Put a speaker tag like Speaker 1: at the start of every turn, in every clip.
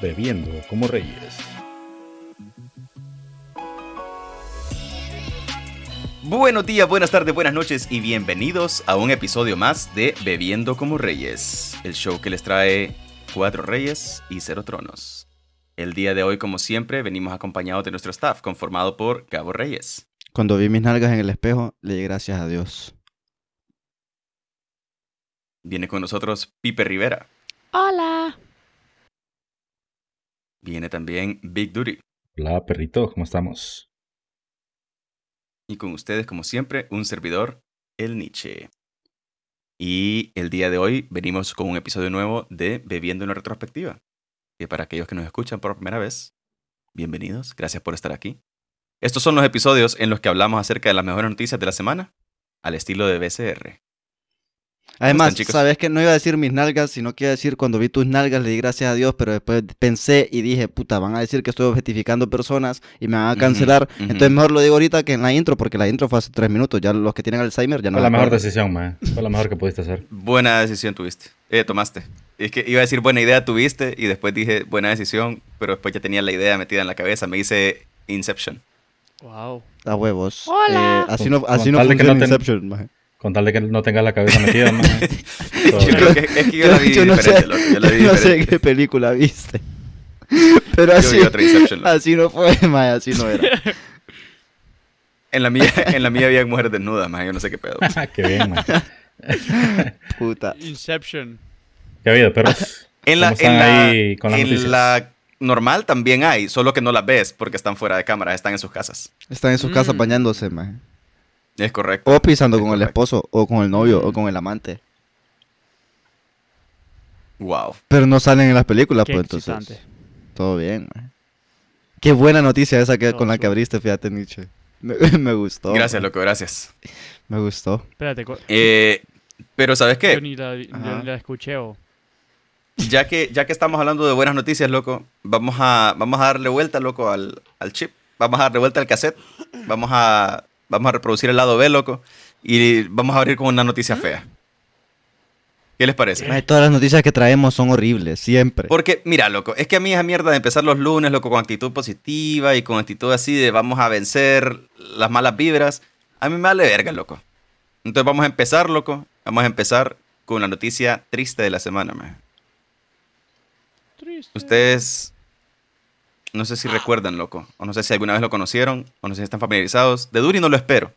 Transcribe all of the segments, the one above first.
Speaker 1: Bebiendo como Reyes.
Speaker 2: Buenos días, buenas tardes, buenas noches y bienvenidos a un episodio más de Bebiendo como Reyes, el show que les trae cuatro reyes y cero tronos. El día de hoy, como siempre, venimos acompañados de nuestro staff, conformado por Gabo Reyes.
Speaker 3: Cuando vi mis nalgas en el espejo, le di gracias a Dios.
Speaker 2: Viene con nosotros Pipe Rivera.
Speaker 4: Hola.
Speaker 2: Viene también Big Duty.
Speaker 1: Hola, perrito, ¿cómo estamos?
Speaker 2: Y con ustedes, como siempre, un servidor, el Nietzsche. Y el día de hoy venimos con un episodio nuevo de Bebiendo una retrospectiva. Que para aquellos que nos escuchan por primera vez, bienvenidos, gracias por estar aquí. Estos son los episodios en los que hablamos acerca de las mejores noticias de la semana, al estilo de BCR.
Speaker 3: Además,
Speaker 2: están, chicos?
Speaker 3: sabes que no iba a decir mis nalgas, sino que iba a decir cuando vi tus nalgas, le di gracias a Dios, pero después pensé y dije, puta, van a decir que estoy objetificando personas y me van a
Speaker 2: Ujú,
Speaker 3: cancelar.
Speaker 2: ujú.
Speaker 3: Entonces mejor lo digo ahorita que en la intro, porque la intro fue hace tres minutos. Ya los que tienen Alzheimer ya no.
Speaker 1: Fue la
Speaker 3: se
Speaker 1: mejor
Speaker 3: acuerdan.
Speaker 1: decisión, man. Fue la mejor que pudiste hacer.
Speaker 2: Buena decisión tuviste, eh, tomaste. Es que iba a decir buena idea tuviste y después dije buena decisión, pero después ya tenía la idea metida en la cabeza, me hice Inception.
Speaker 5: Wow.
Speaker 3: A huevos.
Speaker 4: Hola.
Speaker 3: Eh, así no,
Speaker 1: Con-
Speaker 3: así
Speaker 1: con
Speaker 3: no
Speaker 1: tal de que
Speaker 3: funciona
Speaker 1: no te-
Speaker 3: Inception, maje.
Speaker 1: Con tal de que no tengas la cabeza metida, man.
Speaker 2: Yo creo que, es que yo la vi
Speaker 3: Yo no sé-
Speaker 2: diferente, loco, yo la vi
Speaker 3: no sé
Speaker 2: diferente.
Speaker 3: qué película viste. Pero
Speaker 2: Yo
Speaker 3: así,
Speaker 2: vi otra Inception, loco.
Speaker 3: así no fue, maje, así no era.
Speaker 2: En la mía, en la mía había mujeres desnudas, más yo no sé qué pedo.
Speaker 1: Ah, Qué bien, man.
Speaker 3: Puta.
Speaker 5: Inception.
Speaker 1: ¿Qué ha habido, perros?
Speaker 2: En la,
Speaker 1: ¿Cómo están
Speaker 2: en la-
Speaker 1: ahí con las
Speaker 2: en
Speaker 1: noticias?
Speaker 2: la normal también hay, solo que no las ves porque están fuera de cámara, están en sus casas.
Speaker 3: Están en sus casas
Speaker 5: Mm.
Speaker 3: bañándose, maje.
Speaker 2: Es correcto.
Speaker 3: O pisando con el
Speaker 2: Correcto.
Speaker 3: esposo, o con el novio, o con el amante.
Speaker 2: Wow.
Speaker 3: Pero no salen en las películas,
Speaker 5: Qué
Speaker 3: pues entonces.
Speaker 5: excitante.
Speaker 3: Todo bien, maje. Qué buena noticia esa que,
Speaker 5: Todo
Speaker 3: con la que
Speaker 5: súper.
Speaker 3: abriste, fíjate, Nietzsche. Me, me gustó.
Speaker 2: Gracias,
Speaker 3: maje.
Speaker 2: loco, gracias.
Speaker 3: Me gustó.
Speaker 5: Espérate, co-
Speaker 2: Eh, pero ¿sabes
Speaker 5: yo,
Speaker 2: qué?
Speaker 5: ni la, yo
Speaker 3: Ajá.
Speaker 5: ni la escuché. o.
Speaker 2: Ya que, ya que estamos hablando de buenas noticias, loco, vamos a, vamos a darle vuelta, loco, al, al chip. Vamos a darle vuelta al cassette. Vamos a, vamos a reproducir el lado B, loco. Y vamos a abrir con una noticia fea. ¿Qué les parece?
Speaker 3: Maje, todas las noticias que traemos son horribles, siempre.
Speaker 2: Porque, mira, loco, es que a mí esa mierda de empezar los lunes, loco, con actitud positiva y con actitud así de vamos a vencer las malas vibras, a mí me vale verga, loco. Entonces vamos a empezar, loco, vamos a empezar con la noticia triste de la semana, maje.
Speaker 5: Triste.
Speaker 2: Ustedes, no sé si recuerdan, loco, o no sé si alguna vez lo conocieron, o no sé si están familiarizados, de Duri no lo espero,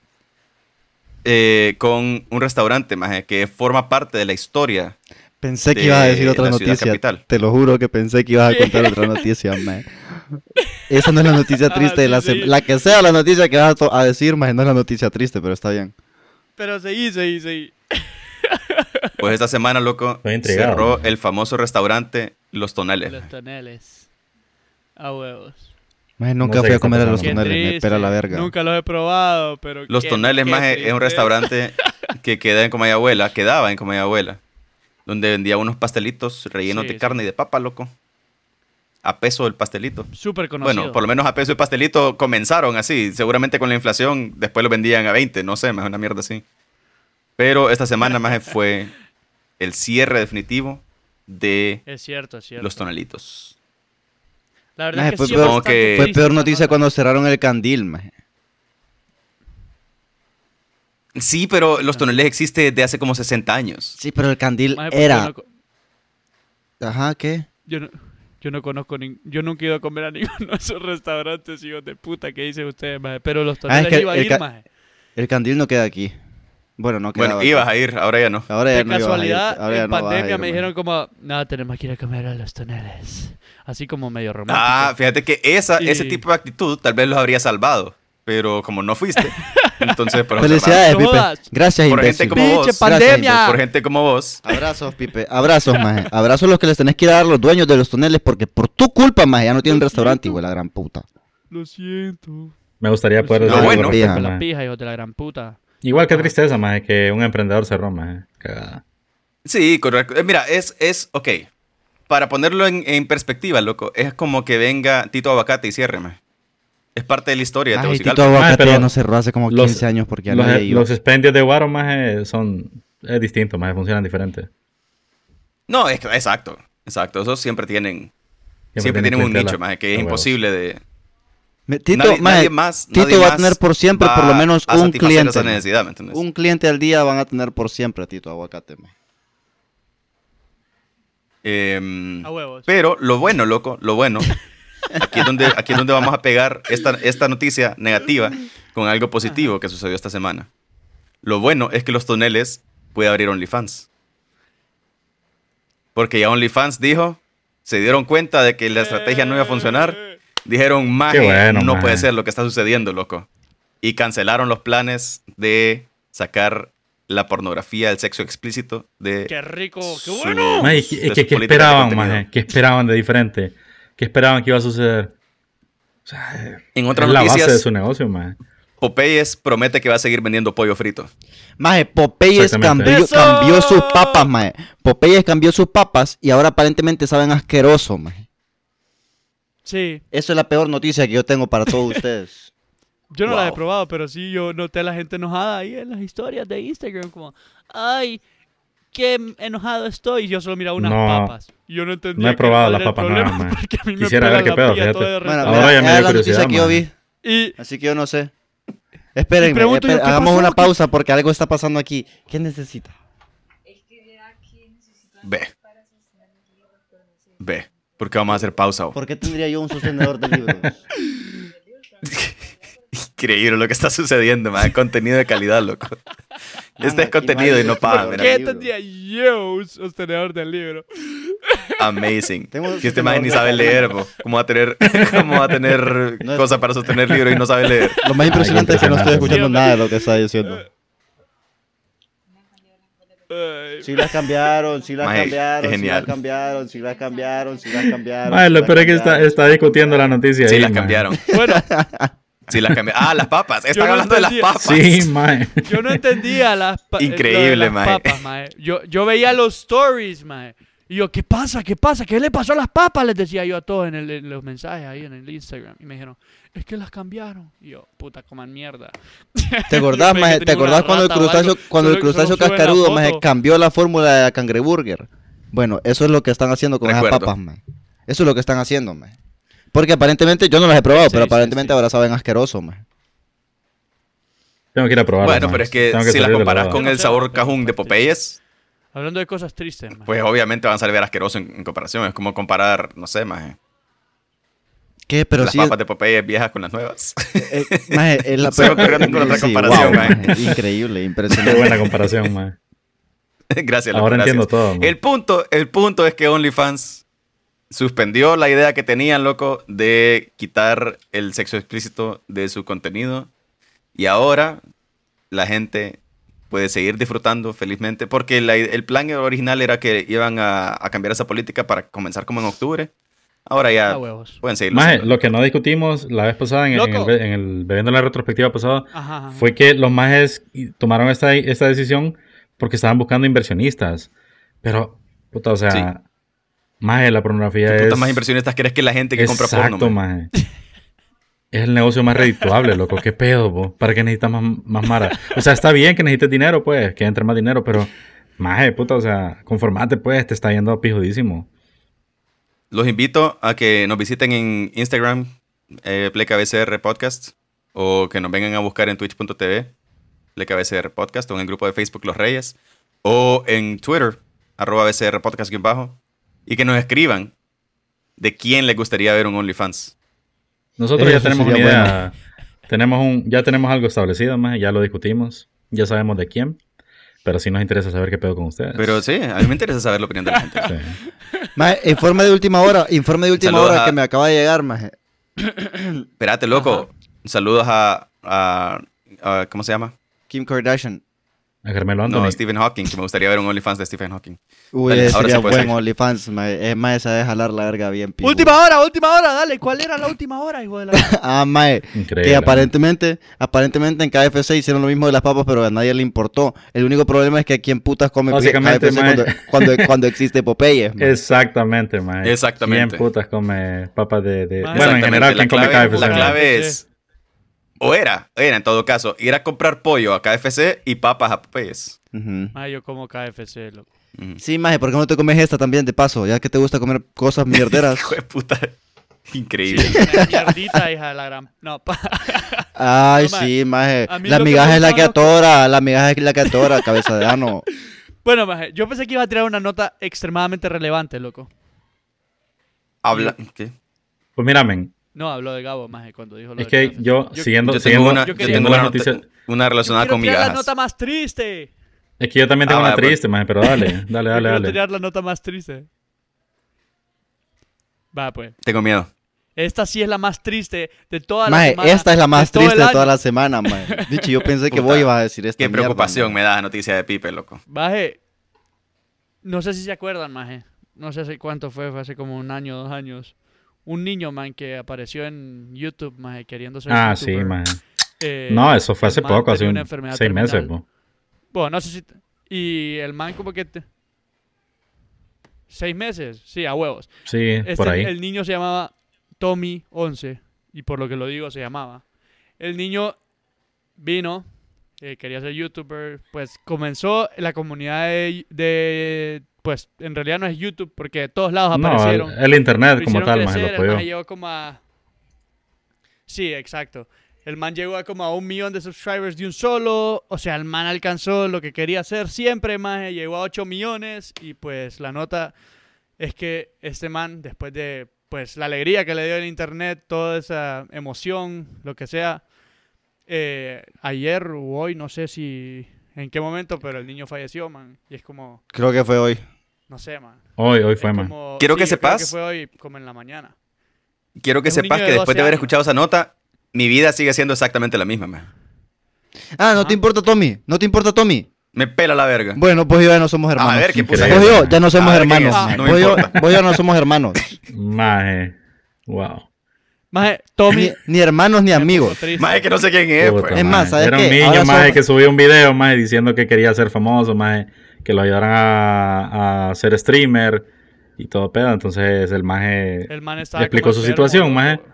Speaker 2: Eh, con un restaurante, maje, que forma parte de la historia
Speaker 3: Pensé que ibas a
Speaker 2: de
Speaker 3: decir otra
Speaker 2: la ciudad
Speaker 3: noticia.
Speaker 2: capital.
Speaker 3: Te lo juro que pensé que ibas a contar otra noticia, man. Esa no es la noticia
Speaker 5: Ah,
Speaker 3: triste de la
Speaker 5: sí, sí.
Speaker 3: semana. La que sea la noticia que vas a to- a decir, man, no es la noticia triste, pero está bien.
Speaker 5: Pero seguí, seguí, seguí.
Speaker 2: Pues esta semana, loco,
Speaker 1: Estoy intrigado.
Speaker 2: cerró el famoso restaurante Los Toneles.
Speaker 5: Los toneles. A huevos.
Speaker 3: Man, nunca
Speaker 1: sé
Speaker 3: fui
Speaker 1: qué
Speaker 3: a
Speaker 1: está
Speaker 3: comer a los
Speaker 1: pasando.
Speaker 5: Qué
Speaker 3: túneles, me espera la
Speaker 5: triste.
Speaker 3: verga.
Speaker 5: Nunca los he probado, pero.
Speaker 2: Los
Speaker 5: qué-
Speaker 2: Toneles,
Speaker 5: qué
Speaker 2: más es un
Speaker 5: triste.
Speaker 2: restaurante que queda en Comaya Abuela, quedaba en Comaya Abuela, donde vendía unos pastelitos rellenos
Speaker 5: Sí,
Speaker 2: de
Speaker 5: sí.
Speaker 2: carne y de papa, loco. A peso del pastelito.
Speaker 5: Súper conocido.
Speaker 2: Bueno, por lo menos a peso del pastelito comenzaron así. Seguramente con la inflación después lo vendían a 20, no sé, más una mierda así. Pero esta semana, más fue el cierre definitivo de
Speaker 5: Es cierto, es cierto.
Speaker 2: los Tonelitos.
Speaker 5: La verdad
Speaker 3: Maje,
Speaker 5: es que
Speaker 3: fue
Speaker 5: sí,
Speaker 3: peor-
Speaker 5: bastante
Speaker 2: que-
Speaker 3: Fue
Speaker 5: triste
Speaker 3: peor
Speaker 5: esa
Speaker 3: noticia
Speaker 5: nota.
Speaker 3: cuando cerraron el candil, man.
Speaker 2: Sí, pero los Toneles existe desde hace como 60 años.
Speaker 3: Sí, pero el candil
Speaker 5: Maje, porque
Speaker 3: era.
Speaker 5: Yo no, co-
Speaker 3: Ajá, ¿qué?
Speaker 5: yo no, yo no conozco. nin- yo nunca he ido a comer a ninguno de esos restaurantes, hijos de puta, que dicen ustedes, maje. Pero los toneles
Speaker 3: Ah, que
Speaker 5: iba a
Speaker 3: el
Speaker 5: ir,
Speaker 3: ca-
Speaker 5: maje.
Speaker 3: El candil no queda aquí. Bueno, no queda.
Speaker 2: Bueno, ibas a ir, ahora ya no.
Speaker 3: Ahora ya
Speaker 5: De
Speaker 3: no ibas a ir,
Speaker 5: casualidad,
Speaker 3: ahora ya
Speaker 5: en
Speaker 3: no vas a
Speaker 5: pandemia
Speaker 3: ir,
Speaker 5: me
Speaker 3: maje.
Speaker 5: dijeron como, nada, tenemos que ir a comer a los toneles. Así como medio romántico.
Speaker 2: Ah, fíjate que esa, ese
Speaker 5: Y-
Speaker 2: tipo de actitud tal vez los habría salvado, pero como no fuiste, entonces por,
Speaker 3: Felicidades,
Speaker 5: No
Speaker 3: Pipe.
Speaker 5: jodas.
Speaker 3: Gracias,
Speaker 2: por gente
Speaker 3: imbécil.
Speaker 2: como
Speaker 5: Pinche
Speaker 2: vos,
Speaker 5: pandemia.
Speaker 2: por gente como vos,
Speaker 3: Abrazos, Pipe. Abrazos, maje. Abrazos los que les tenés que dar a los dueños de los toneles porque por tu culpa, maje, ya no tienen
Speaker 5: Lo
Speaker 3: restaurante,
Speaker 5: siento.
Speaker 3: güey, la gran puta.
Speaker 5: Lo siento.
Speaker 1: Me gustaría poder
Speaker 5: No,
Speaker 1: decir algo
Speaker 2: bueno.
Speaker 1: al
Speaker 3: Pija,
Speaker 1: respecto,
Speaker 5: Con la
Speaker 1: man.
Speaker 5: pija, hijo de la gran puta.
Speaker 1: Igual que tristeza, más que un emprendedor cerró, más cagada.
Speaker 2: Sí, correcto. Eh, Mira, es, es, ok. Para ponerlo en, en perspectiva, loco, es como que venga Tito Abacate y cierre, maje. Es parte de la historia de
Speaker 3: Ay, Tito
Speaker 2: Tegucigalpa.
Speaker 3: Aguacate
Speaker 1: pero
Speaker 3: ya no cerró hace como 15
Speaker 1: los-
Speaker 3: años porque ya
Speaker 1: los, e-
Speaker 3: nadie iba.
Speaker 1: los expendios de Guaro, más son es distinto, más funcionan diferente.
Speaker 2: No, es que- exacto, exacto. Esos siempre tienen Siempre
Speaker 1: tienen
Speaker 2: tenemos un
Speaker 1: clientela.
Speaker 2: nicho, maje,
Speaker 1: A
Speaker 2: que es
Speaker 1: huevos.
Speaker 2: imposible de...
Speaker 3: Me- Tito,
Speaker 2: nadie,
Speaker 3: maje,
Speaker 2: nadie más,
Speaker 3: Tito
Speaker 2: nadie
Speaker 3: va a
Speaker 2: más
Speaker 3: tener por siempre por
Speaker 2: va
Speaker 3: lo menos
Speaker 2: a
Speaker 3: un
Speaker 2: satisfacer
Speaker 3: cliente.
Speaker 2: esa
Speaker 3: maje.
Speaker 2: necesidad, ¿me entiendes?
Speaker 3: Un cliente al día van a tener por siempre, Tito, aguacate. maje.
Speaker 2: Em,
Speaker 5: A huevos.
Speaker 2: Pero lo bueno, loco, lo bueno. Aquí es donde, aquí es donde vamos a pegar esta, esta noticia negativa con algo positivo que sucedió esta semana. Lo bueno es que los toneles puede abrir OnlyFans. Porque ya OnlyFans dijo, se dieron cuenta de que la estrategia no iba a funcionar.
Speaker 5: Eh,
Speaker 2: Dijeron, maje,
Speaker 1: Qué bueno,
Speaker 2: no puede
Speaker 1: maje".
Speaker 2: ser lo que está sucediendo, loco. Y cancelaron los planes de sacar la pornografía, el sexo explícito de
Speaker 5: eh, ¡Qué rico! ¡Qué
Speaker 2: Su-
Speaker 5: bueno!
Speaker 1: Maje,
Speaker 2: de
Speaker 1: ¿qué- ¿qué,
Speaker 2: sus
Speaker 1: qué
Speaker 2: políticas de
Speaker 1: esperaban,
Speaker 2: contenido.
Speaker 1: maje? ¿Qué esperaban de diferente? ¿Qué esperaban que iba a suceder? O sea,
Speaker 2: En
Speaker 1: es
Speaker 2: otras
Speaker 1: la
Speaker 2: noticias,
Speaker 1: base de su negocio, maje.
Speaker 2: Popeyes promete que va a seguir vendiendo pollo frito.
Speaker 3: Maje, Popeyes
Speaker 1: Exactamente.
Speaker 3: cambió,
Speaker 5: ¡Eso!
Speaker 3: cambió sus papas, maje. Popeyes cambió sus papas y ahora aparentemente saben asqueroso, maje.
Speaker 5: Sí.
Speaker 3: Eso es la peor noticia que yo tengo para todos ustedes.
Speaker 5: Yo no las he
Speaker 2: Wow.
Speaker 5: probado, pero sí yo noté a la gente enojada ahí en las historias de Instagram, como, ay, qué enojado estoy. Y yo solo miraba unas
Speaker 1: No.
Speaker 5: papas. Y Yo no entendía.
Speaker 1: No he
Speaker 5: que cuál
Speaker 1: probado
Speaker 5: era
Speaker 1: las
Speaker 5: el
Speaker 1: papas,
Speaker 5: problema,
Speaker 1: nada más.
Speaker 5: porque a mí me
Speaker 1: Quisiera ver
Speaker 5: pela
Speaker 1: qué
Speaker 5: la
Speaker 1: pedo,
Speaker 5: pilla
Speaker 1: fíjate.
Speaker 5: toda
Speaker 3: Bueno,
Speaker 5: derretida.
Speaker 1: Ahora
Speaker 3: mira,
Speaker 1: ya me dio
Speaker 3: es la noticia
Speaker 1: curiosidad,
Speaker 3: que yo
Speaker 1: maje.
Speaker 3: vi.
Speaker 5: Y
Speaker 3: Así que yo no sé. Esperen,
Speaker 5: Y pregunto yo, ¿qué
Speaker 3: hagamos
Speaker 5: pasó?
Speaker 3: una
Speaker 5: ¿Qué-
Speaker 3: pausa porque algo está pasando aquí. ¿Qué necesita?
Speaker 2: Ve. Ve. Porque vamos a hacer pausa. bo.
Speaker 3: ¿Por qué tendría yo un sostenedor de libros?
Speaker 2: Increíble lo que está sucediendo, man. Contenido de calidad, loco. Este
Speaker 3: Mamá,
Speaker 2: es contenido y no
Speaker 3: imagínate,
Speaker 2: paga,
Speaker 3: por
Speaker 2: mira.
Speaker 5: ¿qué
Speaker 3: libro.
Speaker 5: tendría yo un sostenedor del libro?
Speaker 2: Amazing.
Speaker 3: Tengo-
Speaker 2: Que este man ni sabe leer, bo. ¿Cómo va a tener, cómo va a tener
Speaker 3: No es-
Speaker 2: cosas para sostener libro y no sabe leer?
Speaker 3: Lo más impresionante es que no estoy escuchando nada de lo que está diciendo.
Speaker 5: Ay,
Speaker 3: Sí las cambiaron, sí las
Speaker 2: Maje, qué
Speaker 3: cambiaron, sí
Speaker 2: genial.
Speaker 3: las cambiaron, sí las cambiaron, sí las cambiaron.
Speaker 1: Maje,
Speaker 3: sí
Speaker 1: lo
Speaker 3: las
Speaker 1: peor es que está,
Speaker 3: cambiaron,
Speaker 1: está
Speaker 3: sí las
Speaker 1: discutiendo la
Speaker 3: cambiaron.
Speaker 1: noticia
Speaker 2: Sí,
Speaker 1: ahí,
Speaker 2: las
Speaker 1: maje.
Speaker 2: cambiaron.
Speaker 5: Bueno,
Speaker 2: Sí, las cambiaron. Ah, las papas. Están
Speaker 5: no
Speaker 2: hablando de las
Speaker 5: entendía.
Speaker 2: papas.
Speaker 1: Sí, maje.
Speaker 5: yo no entendía las, pa- eh, lo de
Speaker 2: Increíble,
Speaker 5: las
Speaker 2: mae.
Speaker 5: papas, mae. Yo, yo veía los stories, mae. Y yo, ¿qué pasa? ¿Qué pasa? ¿Qué le pasó a las papas? Les decía yo a todos en, el- en los mensajes ahí en el Instagram. Y me dijeron, es que las cambiaron. Y yo, puta, coman mierda.
Speaker 3: ¿Te acordás,
Speaker 5: Yo
Speaker 3: maje?
Speaker 5: pensé que
Speaker 3: ¿Te
Speaker 5: tenía una
Speaker 3: acordás cuando el
Speaker 5: rata o
Speaker 3: crustáceo,
Speaker 5: algo?
Speaker 3: cuando el
Speaker 5: Solo-
Speaker 3: crustáceo
Speaker 5: solo suben la
Speaker 3: cascarudo, maje,
Speaker 5: foto.
Speaker 3: cambió la fórmula de la cangreburger? Bueno, eso es lo que están haciendo con esas
Speaker 2: Recuerdo.
Speaker 3: papas, maje. Eso es lo que están haciendo, maje. Porque aparentemente, yo no las he probado,
Speaker 5: Sí,
Speaker 3: pero
Speaker 5: sí,
Speaker 3: aparentemente
Speaker 5: sí.
Speaker 3: ahora saben asqueroso, maje.
Speaker 1: Tengo que ir a probarla.
Speaker 2: Bueno, pero es que si las comparas con el sabor cajún de Popeyes,
Speaker 5: Hablando de cosas tristes, mae.
Speaker 2: pues obviamente van a salir asqueroso en, en comparación. Es como comparar, no sé, más. eh,
Speaker 3: ¿Qué? Pero
Speaker 2: las
Speaker 3: sí,
Speaker 2: papas de Popeyes viejas con las nuevas.
Speaker 3: eh, maje, es la
Speaker 2: Se me ocurrió ninguna
Speaker 3: Sí,
Speaker 2: otra comparación,
Speaker 3: guau,
Speaker 2: maje.
Speaker 3: maje, Increíble,
Speaker 1: Qué
Speaker 3: impresionante.
Speaker 1: buena comparación, maje.
Speaker 2: gracias, loco,
Speaker 1: Ahora
Speaker 2: gracias.
Speaker 1: entiendo todo. maje.
Speaker 2: El punto, el punto es que OnlyFans suspendió la idea que tenían, loco, de quitar el sexo explícito de su contenido. Y ahora la gente puede seguir disfrutando felizmente, porque la- el plan original era que iban a, a cambiar esa política para comenzar como en octubre. Ahora ya
Speaker 5: Ah, huevos.
Speaker 2: pueden seguirlo.
Speaker 1: Maje,
Speaker 2: haciendo.
Speaker 1: lo que no discutimos la vez pasada en, en el,
Speaker 5: Loco.
Speaker 1: be- en el bebiendo la retrospectiva pasada
Speaker 5: Ajá, ajá.
Speaker 1: fue que los majes y- tomaron esta, esta decisión porque estaban buscando inversionistas. Pero, puta, o sea,
Speaker 2: Sí.
Speaker 1: maje, la pornografía
Speaker 2: ¿Qué
Speaker 1: es.
Speaker 2: putas más impresionistas crees que la gente que compra porno?
Speaker 1: Exacto,
Speaker 2: man?
Speaker 1: maje. Es el negocio más redituable, loco. ¿Qué pedo, vos? ¿Para qué necesitas más, más mara? O sea, está bien que necesites dinero, pues, que entre más dinero, pero, maje, puta, o sea, conformate, pues, te está yendo pijudísimo.
Speaker 2: Los invito a que nos visiten en Instagram, eh, PlayKBCR Podcast, o que nos vengan a buscar en twitch.tv, PlayKBCR Podcast, o en el grupo de Facebook Los Reyes, o en Twitter, arroba BCR Podcast guión bajo, y que nos escriban de quién les gustaría ver un OnlyFans.
Speaker 1: Nosotros
Speaker 3: Eso
Speaker 1: ya tenemos una
Speaker 3: sería
Speaker 1: idea. Tenemos un, ya tenemos algo establecido, más, ya lo discutimos, ya sabemos de quién, pero sí nos interesa saber qué pedo con ustedes.
Speaker 2: Pero sí, a mí me interesa saber la opinión de la gente.
Speaker 1: Sí.
Speaker 3: Maje, informe de última hora, informe de última
Speaker 2: Saludos
Speaker 3: hora
Speaker 2: a-
Speaker 3: que me acaba de llegar, maje.
Speaker 2: Espérate, loco. Saludos a, a- a- ¿Cómo se llama?
Speaker 3: Kim Kardashian.
Speaker 1: A Carmelo Anthony.
Speaker 2: No, este, Stephen Hawking, que me gustaría ver un OnlyFans de Stephen Hawking.
Speaker 3: Uy,
Speaker 2: Dale,
Speaker 3: ese
Speaker 2: ahora
Speaker 3: sería
Speaker 2: se puede
Speaker 3: buen
Speaker 2: seguir.
Speaker 3: OnlyFans, Eh, mae. Es más, esa de jalar la verga bien pijo.
Speaker 5: Última hora, última hora, dale. ¿Cuál era la última hora, hijo de la...
Speaker 3: Ah, mae.
Speaker 1: Increíble.
Speaker 3: Que aparentemente, aparentemente en KFC hicieron lo mismo de las papas, pero a nadie le importó. El único problema es que aquí en putas come
Speaker 1: Básicamente,
Speaker 3: KFC
Speaker 1: mae.
Speaker 3: cuando, cuando, cuando existe Popeyes. mae.
Speaker 1: Exactamente, man.
Speaker 2: Exactamente.
Speaker 1: ¿Quién putas come papas de, de-
Speaker 5: Maje.
Speaker 1: Bueno, en
Speaker 2: Ah, Exactamente,
Speaker 1: general,
Speaker 2: la
Speaker 1: ¿quién come
Speaker 2: clave-
Speaker 1: KFC?
Speaker 2: La
Speaker 1: maje?
Speaker 2: clave es. O era, era en todo caso, ir a comprar pollo a KFC y papas a Popeyes.
Speaker 3: Ujú.
Speaker 5: Mae, yo como KFC, loco.
Speaker 2: Ujú.
Speaker 3: Sí, maje, ¿por qué no te comes esta también de paso? Ya que te gusta comer cosas mierderas.
Speaker 2: Hijo de puta.
Speaker 5: Sí,
Speaker 2: Increíble.
Speaker 5: una mierdita, hija de la gran. No, pa.
Speaker 3: Ay,
Speaker 5: No, maje,
Speaker 3: sí, maje.
Speaker 5: a mí
Speaker 3: La
Speaker 5: lo que
Speaker 3: migaja
Speaker 5: me
Speaker 3: es la que
Speaker 5: gustaba lo
Speaker 3: atora, la migaja es la que atora, cabeza de ano.
Speaker 5: Bueno, maje, yo pensé que iba a tirar una nota extremadamente relevante, loco.
Speaker 2: Habla. ¿Qué?
Speaker 1: Pues mira, men,
Speaker 5: No, habló de Gabo, maje, cuando dijo lo
Speaker 1: es
Speaker 5: de
Speaker 1: que
Speaker 5: Café.
Speaker 1: yo,
Speaker 5: Yo-
Speaker 1: siguiendo,
Speaker 2: Yo tengo
Speaker 1: siguiendo-
Speaker 2: una,
Speaker 1: yo
Speaker 2: yo
Speaker 5: quería-
Speaker 1: tengo
Speaker 2: tengo
Speaker 1: una
Speaker 2: una,
Speaker 1: noticia.
Speaker 2: nota- una
Speaker 5: Yo
Speaker 2: relacionada
Speaker 5: quiero
Speaker 2: con
Speaker 5: tirar la
Speaker 2: migajas.
Speaker 5: nota más triste.
Speaker 1: Es que yo también tengo
Speaker 2: Ah,
Speaker 1: una
Speaker 2: vaya, pues.
Speaker 1: triste, maje, pero dale, dale,
Speaker 5: Yo
Speaker 1: dale,
Speaker 5: quiero
Speaker 1: dale.
Speaker 5: tirar la nota más triste. Va, pues.
Speaker 2: Tengo miedo.
Speaker 5: Esta sí es la más triste de toda la
Speaker 3: Maje,
Speaker 5: semana,
Speaker 3: esta es la más
Speaker 5: todo el
Speaker 3: triste de toda
Speaker 5: año.
Speaker 3: la semana, maje. Dichi, yo pensé que
Speaker 2: Puta,
Speaker 3: vos ibas a decir esto.
Speaker 2: Qué preocupación me da la noticia de Pipe, loco.
Speaker 5: Maje, no sé si se acuerdan, Maje. No sé hace cuánto fue, fue hace como un año, dos años. Un niño, man, que apareció en YouTube, Maje, queriendo ser
Speaker 1: Ah, sí,
Speaker 5: youtuber.
Speaker 1: maje.
Speaker 5: Eh,
Speaker 1: No, eso fue
Speaker 5: el
Speaker 1: hace
Speaker 5: man
Speaker 1: poco, hace
Speaker 5: tenía
Speaker 1: un-
Speaker 5: una enfermedad
Speaker 1: seis meses,
Speaker 5: terminal.
Speaker 1: po.
Speaker 5: Bueno, no sé si... t- Y el man como que... te- Seis meses, sí, a huevos.
Speaker 1: Sí, por
Speaker 5: Este-
Speaker 1: ahí.
Speaker 5: El niño se llamaba Tommy 11 y por lo que lo digo se llamaba. El niño vino, eh, quería ser youtuber, pues comenzó la comunidad de, de- pues en realidad no es YouTube porque de todos lados
Speaker 1: No, el,
Speaker 5: aparecieron.
Speaker 1: el internet
Speaker 5: Lo
Speaker 1: como
Speaker 5: hicieron
Speaker 1: tal, maje,
Speaker 5: crecer,
Speaker 1: lo
Speaker 5: el
Speaker 1: apoyó.
Speaker 5: man llegó como a... Sí, exacto. El man llegó a como a un millón de subscribers de un solo. O sea, el man alcanzó lo que quería hacer siempre, más llegó a 8 millones. Y pues la nota es que este man, después de pues la alegría que le dio el internet, toda esa emoción, lo que sea, eh, ayer o hoy, no sé si en qué momento, pero el niño falleció, man. Y es como,
Speaker 3: Creo que fue hoy.
Speaker 5: no sé, man.
Speaker 1: Hoy, hoy fue,
Speaker 5: Es
Speaker 1: maje.
Speaker 5: como-
Speaker 2: Quiero que
Speaker 5: yo creo
Speaker 2: sepas-
Speaker 5: fue hoy, como en la mañana.
Speaker 2: Quiero que
Speaker 5: Es un
Speaker 2: sepas
Speaker 5: niño
Speaker 2: que
Speaker 5: de
Speaker 2: después de
Speaker 5: 12
Speaker 2: haber
Speaker 5: años.
Speaker 2: escuchado esa nota, mi vida sigue siendo exactamente la misma, man.
Speaker 3: Ah, no
Speaker 5: Ajá.
Speaker 3: te importa, Tommy. No te importa, Tommy.
Speaker 2: Me pela la verga.
Speaker 3: Bueno, pues yo ya no somos hermanos.
Speaker 2: a ver, ¿qué puse?
Speaker 1: Increíble.
Speaker 3: Vos y yo ya no somos
Speaker 2: A ver, ¿qué
Speaker 3: hermanos.
Speaker 5: Ah, es?
Speaker 2: No
Speaker 3: Vos y yo-
Speaker 2: importa.
Speaker 3: vos y yo no somos hermanos.
Speaker 1: Maje. Wow.
Speaker 5: Maje, Tommy.
Speaker 3: Ni, ni hermanos ni
Speaker 5: me
Speaker 3: amigos.
Speaker 5: puso triste.
Speaker 2: Más que no sé quién es,
Speaker 1: Puta,
Speaker 2: pues.
Speaker 3: Eh, Es más,
Speaker 1: maje.
Speaker 3: ¿sabes
Speaker 1: Era un
Speaker 3: qué?
Speaker 1: niño,
Speaker 3: Ahora
Speaker 1: maje,
Speaker 3: somos-
Speaker 1: que subió un video, maje, diciendo que quería ser famoso, maje, que lo ayudaran a, a ser streamer y todo pedo. Entonces el maje
Speaker 5: El man estaba
Speaker 1: explicó
Speaker 5: como
Speaker 1: su
Speaker 5: enfermo,
Speaker 1: situación, maje.
Speaker 5: loco.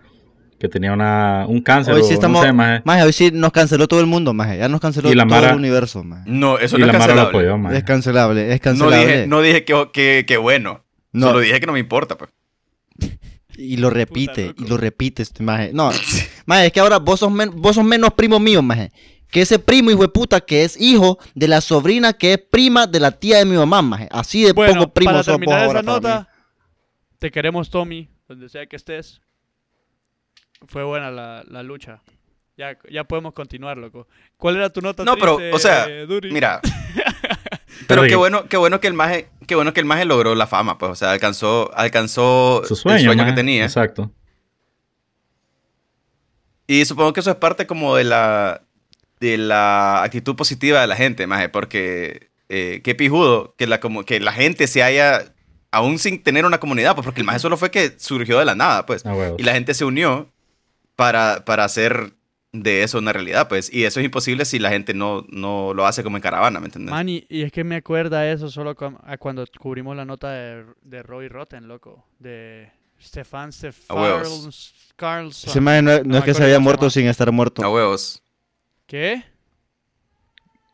Speaker 1: que tenía una, un cáncer
Speaker 3: Hoy
Speaker 1: o
Speaker 3: sí estamos.
Speaker 1: no sé, maje,
Speaker 3: maje, hoy sí nos canceló todo el mundo, maje. Ya nos canceló
Speaker 1: Y la
Speaker 3: todo
Speaker 1: Mara-
Speaker 3: el universo, maje.
Speaker 2: No, eso
Speaker 1: y
Speaker 2: no es
Speaker 1: la Mara lo
Speaker 2: cancelable.
Speaker 1: apoyó, maje.
Speaker 3: Es cancelable, es
Speaker 2: No
Speaker 3: cancelable.
Speaker 2: dije, no dije que, que- que bueno.
Speaker 3: No,
Speaker 2: Solo dije que no me importa, pues.
Speaker 3: Y lo repite,
Speaker 5: loco.
Speaker 3: y lo repite este maje. No, maje, es que ahora vos sos, men- vos sos menos primo mío, maje. Que ese primo, hijo de puta, que es hijo de la sobrina que es prima de la tía de mi mamá, maje. Así de
Speaker 5: Bueno,
Speaker 3: poco primo
Speaker 5: para
Speaker 3: sos vos
Speaker 5: terminar
Speaker 3: ahora
Speaker 5: esa
Speaker 3: para mí.
Speaker 5: nota, te queremos, Tommy, donde sea que estés. Fue buena la, la lucha. Ya, ya podemos continuar, loco. ¿Cuál era tu nota
Speaker 2: No, pero,
Speaker 5: triste,
Speaker 2: o sea,
Speaker 5: eh, Duri?
Speaker 2: Mira.
Speaker 1: Pero
Speaker 2: Pero
Speaker 1: que-
Speaker 2: qué bueno, qué bueno que el maje, qué bueno que el maje logró la fama, pues. O sea, alcanzó, alcanzó
Speaker 1: su sueño,
Speaker 2: el sueño
Speaker 1: maje.
Speaker 2: que tenía.
Speaker 1: Exacto.
Speaker 2: Y supongo que eso es parte como de la, de la actitud positiva de la gente, maje, porque eh, qué pijudo que la, como, que la gente se haya, aún sin tener una comunidad, pues porque el maje solo fue que surgió de la nada, pues.
Speaker 1: Ah, huevos.
Speaker 2: Y la gente se unió para, para hacer de eso una realidad, pues. Y eso es imposible si la gente no, no lo hace como en caravana, ¿me entiendes?
Speaker 5: Man, y, y es que me acuerda eso solo cu- a cuando cubrimos la nota de, de Roy Rotten, loco. De Stefan Stefan
Speaker 2: huevos.
Speaker 5: Carlson.
Speaker 3: Ese maje no, no
Speaker 5: No
Speaker 3: es
Speaker 5: me
Speaker 3: que se
Speaker 5: acuerdo
Speaker 3: había
Speaker 5: cómo se
Speaker 3: muerto
Speaker 5: llama.
Speaker 3: sin estar muerto.
Speaker 2: A huevos.
Speaker 5: ¿Qué?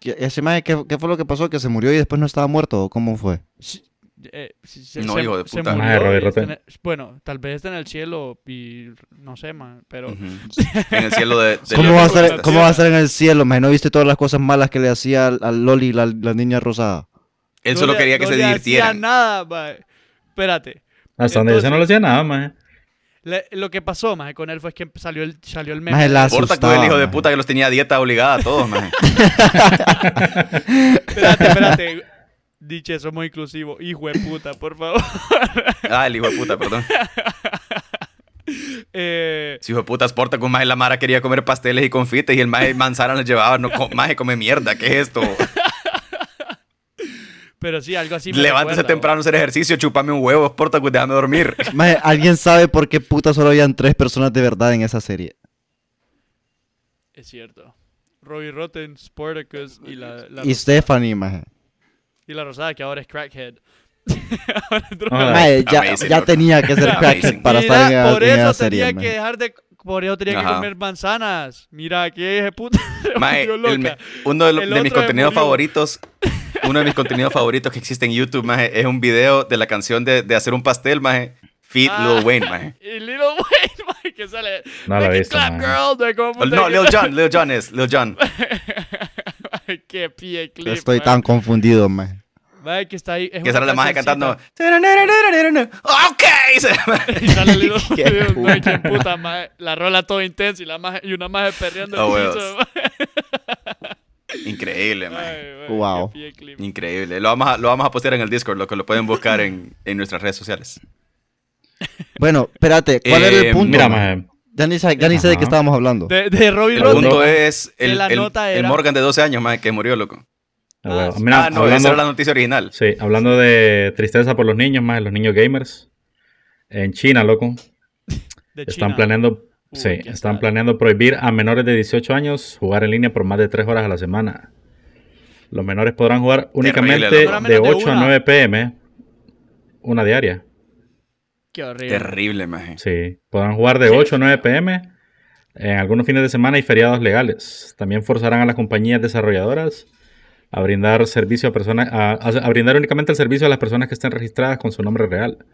Speaker 3: ¿Qué- Ese maje, ¿qué, qué fue lo que pasó? ¿Que se murió y después no estaba muerto? ¿o ¿Cómo fue?
Speaker 5: Sí, eh, sí, se,
Speaker 2: No,
Speaker 5: se-
Speaker 2: hijo de
Speaker 5: se
Speaker 2: puta.
Speaker 5: murió
Speaker 1: Ah, de
Speaker 5: y
Speaker 1: Robbie
Speaker 5: está en
Speaker 1: Rotten.
Speaker 5: el- bueno, tal vez está en el cielo y no sé, man, pero
Speaker 2: Ujú. En el cielo de... de
Speaker 3: ¿Cómo
Speaker 5: Yo
Speaker 2: los-
Speaker 3: va, a
Speaker 5: tengo
Speaker 3: estar,
Speaker 5: una
Speaker 3: ¿Cómo va a
Speaker 5: tierra.
Speaker 3: estar en el cielo, maje? ¿No viste todas las cosas malas que le hacía al, al Loli la, la niña rosada?
Speaker 2: Él
Speaker 5: no
Speaker 2: solo
Speaker 5: le-
Speaker 2: quería que
Speaker 5: no
Speaker 2: se
Speaker 5: le hacía
Speaker 2: divirtieran.
Speaker 5: nada, man. Espérate.
Speaker 1: Hasta donde yo sé no le hacía nada, maje.
Speaker 5: Le- lo que pasó, más con él fue que salió el, salió el meme.
Speaker 3: Maje, la
Speaker 2: Porta con el hijo de
Speaker 3: asustaba,
Speaker 2: puta que los tenía a dieta obligada a todos, maje.
Speaker 5: Espérate, espérate. Diche, somos inclusivos. Hijo de puta, por favor.
Speaker 2: Ah, el hijo de puta, perdón.
Speaker 5: Eh,
Speaker 2: Si hijo de puta porta con maje la Mara quería comer pasteles y confites y el maje manzana les llevaba, no, co- maje come mierda, ¿qué es esto?
Speaker 5: pero sí, algo así. me
Speaker 2: Levántese
Speaker 5: recuerda,
Speaker 2: temprano a hacer ejercicio, chupame un huevo, Sporta, pues déjame dormir.
Speaker 3: Maje, ¿alguien sabe por qué puta solo habían tres personas de verdad en esa serie?
Speaker 5: bo. Es cierto. Robbie Rotten, Spartacus y la, la-
Speaker 3: Y Stephanie, maje.
Speaker 5: y la rosada que ahora es crackhead.
Speaker 1: Ah,
Speaker 3: Mae, ya,
Speaker 2: amazing,
Speaker 3: ya
Speaker 2: loco.
Speaker 3: tenía que ser
Speaker 2: Amazing.
Speaker 3: crackhead para
Speaker 5: Mira,
Speaker 3: estar en, la-
Speaker 5: por
Speaker 3: en
Speaker 5: eso
Speaker 3: esa serie.
Speaker 5: tenía
Speaker 3: mae.
Speaker 5: que dejar de por eso tenía
Speaker 2: Ajá.
Speaker 5: que comer manzanas mira qué hijo de puta se
Speaker 2: Maje,
Speaker 5: volvió
Speaker 2: el me-
Speaker 5: loca.
Speaker 2: uno de, lo-
Speaker 5: El
Speaker 2: de mis
Speaker 5: otro se
Speaker 2: contenidos
Speaker 5: murió.
Speaker 2: favoritos uno de mis contenidos favoritos que existe en YouTube, maje, es un video de la canción de, de hacer un pastel, maje. Feed
Speaker 5: Ah.
Speaker 2: Lil Wayne, maje.
Speaker 5: Y Lil Wayne, mae, que sale.
Speaker 1: No lo he
Speaker 5: "Make it
Speaker 1: visto,
Speaker 5: clap,
Speaker 1: mae.
Speaker 5: girl", de como puta
Speaker 2: No,
Speaker 5: que-
Speaker 2: Lil John, Lil John es, Lil John.
Speaker 5: Mae, Qué pie clip.
Speaker 3: Estoy
Speaker 5: mae.
Speaker 3: tan confundido, maje.
Speaker 5: Mae, que está ahí. es
Speaker 2: Que
Speaker 5: una
Speaker 2: sale la maje
Speaker 5: cancioncita.
Speaker 2: cantando. ¡Ok! y se-
Speaker 5: Y sale Lil
Speaker 2: Qué
Speaker 5: Wayne,
Speaker 2: puta.
Speaker 5: mae, que puta, mae, La rola toda intensa y, la maje- y una maje perreando. en
Speaker 2: Ah,
Speaker 5: el
Speaker 2: huevos.
Speaker 5: piso, mae.
Speaker 2: Increíble, maje.
Speaker 5: Ay, mae,
Speaker 3: Wow.
Speaker 5: qué pie clip.
Speaker 2: Increíble. Lo vamos, a, lo vamos a postear en el Discord, lo que lo pueden buscar en, en nuestras redes sociales.
Speaker 3: Bueno, espérate, ¿cuál
Speaker 2: Eh,
Speaker 3: era el punto?
Speaker 1: Mira,
Speaker 3: maje?
Speaker 1: maje.
Speaker 3: Ya ni, sa- ya ni sé de qué
Speaker 1: Ajá.
Speaker 3: estábamos hablando.
Speaker 5: De, de Robbie
Speaker 2: El
Speaker 1: Loco.
Speaker 5: Rodríguez.
Speaker 2: punto es el,
Speaker 5: la
Speaker 2: el-
Speaker 5: nota
Speaker 2: el
Speaker 5: era-
Speaker 2: Morgan de 12 años, más que murió, loco.
Speaker 1: Ah, huevo.
Speaker 5: sí.
Speaker 1: Mira,
Speaker 2: ah, no, esa
Speaker 1: hablando,
Speaker 2: era la noticia original.
Speaker 1: sí, hablando de tristeza por los niños, más los niños gamers. En China, loco,
Speaker 5: de
Speaker 1: están
Speaker 5: China.
Speaker 1: planeando,
Speaker 5: Uy,
Speaker 1: sí,
Speaker 5: qué
Speaker 1: están
Speaker 5: sad.
Speaker 1: planeando prohibir a menores de 18 años jugar en línea por más de 3 horas a la semana. Los menores podrán jugar únicamente
Speaker 2: loco. Pero
Speaker 5: menos
Speaker 1: de
Speaker 5: de
Speaker 1: 8 a
Speaker 5: una.
Speaker 1: 9 pm, una diaria.
Speaker 5: Qué horrible.
Speaker 2: Terrible, maje.
Speaker 1: Sí, podrán jugar de
Speaker 5: Sí.
Speaker 1: 8 a 9 pm en algunos fines de semana y feriados legales. También forzarán a las compañías desarrolladoras a brindar servicio a personas a, a- a brindar únicamente el servicio a las personas que estén registradas con su nombre real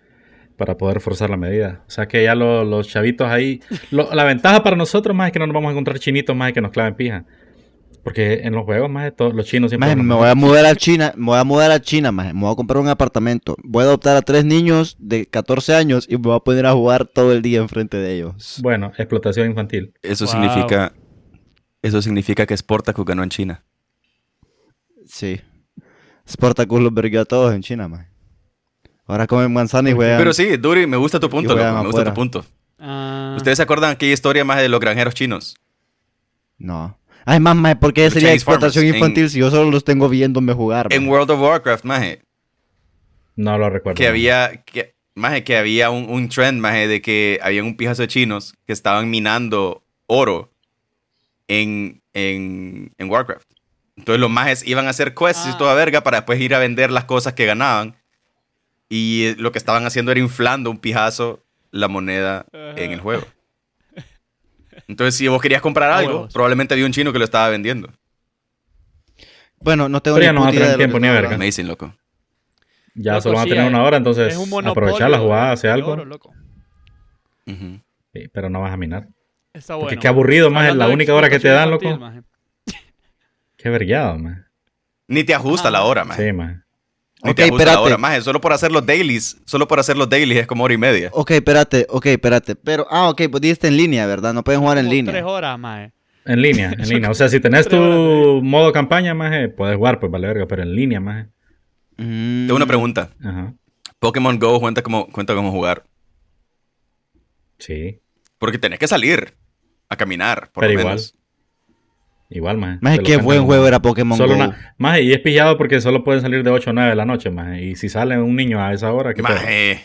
Speaker 1: para poder forzar la medida. O sea que ya lo- los chavitos ahí lo- la ventaja para nosotros más es que no nos vamos a encontrar chinitos más que nos claven pija. Porque en los juegos más los chinos siempre
Speaker 3: Maje,
Speaker 1: nos
Speaker 3: me voy a mudar a China, me voy a mudar a China, maje. Me voy a comprar un apartamento. Voy a adoptar a tres niños de 14 años y me voy a poner a jugar todo el día enfrente de ellos.
Speaker 1: bueno, explotación infantil.
Speaker 2: Eso
Speaker 5: Wow.
Speaker 2: significa. Eso significa que Sportacus ganó en China.
Speaker 3: Sí. Sportacus los verguió a todos en China, maje. Ahora comen manzana y juegan.
Speaker 2: Pero sí, Duri, me gusta tu punto,
Speaker 3: juegan
Speaker 2: loco. Me gusta
Speaker 3: afuera.
Speaker 2: tu punto.
Speaker 5: Ah.
Speaker 2: ¿Ustedes se acuerdan aquella historia más de los granjeros chinos?
Speaker 3: No. Además, maje, ¿por qué
Speaker 2: Los
Speaker 3: sería
Speaker 2: Chinese
Speaker 3: explotación
Speaker 2: farmers en-
Speaker 3: infantil si yo solo los tengo viéndome jugar?
Speaker 2: En
Speaker 3: maje?
Speaker 2: World of Warcraft, maje.
Speaker 1: No lo recuerdo.
Speaker 2: Que había. Que, maje, que había un, un trend, maje, de que había un pijazo de chinos que estaban minando oro en, en, en Warcraft. Entonces los majes iban a hacer quests
Speaker 5: Ah.
Speaker 2: y toda verga para después ir a vender las cosas que ganaban. Y eh, lo que estaban haciendo era inflando un pijazo la moneda en
Speaker 5: Ajá.
Speaker 2: el juego. Entonces, si vos querías comprar
Speaker 5: Ah,
Speaker 2: algo,
Speaker 5: huevos.
Speaker 2: probablemente había un chino que lo estaba vendiendo.
Speaker 3: Bueno, no tengo
Speaker 1: Pero ya
Speaker 3: ni
Speaker 1: no va a
Speaker 3: puta
Speaker 1: tener
Speaker 3: idea de lo que
Speaker 1: tiempo ni
Speaker 3: estamos
Speaker 1: verga.
Speaker 3: hablando.
Speaker 2: Amazing, loco.
Speaker 1: Ya
Speaker 5: Loco,
Speaker 1: solo van a
Speaker 5: sí,
Speaker 1: tener
Speaker 5: es-
Speaker 1: una hora, entonces
Speaker 5: es un monopolio.
Speaker 1: aprovechar la jugada, hacer
Speaker 5: de
Speaker 1: algo.
Speaker 5: oro, loco.
Speaker 2: Ujú.
Speaker 1: Sí, pero no vas a minar.
Speaker 5: Está bueno.
Speaker 1: Porque qué aburrido, más
Speaker 5: Hablando
Speaker 1: la
Speaker 5: de
Speaker 1: única hora que te dan,
Speaker 5: explotación
Speaker 1: loco.
Speaker 5: infantil, maje.
Speaker 1: Qué vergueado, man.
Speaker 2: Ni te ajusta
Speaker 5: Ah.
Speaker 2: la hora, más.
Speaker 1: Sí, man.
Speaker 2: Ni
Speaker 3: Ok,
Speaker 2: te ajusta la
Speaker 3: espérate.
Speaker 2: hora, maje. Solo por hacer los dailies. Solo por hacer los dailies es como hora y media.
Speaker 3: Ok, espérate, ok, espérate. Pero, ah, ok, pues dijiste en línea, ¿verdad? No pueden jugar en
Speaker 5: Como
Speaker 3: línea.
Speaker 5: Tres horas, mae.
Speaker 1: En línea, en línea. O sea, si tenés tu modo campaña, maje, puedes jugar, pues vale verga, pero en línea, maje.
Speaker 3: Mm.
Speaker 2: Tengo una pregunta.
Speaker 1: Ajá.
Speaker 2: Pokémon Go cuenta como, cuenta como jugar.
Speaker 1: Sí.
Speaker 2: Porque tenés que salir a caminar, por
Speaker 1: Pero
Speaker 2: lo
Speaker 1: igual.
Speaker 2: menos.
Speaker 1: Igual, maje.
Speaker 3: Maje,
Speaker 1: Te lo
Speaker 3: qué
Speaker 1: cuentan
Speaker 3: buen
Speaker 1: como-
Speaker 3: juego era Pokémon
Speaker 1: Solo
Speaker 3: Go.
Speaker 1: una... Maje, y es pillado porque solo pueden salir de 8 o 9 de la noche, maje. Y si sale un niño a esa hora, ¿qué pedo?
Speaker 3: eh,
Speaker 2: Maje,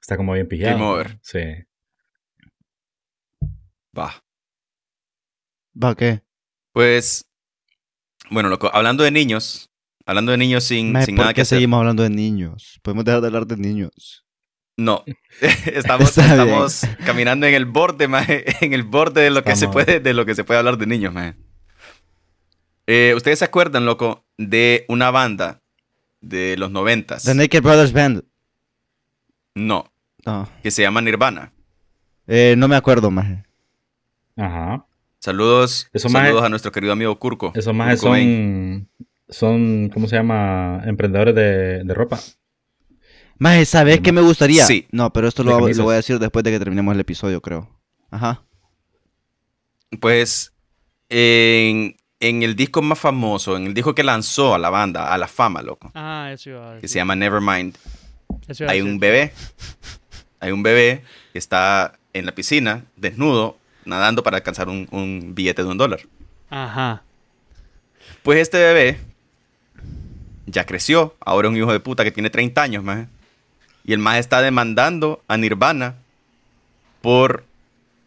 Speaker 1: Está como bien pillado.
Speaker 2: game over.
Speaker 1: Sí.
Speaker 2: Va.
Speaker 3: ¿Va qué?
Speaker 2: Pues, bueno, loco, hablando de niños, hablando de niños sin,
Speaker 3: Maje,
Speaker 2: Mm, sin
Speaker 3: ¿por
Speaker 2: nada
Speaker 3: qué
Speaker 2: que hacer.
Speaker 3: seguimos hablando de niños? Podemos dejar de hablar de niños.
Speaker 2: No. estamos,
Speaker 3: Está bien.
Speaker 2: estamos caminando en el borde, maje, en el borde de lo que se
Speaker 1: Estamos-
Speaker 2: puede, de lo que se puede hablar de niños, maje. Eh, ¿Ustedes se acuerdan, loco, de una banda de los noventas?
Speaker 3: The Naked Brothers Band.
Speaker 2: No,
Speaker 3: No,
Speaker 2: que se llama Nirvana.
Speaker 3: Eh, no me acuerdo, maje.
Speaker 1: Ajá.
Speaker 2: Saludos,
Speaker 1: Eso, maje-
Speaker 2: saludos a nuestro querido amigo Curco.
Speaker 1: Esos majes
Speaker 2: Kurt Cobain.
Speaker 1: son... Son, ¿cómo se llama? Emprendedores de, de ropa.
Speaker 3: Maje, ¿sabes qué me gustaría?
Speaker 2: Sí.
Speaker 3: No, pero esto
Speaker 1: De
Speaker 3: lo,
Speaker 1: camisas.
Speaker 3: lo voy a decir después de que terminemos el episodio, creo. Ajá.
Speaker 2: Pues en, en el disco más famoso, en el disco que lanzó a la banda, a la fama, loco,
Speaker 5: Ah, eso iba a
Speaker 2: que
Speaker 5: decir.
Speaker 2: se llama Nevermind.
Speaker 5: Eso iba a
Speaker 2: hay
Speaker 5: decir.
Speaker 2: un bebé. Hay un bebé que está en la piscina, desnudo, nadando para alcanzar un, un billete de un dólar.
Speaker 5: Ajá.
Speaker 2: Pues este bebé ya creció, ahora es un hijo de puta que tiene 30 años, más. Y el más está demandando a Nirvana por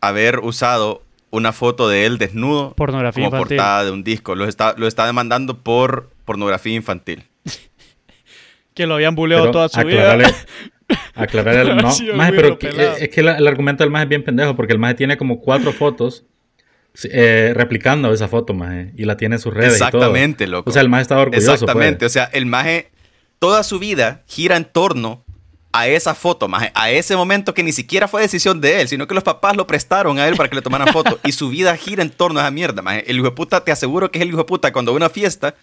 Speaker 2: haber usado una foto de él desnudo
Speaker 5: Pornografía
Speaker 2: como
Speaker 5: infantil.
Speaker 2: portada de un disco. Lo está, lo está demandando por pornografía infantil.
Speaker 5: Que lo habían buleado
Speaker 1: Pero
Speaker 5: toda su
Speaker 1: aclararle,
Speaker 5: vida.
Speaker 1: aclararle-
Speaker 5: Pero ha
Speaker 1: no,
Speaker 5: sido
Speaker 1: maje,
Speaker 5: muy
Speaker 1: pero que-
Speaker 5: pelado.
Speaker 1: es que la- el argumento del más es bien pendejo porque el más tiene como cuatro fotos sí, eh, replicando esa foto, maje. Y la tiene en sus redes. y todo.
Speaker 2: Exactamente, loco.
Speaker 1: O sea, el maje estaba orgulloso. pues.
Speaker 2: Exactamente, o sea, el maje toda su vida gira en torno a esa foto, maje, a ese momento que ni siquiera fue decisión de él, sino que los papás lo prestaron a él para que le tomaran foto y su vida gira en torno a esa mierda, maje. El hijo de puta, te aseguro que es el hijo de puta cuando va a una fiesta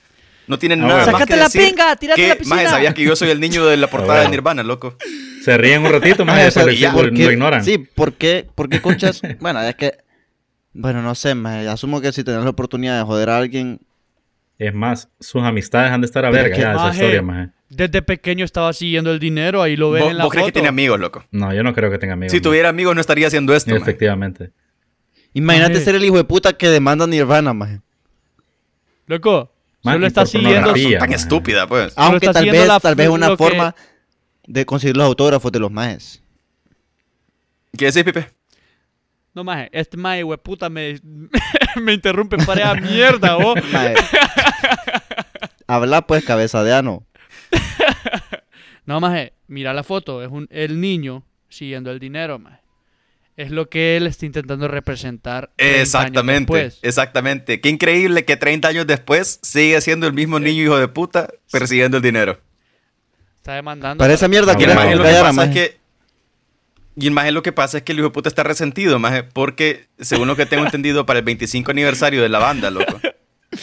Speaker 2: no tiene nada
Speaker 1: Ah, bueno.
Speaker 2: más
Speaker 4: Sácate
Speaker 2: que
Speaker 4: la
Speaker 2: decir
Speaker 4: pinga, tírate
Speaker 2: que,
Speaker 4: a la piscina.
Speaker 2: Maje, sabías que yo soy el niño de la portada de
Speaker 1: bueno.
Speaker 2: Nirvana, loco.
Speaker 1: Se ríen un ratito, maje,
Speaker 3: Maje, o
Speaker 1: después
Speaker 3: sea,
Speaker 1: lo-
Speaker 2: ya,
Speaker 1: lo,
Speaker 3: ¿por qué-
Speaker 1: lo ignoran.
Speaker 3: Sí, ¿por qué, por qué conchas? bueno, es que. Bueno, no sé, maje, asumo que si tenés la oportunidad de joder a alguien.
Speaker 1: Es más, sus amistades han de estar a
Speaker 3: Pero
Speaker 1: verga
Speaker 3: que-
Speaker 1: ya de esa
Speaker 5: Maje.
Speaker 1: historia, maje.
Speaker 5: Desde pequeño estaba siguiendo el dinero, ahí lo ven
Speaker 2: ¿Vos,
Speaker 5: en la
Speaker 2: vos crees
Speaker 5: foto.
Speaker 2: que tiene amigos, loco?
Speaker 1: No, yo no creo que tenga amigos.
Speaker 2: Si
Speaker 1: maje.
Speaker 2: tuviera amigos no estaría haciendo esto, maje.
Speaker 1: Efectivamente.
Speaker 3: Imagínate
Speaker 5: Maje.
Speaker 3: ser el hijo de puta que demanda Nirvana, maje.
Speaker 5: Loco,
Speaker 1: Maje,
Speaker 5: solo está
Speaker 1: por
Speaker 5: siguiendo...
Speaker 1: pornografía.
Speaker 2: Tan
Speaker 1: maje.
Speaker 2: estúpida, pues.
Speaker 3: Aunque
Speaker 5: está
Speaker 3: tal
Speaker 5: siguiendo
Speaker 3: vez,
Speaker 5: la-
Speaker 3: tal vez una
Speaker 5: lo que-
Speaker 3: forma de conseguir los autógrafos de los majes.
Speaker 2: ¿Qué decís, Pipe?
Speaker 5: No, maje, este maje, hueputa, me, me interrumpe, pareja mierda, vos.
Speaker 3: Maje. Habla pues cabeza de ano.
Speaker 5: No, maje, mira la foto. Es un, el niño siguiendo el dinero, maje. Es lo que él está intentando representar. 30 años
Speaker 2: Exactamente,
Speaker 5: después.
Speaker 2: exactamente. Qué increíble que 30 años después sigue siendo el mismo niño hijo de puta persiguiendo el dinero.
Speaker 5: Está demandando.
Speaker 3: Para esa mierda
Speaker 1: Ah,
Speaker 2: Y
Speaker 3: que
Speaker 2: el
Speaker 1: bueno.
Speaker 2: maje
Speaker 3: le
Speaker 2: lo que
Speaker 3: callara,
Speaker 2: pasa es
Speaker 3: maje.
Speaker 2: que... Y el maje lo que pasa es que el hijo de puta está resentido, maje, porque según lo que tengo entendido para el 25 aniversario de la banda, loco.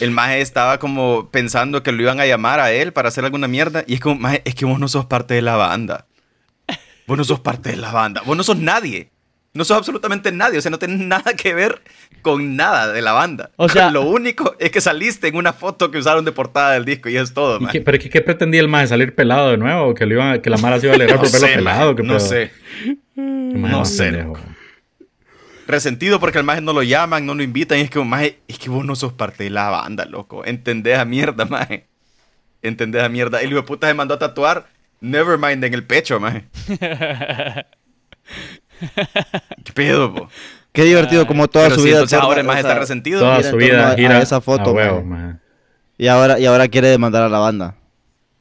Speaker 2: El maje estaba como pensando que lo iban a llamar a él para hacer alguna mierda y es como, maje, es que vos no sos parte de la banda. Vos no sos parte de la banda, vos no sos nadie. No sos absolutamente nadie, o sea, no tenés nada que ver con nada de la banda.
Speaker 5: O sea-
Speaker 2: lo único es que saliste en una foto que usaron de portada del disco y es todo,
Speaker 1: ¿Y
Speaker 2: maje.
Speaker 1: qué- ¿Pero qué, qué pretendía el maje? ¿Salir pelado de nuevo? ¿O que, lo iban, a- que la mala se iba a alegrar
Speaker 2: No
Speaker 1: por verlo
Speaker 2: sé, maje,
Speaker 1: pelado? ¿Qué
Speaker 2: no
Speaker 1: pedo?
Speaker 2: sé.
Speaker 1: Maje,
Speaker 2: no sé,
Speaker 1: pendejo.
Speaker 2: resentido porque al maje no lo llaman, no lo invitan. Y es que, maje, es que vos no sos parte de la banda, loco. Entendés a mierda, maje. Entendés a mierda. El hijo de puta se mandó a tatuar Nevermind en el pecho, maje. ¿Qué pedo, po?
Speaker 3: Qué divertido, como toda
Speaker 2: Pero
Speaker 3: su
Speaker 2: sí,
Speaker 3: vida.
Speaker 2: entonces
Speaker 3: se-
Speaker 2: ahora el maje
Speaker 3: o sea,
Speaker 2: está resentido.
Speaker 1: Toda
Speaker 3: Gira en
Speaker 1: su
Speaker 3: torno
Speaker 1: vida
Speaker 3: a-
Speaker 1: gira
Speaker 3: este a esa foto,
Speaker 1: a huevo,
Speaker 3: maje.
Speaker 1: maje.
Speaker 3: Y ahora, y ahora quiere demandar a la banda.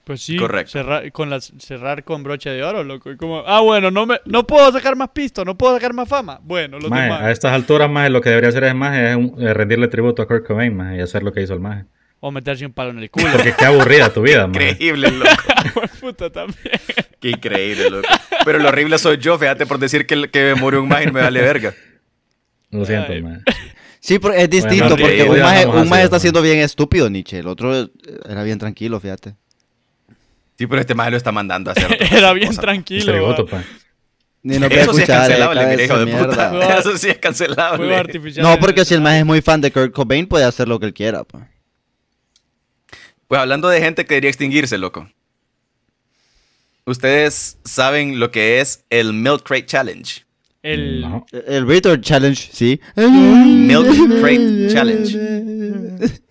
Speaker 5: Pues sí,
Speaker 2: Correcto.
Speaker 5: cerrar con, las- cerrar con broche de oro, loco. y como, ah, bueno, no, me, no puedo sacar más pisto, no puedo sacar más fama. Bueno, los
Speaker 1: Maje,
Speaker 5: demás.
Speaker 1: a este- estas alturas, maje, lo que debería hacer es, maje, es un- eh, rendirle tributo a Kurt Cobain, maje, y hacer lo que hizo el maje.
Speaker 5: O meterse un palo en el culo.
Speaker 1: Porque qué aburrida tu vida, maje.
Speaker 2: Increíble, loco.
Speaker 5: Puta, también.
Speaker 2: Qué increíble, loco. Pero lo horrible soy yo, fíjate, por decir que, que murió un maje y me vale verga.
Speaker 1: Lo siento,
Speaker 5: Ay.
Speaker 1: maje.
Speaker 3: Sí, pero es distinto,
Speaker 2: no,
Speaker 3: porque
Speaker 2: sí,
Speaker 3: un
Speaker 1: ya
Speaker 3: maje,
Speaker 1: estamos
Speaker 3: un maje
Speaker 1: así,
Speaker 3: está
Speaker 1: ¿no?
Speaker 3: siendo bien estúpido, Nietzsche. El otro eh, era bien tranquilo, fíjate.
Speaker 2: Sí, pero este maje lo está mandando a hacer. otras
Speaker 5: Era bien
Speaker 2: cosas.
Speaker 5: tranquilo.
Speaker 1: Tributo,
Speaker 5: va.
Speaker 1: pa.
Speaker 3: Ni no puede
Speaker 2: Eso sí es
Speaker 3: escuchar. eh,
Speaker 2: cancelable,
Speaker 3: cada
Speaker 2: mira, hijo de
Speaker 3: esa mierda.
Speaker 2: puta. Eso sí es
Speaker 5: Fuego
Speaker 2: cancelable.
Speaker 5: artificial.
Speaker 3: No,
Speaker 5: en
Speaker 3: porque
Speaker 5: el-
Speaker 3: si el maje es muy fan de Kurt Cobain, puede hacer lo que él quiera. pa.
Speaker 2: Pues hablando de gente que debería extinguirse, loco. Ustedes saben lo que es el Milk Crate Challenge.
Speaker 5: El...
Speaker 1: No.
Speaker 3: El Ritter Challenge, sí.
Speaker 2: Milk Crate Challenge.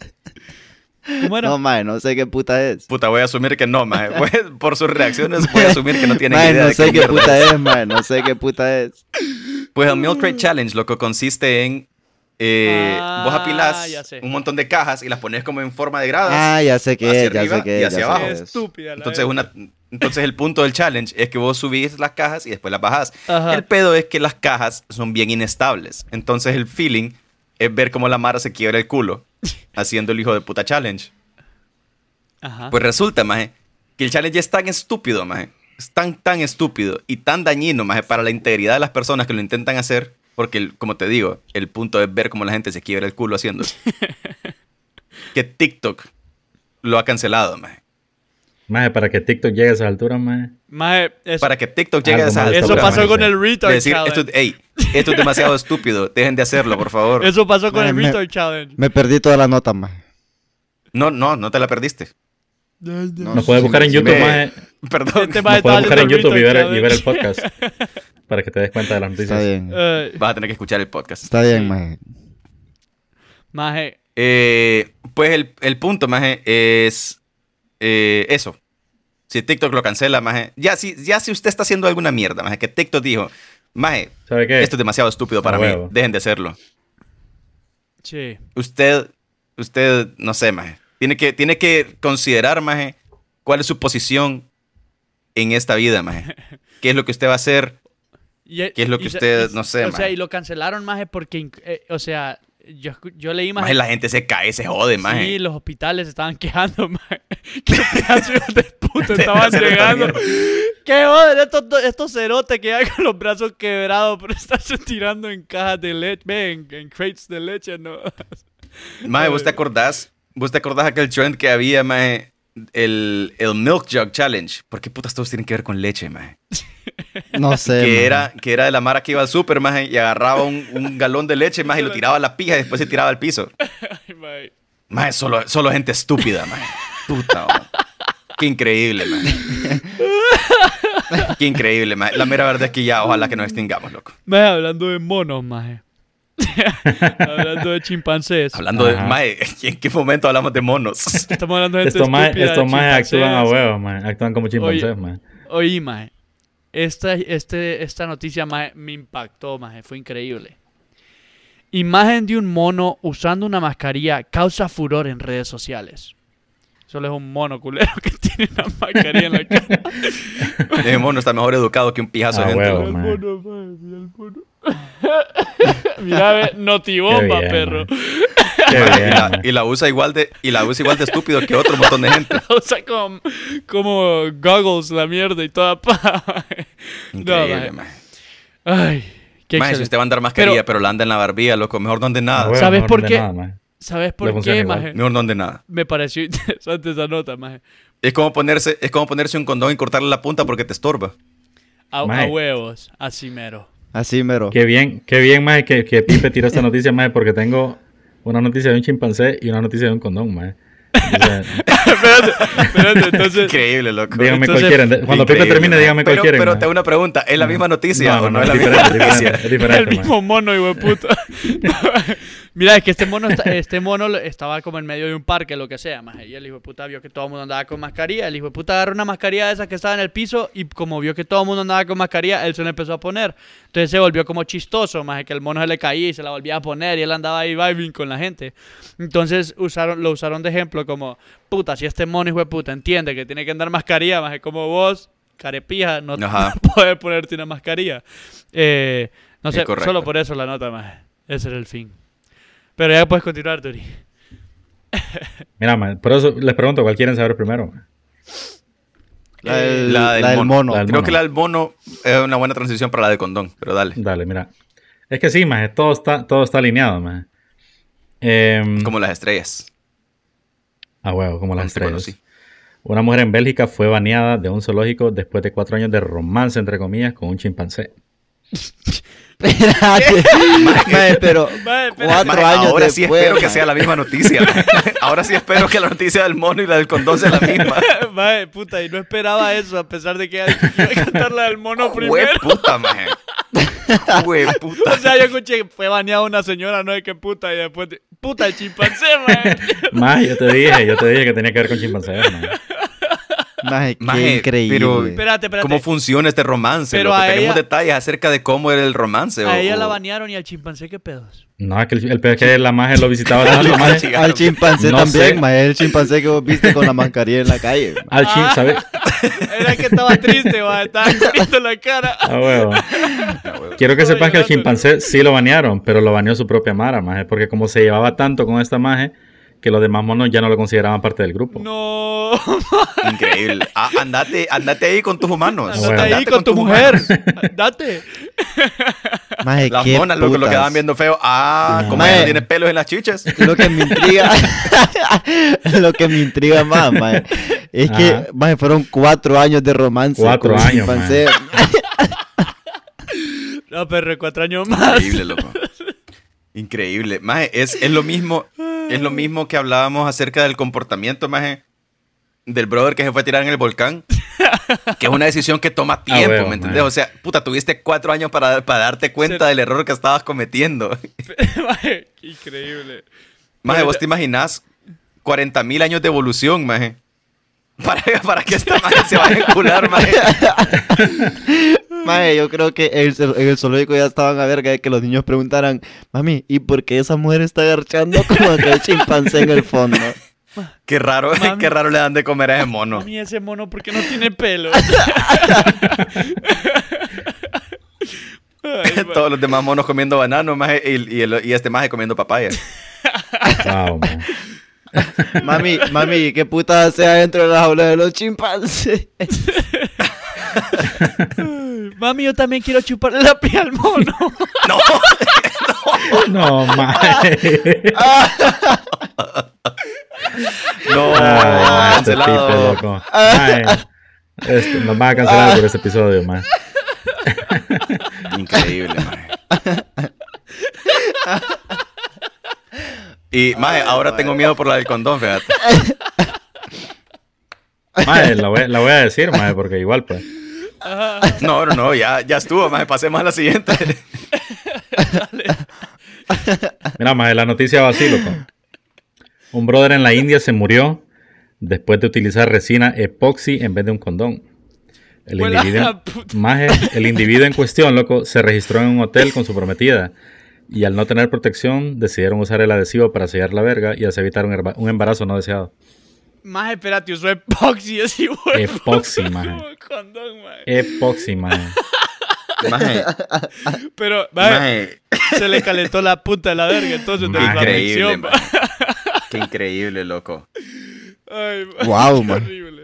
Speaker 5: ¿Cómo era?
Speaker 3: No, maje, no sé qué puta es.
Speaker 2: Puta, voy a asumir que no, maje. Voy- por sus reacciones voy a asumir que no tienen
Speaker 3: Maje,
Speaker 2: idea
Speaker 3: no
Speaker 2: de
Speaker 3: sé
Speaker 2: qué
Speaker 3: qué
Speaker 2: mierda
Speaker 3: puta es, maje, no sé qué puta es.
Speaker 2: Pues el Milk Crate Challenge, loco, consiste en... eh,
Speaker 5: Ah,
Speaker 2: vos apilás
Speaker 5: ya sé.
Speaker 2: un montón de cajas y las pones como en forma de gradas.
Speaker 3: Ah, ya sé qué
Speaker 2: Hacia
Speaker 3: es, ya
Speaker 2: arriba
Speaker 3: sé qué
Speaker 2: y
Speaker 3: es.
Speaker 2: hacia
Speaker 3: ya sé
Speaker 2: abajo.
Speaker 3: qué
Speaker 5: Qué
Speaker 3: es.
Speaker 5: estúpida. la
Speaker 2: Entonces,
Speaker 5: verga.
Speaker 2: una, entonces el punto del challenge es que vos subís las cajas y después las bajás.
Speaker 5: Ajá.
Speaker 2: El pedo es que las cajas son bien inestables. Entonces el feeling es ver cómo la Mara se quiebra el culo haciendo el hijo de puta challenge.
Speaker 5: Ajá.
Speaker 2: Pues resulta, maje, que el challenge es tan estúpido, maje. Es tan, tan estúpido y tan dañino, maje, para la integridad de las personas que lo intentan hacer. Porque, el- como te digo, el punto es ver cómo la gente se quiebra el culo haciendo. que TikTok lo ha cancelado, maje.
Speaker 1: Maje, para que TikTok llegue a esas alturas, maje.
Speaker 5: Maje, eso,
Speaker 2: Para que TikTok llegue a
Speaker 1: Algo
Speaker 2: esa
Speaker 1: más
Speaker 5: eso
Speaker 1: Sobre-
Speaker 5: pasó con el
Speaker 2: De
Speaker 5: Retard
Speaker 2: decir,
Speaker 5: Challenge.
Speaker 2: esto, ey, esto es demasiado estúpido, dejen de hacerlo, por favor.
Speaker 5: Eso pasó con
Speaker 3: Maje,
Speaker 5: el
Speaker 3: me-
Speaker 5: Retard Challenge.
Speaker 3: Me perdí toda la nota, maje.
Speaker 2: No, no, no te la perdiste.
Speaker 3: No,
Speaker 1: Nos puedes
Speaker 3: sí,
Speaker 1: buscar en
Speaker 3: sí,
Speaker 1: YouTube,
Speaker 2: me-
Speaker 1: maje.
Speaker 2: Perdón.
Speaker 5: Este
Speaker 1: Nos
Speaker 5: maje
Speaker 1: puedes
Speaker 5: estaba
Speaker 1: buscar en
Speaker 5: haciendo
Speaker 1: YouTube y ver,
Speaker 5: Retard
Speaker 1: y ver el
Speaker 5: Challenge.
Speaker 1: podcast. para que te des cuenta de las
Speaker 3: Está
Speaker 1: noticias.
Speaker 3: bien.
Speaker 5: Eh,
Speaker 2: Vas a tener que escuchar el podcast.
Speaker 3: Está bien, maje.
Speaker 5: maje,
Speaker 2: Eh, pues el, el punto, maje, es eh, eso. Si TikTok lo cancela, maje. Ya si, ya si usted está haciendo alguna mierda, maje, que TikTok dijo, maje,
Speaker 1: ¿Sabe qué?
Speaker 2: esto es demasiado estúpido para
Speaker 1: Eh, A
Speaker 2: mí,
Speaker 1: huevo.
Speaker 2: dejen de hacerlo.
Speaker 5: sí.
Speaker 2: usted, usted, no sé, maje, tiene que, tiene que considerar, maje, cuál es su posición en esta vida, maje. ¿Qué es lo que usted va a hacer?
Speaker 5: Y-
Speaker 2: ¿Qué es lo que
Speaker 5: y se-
Speaker 2: usted-
Speaker 5: y-
Speaker 2: no sé,
Speaker 5: O sea,
Speaker 2: maje.
Speaker 5: y lo cancelaron, maje, porque, inc- eh, o sea, yo, escu- yo leí más.
Speaker 2: Maje, la gente se cae, se jode, maje.
Speaker 5: Sí, los hospitales se estaban quejando, maje. ¿Qué pedazos de puto estaban
Speaker 2: Hacer esta
Speaker 5: llegando? ¿Qué joder? Estos, do- estos cerotes que llegan con los brazos quebrados por estarse tirando en cajas de leche, ven, en, en crates de leche, no.
Speaker 2: Mae, ¿vos te acordás? ¿Vos te acordás aquel trend que había, mae? El, el Milk Jug Challenge. ¿Por qué putas todos tienen que ver con leche, mae?
Speaker 3: No sé.
Speaker 2: Que
Speaker 3: maje.
Speaker 2: era, que era de la mara que iba al súper, mae, y agarraba un, un galón de leche, mae, y lo tiraba a la pija y después se tiraba al piso.
Speaker 5: Ay, maje.
Speaker 2: Mae, solo, solo gente estúpida, mae. Puta, oh. Qué increíble, mae. Qué increíble, mae. La mera verdad es que ya, ojalá que nos extingamos, loco.
Speaker 5: Maje, hablando de monos, maje. hablando de chimpancés.
Speaker 2: Hablando de,
Speaker 1: Ajá.
Speaker 2: mae, ¿en qué momento hablamos de monos?
Speaker 5: Estamos hablando de gente
Speaker 1: Estos más,
Speaker 5: estúpida, de
Speaker 1: estos más actúan a
Speaker 5: chimpancés.
Speaker 1: huevos, man. Actúan como chimpancés, man.
Speaker 5: Oí, maje. Esta, este, esta noticia maje, me impactó, maje. Fue increíble. Imagen de un mono usando una mascarilla causa furor en redes sociales. Solo es un mono culero que tiene una mascarilla en la cara.
Speaker 2: El mono está mejor educado que un pijazo
Speaker 1: Ah,
Speaker 2: de gente,
Speaker 1: huevo.
Speaker 2: loco.
Speaker 5: el
Speaker 1: maje.
Speaker 5: mono, maje, mira el mono. Mira, ve, notibomba,
Speaker 1: Qué bien,
Speaker 5: perro.
Speaker 1: Qué
Speaker 2: y,
Speaker 1: bien,
Speaker 2: la,
Speaker 1: man.
Speaker 2: y la usa igual de y la usa igual de estúpido que otro montón de gente.
Speaker 5: O sea, como, como goggles la mierda y toda pa. maje.
Speaker 2: Increíble,
Speaker 5: No,
Speaker 2: man.
Speaker 5: Ay, qué
Speaker 2: Man, si
Speaker 5: excelente.
Speaker 2: usted va a andar mascarilla,
Speaker 5: Pero-
Speaker 2: pero, la anda en la barbilla, loco, mejor no ande
Speaker 1: A
Speaker 2: nada.
Speaker 1: Ah, huevo,
Speaker 5: ¿Sabes
Speaker 1: mejor
Speaker 5: por
Speaker 1: de
Speaker 5: qué?
Speaker 1: nada, man.
Speaker 5: ¿Sabes
Speaker 1: Le
Speaker 5: por
Speaker 1: funciona
Speaker 5: qué,
Speaker 1: igual.
Speaker 5: maje?
Speaker 2: Mejor no ande nada.
Speaker 5: Me pareció interesante esa nota, maje.
Speaker 2: Es como ponerse es como ponerse un condón y cortarle la punta porque te estorba.
Speaker 5: A, a
Speaker 1: Maje.
Speaker 5: huevos, así mero.
Speaker 3: Así, mero.
Speaker 1: Qué bien, qué bien, mae, que, que Pipe tiró esta noticia, mae, porque tengo una noticia de un chimpancé y una noticia de un condón, mae. Entonces,
Speaker 5: espérate, espérate, entonces.
Speaker 2: Increíble, loco.
Speaker 1: dígame
Speaker 5: Entonces,
Speaker 1: cualquiera. De- Cuando Pipe
Speaker 2: Increíble,
Speaker 1: termine,
Speaker 2: man.
Speaker 1: dígame
Speaker 2: pero,
Speaker 1: cualquiera.
Speaker 2: Pero
Speaker 1: man.
Speaker 2: te hago una pregunta, ¿es la misma noticia
Speaker 1: No, no,
Speaker 2: o
Speaker 1: no,
Speaker 2: ah, es
Speaker 1: es
Speaker 2: la misma
Speaker 1: diferente, es
Speaker 2: noticia?
Speaker 1: diferente, es
Speaker 5: El
Speaker 1: diferente, man.
Speaker 5: mismo mono, hijo de puta. Mira, es que este mono, esta- este mono lo- estaba como en medio de un parque, lo que sea, maje. Y el hijo de puta vio que todo el mundo andaba con mascarilla. El hijo de puta agarró una mascarilla de esas que estaba en el piso y como vio que todo el mundo andaba con mascarilla, él se la empezó a poner. Entonces se volvió como chistoso, maje, que el mono se le caía y se la volvía a poner y él andaba ahí vibing con la gente. Entonces usaron, lo usaron de ejemplo como, puta, si este mono, hijo de puta, entiende que tiene que andar mascarilla, maje, como vos, carepija, no,
Speaker 2: Ajá.
Speaker 5: no puedes ponerte una mascarilla. Eh, no
Speaker 2: Es
Speaker 5: sé,
Speaker 2: correcto.
Speaker 5: solo por eso la nota más. Ese era el fin. Pero ya puedes continuar, Turi.
Speaker 1: Mira, man, por eso les pregunto, ¿cuál quieren saber primero? man?
Speaker 3: La del,
Speaker 2: la del
Speaker 3: la del
Speaker 2: mono.
Speaker 3: mono.
Speaker 1: La del-
Speaker 2: Creo
Speaker 1: mono.
Speaker 2: que la del mono es una buena transición para la del condón, pero dale.
Speaker 1: Dale, mira. Es que sí, mae, todo está, todo está alineado, mae. Em,
Speaker 2: Como las estrellas.
Speaker 1: a huevo, como las
Speaker 2: Cuando te
Speaker 1: estrellas.
Speaker 2: conocí.
Speaker 1: Una mujer en Bélgica fue baneada de un zoológico después de cuatro años de romance, entre comillas, con un chimpancé.
Speaker 3: Espérate. Maje, Ah, pero cuatro
Speaker 2: Mae,
Speaker 3: años
Speaker 2: ahora
Speaker 3: después.
Speaker 2: sí espero que
Speaker 3: maje.
Speaker 2: sea la misma noticia. mae. ahora sí espero que la noticia del mono y la del condón sea la misma.
Speaker 5: Madre puta, y no esperaba eso, a pesar de que iba a cantar la del mono
Speaker 2: Jue
Speaker 5: primero.
Speaker 2: puta, maje. Jue puta.
Speaker 5: O sea, yo escuché que fue baneada una señora, no sé qué puta, y después, de- puta, el chimpancé, man.
Speaker 1: Más, yo te dije, yo te dije que tenía que ver con chimpancés, man.
Speaker 3: Maje, qué
Speaker 2: Maje,
Speaker 3: increíble.
Speaker 2: pero-
Speaker 5: espérate, espérate.
Speaker 2: ¿Cómo funciona este romance?
Speaker 5: Pero
Speaker 2: Pero
Speaker 5: a
Speaker 2: tenemos
Speaker 5: ella-
Speaker 2: detalles acerca de cómo era el romance.
Speaker 5: a
Speaker 2: o-
Speaker 5: ella la
Speaker 2: o-
Speaker 5: banearon y al chimpancé, ¿qué pedos?
Speaker 1: No, es que el, el peor es que la maje lo visitaba tanto,
Speaker 2: Lo
Speaker 1: maje.
Speaker 2: cachiga-
Speaker 3: Al chimpancé
Speaker 1: No sé.
Speaker 3: también, maje. El chimpancé que vos viste con la mascarilla en la calle. maje.
Speaker 1: Al chim,
Speaker 5: Ah.
Speaker 1: ¿sabes?
Speaker 5: Era que estaba triste, va, estaba triste en la cara.
Speaker 1: A Ah, huevo.
Speaker 2: Ah,
Speaker 1: Quiero que
Speaker 5: Estoy
Speaker 1: sepas que al
Speaker 5: llorando,
Speaker 1: chimpancé sí lo banearon, pero lo baneó su propia mara, maje, porque como se llevaba tanto con esta maje, que los demás monos ya no lo consideraban parte del grupo.
Speaker 5: No,
Speaker 2: Increíble. Ah, andate, andate ahí con tus humanos.
Speaker 5: andate
Speaker 1: bueno.
Speaker 5: ahí
Speaker 2: Andate
Speaker 5: con tu
Speaker 2: tus
Speaker 5: mujer.
Speaker 2: humanos.
Speaker 5: Date.
Speaker 3: Maje,
Speaker 2: Las
Speaker 3: qué
Speaker 2: monas, loco, lo
Speaker 3: putas.
Speaker 2: quedaban viendo feo. Ah,
Speaker 1: No.
Speaker 2: como ella no
Speaker 3: Mae.
Speaker 2: tiene pelos en las chichas.
Speaker 3: Lo que me intriga, lo que me intriga más, maje, es
Speaker 1: Ajá.
Speaker 3: que maje, fueron cuatro años de romance.
Speaker 1: Cuatro
Speaker 3: con un
Speaker 1: años,
Speaker 3: chimpancé.
Speaker 5: No, perro, cuatro años más.
Speaker 2: Increíble, loco. Increíble. Maje, es, es lo mismo, es lo mismo que hablábamos acerca del comportamiento, maje, del brother que se fue a tirar en el volcán. Que es una decisión que toma tiempo,
Speaker 1: Ah, huevo,
Speaker 2: ¿me entendés?
Speaker 1: maje.
Speaker 2: O sea, puta, tuviste cuatro años para, para darte cuenta
Speaker 5: Ser-
Speaker 2: del error que estabas cometiendo.
Speaker 5: Maje, Increíble.
Speaker 2: Maje, vos te imaginás 40 mil años de evolución, maje. Para, para que esta maje se vaya a encular, maje.
Speaker 3: Maje, yo creo que en el, en el zoológico ya estaban a verga de que los niños preguntaran, mami, ¿y por qué esa mujer está garchando como aquel chimpancé en el fondo?
Speaker 2: Qué raro,
Speaker 5: Mami.
Speaker 2: qué raro le dan de comer a ese mono.
Speaker 5: Mami, ese mono, ¿por qué no tiene pelo? Ay,
Speaker 2: todos los demás monos comiendo banano, maje, y, y el- y este maje comiendo papaya.
Speaker 1: Wow, man.
Speaker 3: Mami, mami, ¿qué puta hace adentro de la jaula de los chimpancés?
Speaker 5: Ay, Mami, yo también quiero chuparle la piel al mono.
Speaker 1: No, maje.
Speaker 2: No,
Speaker 1: Ay, este tipo,
Speaker 2: cancelado. Ah.
Speaker 1: loco. Maje, este, nos van a cancelar por este episodio, maje.
Speaker 2: Increíble, maje. Y, maje, ahora tengo miedo por la del condón, fíjate.
Speaker 1: Maje, la voy, la voy a decir, maje, porque igual, pues.
Speaker 2: No, no, no, ya, ya estuvo, maje. Pasemos a la siguiente.
Speaker 1: Mira, maje, la noticia va así, loco. Un brother en la India se murió después de utilizar resina epoxi en vez de un condón. El
Speaker 5: Huela
Speaker 1: individuo,
Speaker 5: la puta.
Speaker 1: maje, el individuo en cuestión, loco, se registró en un hotel con su prometida. Y al no tener protección, decidieron usar el adhesivo para sellar la verga y así evitar un, herba- un embarazo no deseado.
Speaker 5: Más espérate, usó epoxi así, güey.
Speaker 1: Epoxi, maje.
Speaker 5: Como condón, maje.
Speaker 1: Epoxi, maje.
Speaker 2: Maje,
Speaker 5: Pero, maje,
Speaker 2: maje,
Speaker 5: se le calentó la puta de la verga, entonces de
Speaker 1: Maje.
Speaker 5: la
Speaker 2: Increíble,
Speaker 5: infección,
Speaker 2: maje. Qué increíble, loco.
Speaker 5: Ay, maje,
Speaker 3: Guau,
Speaker 5: qué
Speaker 3: man.
Speaker 5: horrible.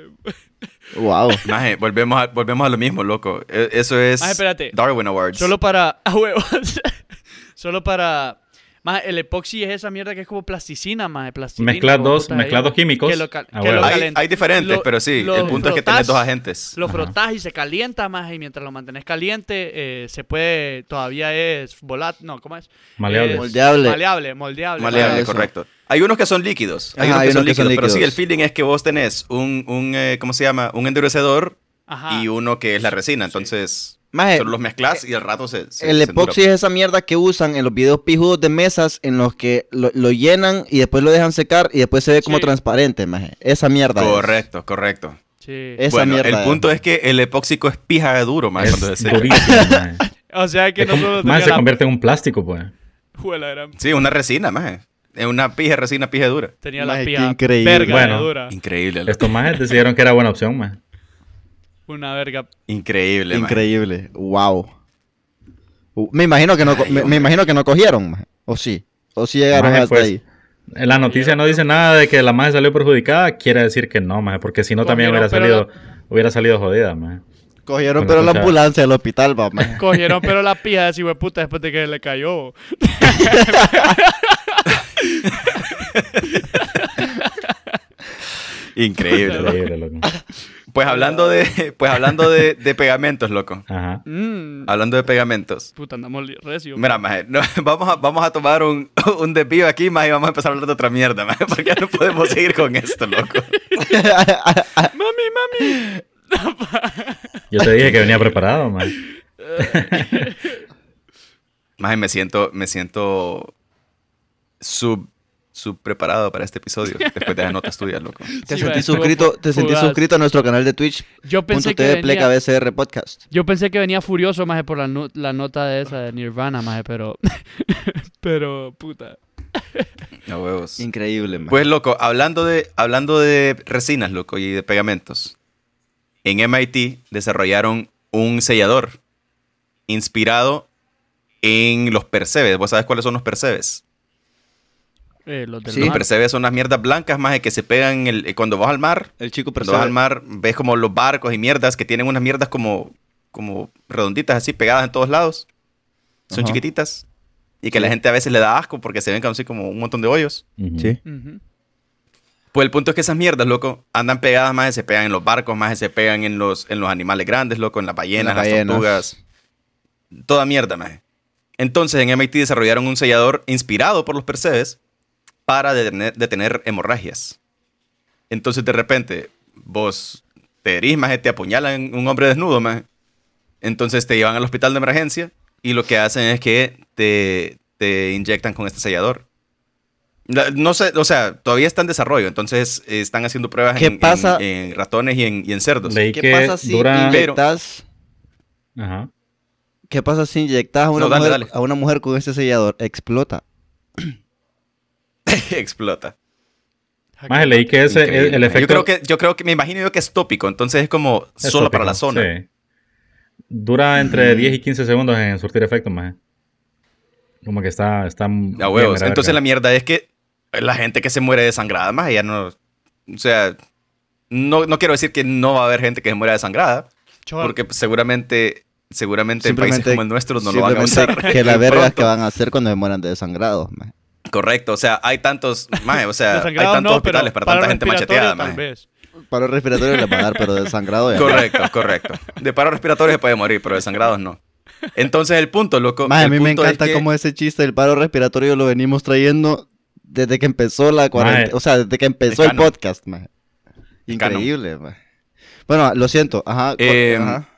Speaker 3: Wow.
Speaker 2: Maje, volvemos a, volvemos a lo mismo, loco. E- Eso es
Speaker 5: Maje, espérate.
Speaker 2: Darwin Awards.
Speaker 5: Solo para. A huevos. Solo para. Más el epoxi es esa mierda que es como plasticina, más plasticina.
Speaker 1: Mezclas
Speaker 5: como
Speaker 1: dos-
Speaker 5: puta
Speaker 1: mezclas
Speaker 5: ahí.
Speaker 1: dos químicos.
Speaker 5: Que lo cal-
Speaker 1: A
Speaker 5: que
Speaker 1: huevo.
Speaker 5: lo
Speaker 2: hay,
Speaker 5: calent-
Speaker 2: hay diferentes,
Speaker 5: lo-
Speaker 2: pero sí.
Speaker 5: lo
Speaker 2: El punto es que
Speaker 5: frotás-
Speaker 2: tenés dos agentes.
Speaker 5: Lo frotás y se calienta más y mientras lo mantenés caliente eh, se puede, todavía es volátil, no, ¿cómo es?
Speaker 1: Maleable.
Speaker 5: Es
Speaker 3: Moldeable.
Speaker 5: Maleable, moldeable.
Speaker 2: Maleable,
Speaker 3: Ah, eso.
Speaker 2: correcto. Hay unos que son líquidos. Hay
Speaker 3: Ajá,
Speaker 2: unos, que, son líquidos, Pero sí, el
Speaker 3: líquidos.
Speaker 2: feeling es que vos tenés un, un eh, ¿cómo se llama? Un endurecedor
Speaker 5: Ajá.
Speaker 2: y uno que es la resina. Entonces,
Speaker 3: Maje,
Speaker 2: solo los mezclas y al rato se. se-
Speaker 3: Eh, el
Speaker 2: se endura.
Speaker 3: epoxi es esa mierda que usan en los videos pijudos de mesas en los que lo, lo llenan y después lo dejan secar y después se ve como
Speaker 5: Sí.
Speaker 3: transparente, maje. Esa mierda. es.
Speaker 2: Correcto, correcto.
Speaker 5: Sí.
Speaker 3: Esa
Speaker 2: bueno,
Speaker 3: mierda.
Speaker 2: el punto es que el epóxico es pija de duro, más cuando
Speaker 1: Es
Speaker 2: se seca.
Speaker 1: durísimo, maje.
Speaker 5: O sea que
Speaker 1: Es como-
Speaker 5: nosotros
Speaker 1: maje,
Speaker 5: tenía
Speaker 1: se
Speaker 5: la-
Speaker 1: convierte en un plástico, pues.
Speaker 5: Jue la gran-
Speaker 2: Sí, una resina, más. Es una pija, resina, pija de dura.
Speaker 5: Tenía
Speaker 3: Maje,
Speaker 5: la
Speaker 3: qué
Speaker 5: pija
Speaker 3: increíble.
Speaker 5: verga de
Speaker 1: Bueno.
Speaker 5: dura.
Speaker 2: Increíble, loco.
Speaker 1: Estos majes decidieron que era buena opción, maje.
Speaker 5: Una verga.
Speaker 2: Increíble, maje.
Speaker 3: Increíble. Wow. Uh, me imagino que no, co-
Speaker 2: Ay,
Speaker 3: me, me
Speaker 2: hombre.
Speaker 3: imagino que no cogieron, maje. O sí. O sí llegaron
Speaker 1: Maje,
Speaker 3: hasta
Speaker 1: pues,
Speaker 3: ahí.
Speaker 1: En La noticia no dice nada de que la maje salió perjudicada, quiere decir que no, maje, porque si no también
Speaker 5: Cogieron,
Speaker 1: hubiera salido, hubiera salido jodida, maje.
Speaker 3: Cogieron,
Speaker 1: Bueno,
Speaker 3: pero la
Speaker 1: escucha.
Speaker 3: ambulancia del hospital, va, maje.
Speaker 5: Cogieron pero la pija de ese hueputa después de que le cayó.
Speaker 2: Increíble, loco.
Speaker 1: Increíble, loco.
Speaker 2: Pues hablando de, pues hablando de, de pegamentos, loco.
Speaker 1: Ajá.
Speaker 5: Mm.
Speaker 3: Ah.
Speaker 2: Hablando de pegamentos.
Speaker 5: Puta, andamos li- recio.
Speaker 2: Mira, maje, no, vamos, a, vamos a tomar un, un desvío aquí, maje, y vamos a empezar a hablar de otra mierda, maje, porque ya no podemos seguir con esto, loco.
Speaker 5: Mami, mami.
Speaker 1: Yo te dije que venía preparado, maje.
Speaker 2: Maje, me siento, me siento sub, sub preparado para este episodio, después de las notas tuyas, loco.
Speaker 3: Te
Speaker 5: Sí, va,
Speaker 3: sentí
Speaker 5: estuvo
Speaker 3: suscrito,
Speaker 5: fu-
Speaker 3: te sentí
Speaker 5: fugaz.
Speaker 3: suscrito a nuestro canal de Twitch.
Speaker 5: Yo pensé que
Speaker 3: .tv pleca
Speaker 5: venía,
Speaker 3: BCR podcast.
Speaker 5: yo pensé que venía furioso más por la, nu- la nota de esa de Nirvana más pero pero puta.
Speaker 2: No huevos.
Speaker 3: Increíble, maje.
Speaker 2: Pues, loco, hablando de, hablando de resinas, loco, y de pegamentos. En MIT desarrollaron un sellador inspirado en los percebes. ¿Vos sabés cuáles son los percebes?
Speaker 5: Eh, los del
Speaker 3: Sí,
Speaker 5: mar.
Speaker 2: Los percebes son unas mierdas blancas, maje, que se pegan en el, cuando vas al mar.
Speaker 3: el chico
Speaker 2: Cuando vas
Speaker 3: percibe-
Speaker 2: al mar, ves como los barcos y mierdas que tienen unas mierdas como, como redonditas así, pegadas en todos lados. Son
Speaker 3: Ajá.
Speaker 2: chiquititas. Y que la gente a veces le da asco porque se ven como así como un montón de hoyos.
Speaker 1: Ujú.
Speaker 3: Sí.
Speaker 5: Ujú.
Speaker 2: Pues el punto es que esas mierdas, loco, andan pegadas más, se pegan en los barcos, más se pegan en los, en los animales grandes, loco, en las ballenas,
Speaker 3: Las
Speaker 2: las,
Speaker 3: ballenas.
Speaker 2: tortugas. Toda mierda, más. Entonces en MIT desarrollaron un sellador inspirado por los percebes para detener, detener hemorragias. Entonces de repente vos te herís, más, te apuñalan un hombre desnudo, más. Entonces te llevan al hospital de emergencia y lo que hacen es que te, te inyectan con este sellador. La- No sé, o sea, todavía está en desarrollo, entonces eh, están haciendo pruebas
Speaker 3: ¿Qué
Speaker 2: en, en-
Speaker 3: pasa?
Speaker 2: en ratones y en, y en cerdos.
Speaker 1: Leí
Speaker 3: ¿Qué
Speaker 1: que
Speaker 3: pasa si
Speaker 1: dura...
Speaker 2: Pero-
Speaker 3: inyectas?
Speaker 1: Ajá.
Speaker 3: ¿Qué pasa si inyectas a una,
Speaker 2: No, dale,
Speaker 3: mujer,
Speaker 2: dale.
Speaker 3: a una mujer con ese sellador? Explota.
Speaker 2: Explota.
Speaker 1: Maje, leí que ese el- el,
Speaker 2: Increíble.
Speaker 1: efecto...
Speaker 2: Yo creo que, yo creo que, me imagino yo que es tópico, entonces es como
Speaker 1: es
Speaker 2: solo
Speaker 1: tópico,
Speaker 2: para la zona.
Speaker 1: sí. Dura entre 10 y 15 segundos en surtir efecto, maje. Como que está. está
Speaker 2: A huevos. Entonces la mierda es que la gente que se muere desangrada, más ya no. O sea, no, no quiero decir que no va a haber gente que se muera desangrada, porque seguramente, seguramente en países
Speaker 3: Simplemente-
Speaker 2: como el nuestro no lo van a
Speaker 3: Simplemente
Speaker 2: usar.
Speaker 3: Que la verga
Speaker 2: Pronto.
Speaker 3: que van a hacer cuando se mueran de desangrados, maje.
Speaker 2: Correcto, o sea, hay tantos, maje, o sea, hay
Speaker 5: Desangrado
Speaker 2: tantos
Speaker 5: no, pero
Speaker 2: hospitales para tanta gente
Speaker 5: respiratorio
Speaker 2: macheteada,
Speaker 5: tal
Speaker 2: maje.
Speaker 5: vez.
Speaker 3: Paro respiratorio le va a dar, pero desangrado ya. no.
Speaker 2: Correcto, correcto. De paro respiratorio se puede morir, pero de sangrados no. Entonces el punto, loco.
Speaker 3: Maje, a
Speaker 2: el
Speaker 3: mí me
Speaker 2: punto es
Speaker 3: encanta
Speaker 2: que-
Speaker 3: cómo ese chiste del paro respiratorio lo venimos trayendo desde que empezó la cuarentena.
Speaker 1: Maje.
Speaker 3: O sea, desde que empezó
Speaker 2: Es
Speaker 3: el
Speaker 2: canon.
Speaker 3: podcast, maje.
Speaker 2: Es canon.
Speaker 3: Increíble, maje. Bueno, lo siento. Ajá. cu-
Speaker 2: Em,
Speaker 3: ajá.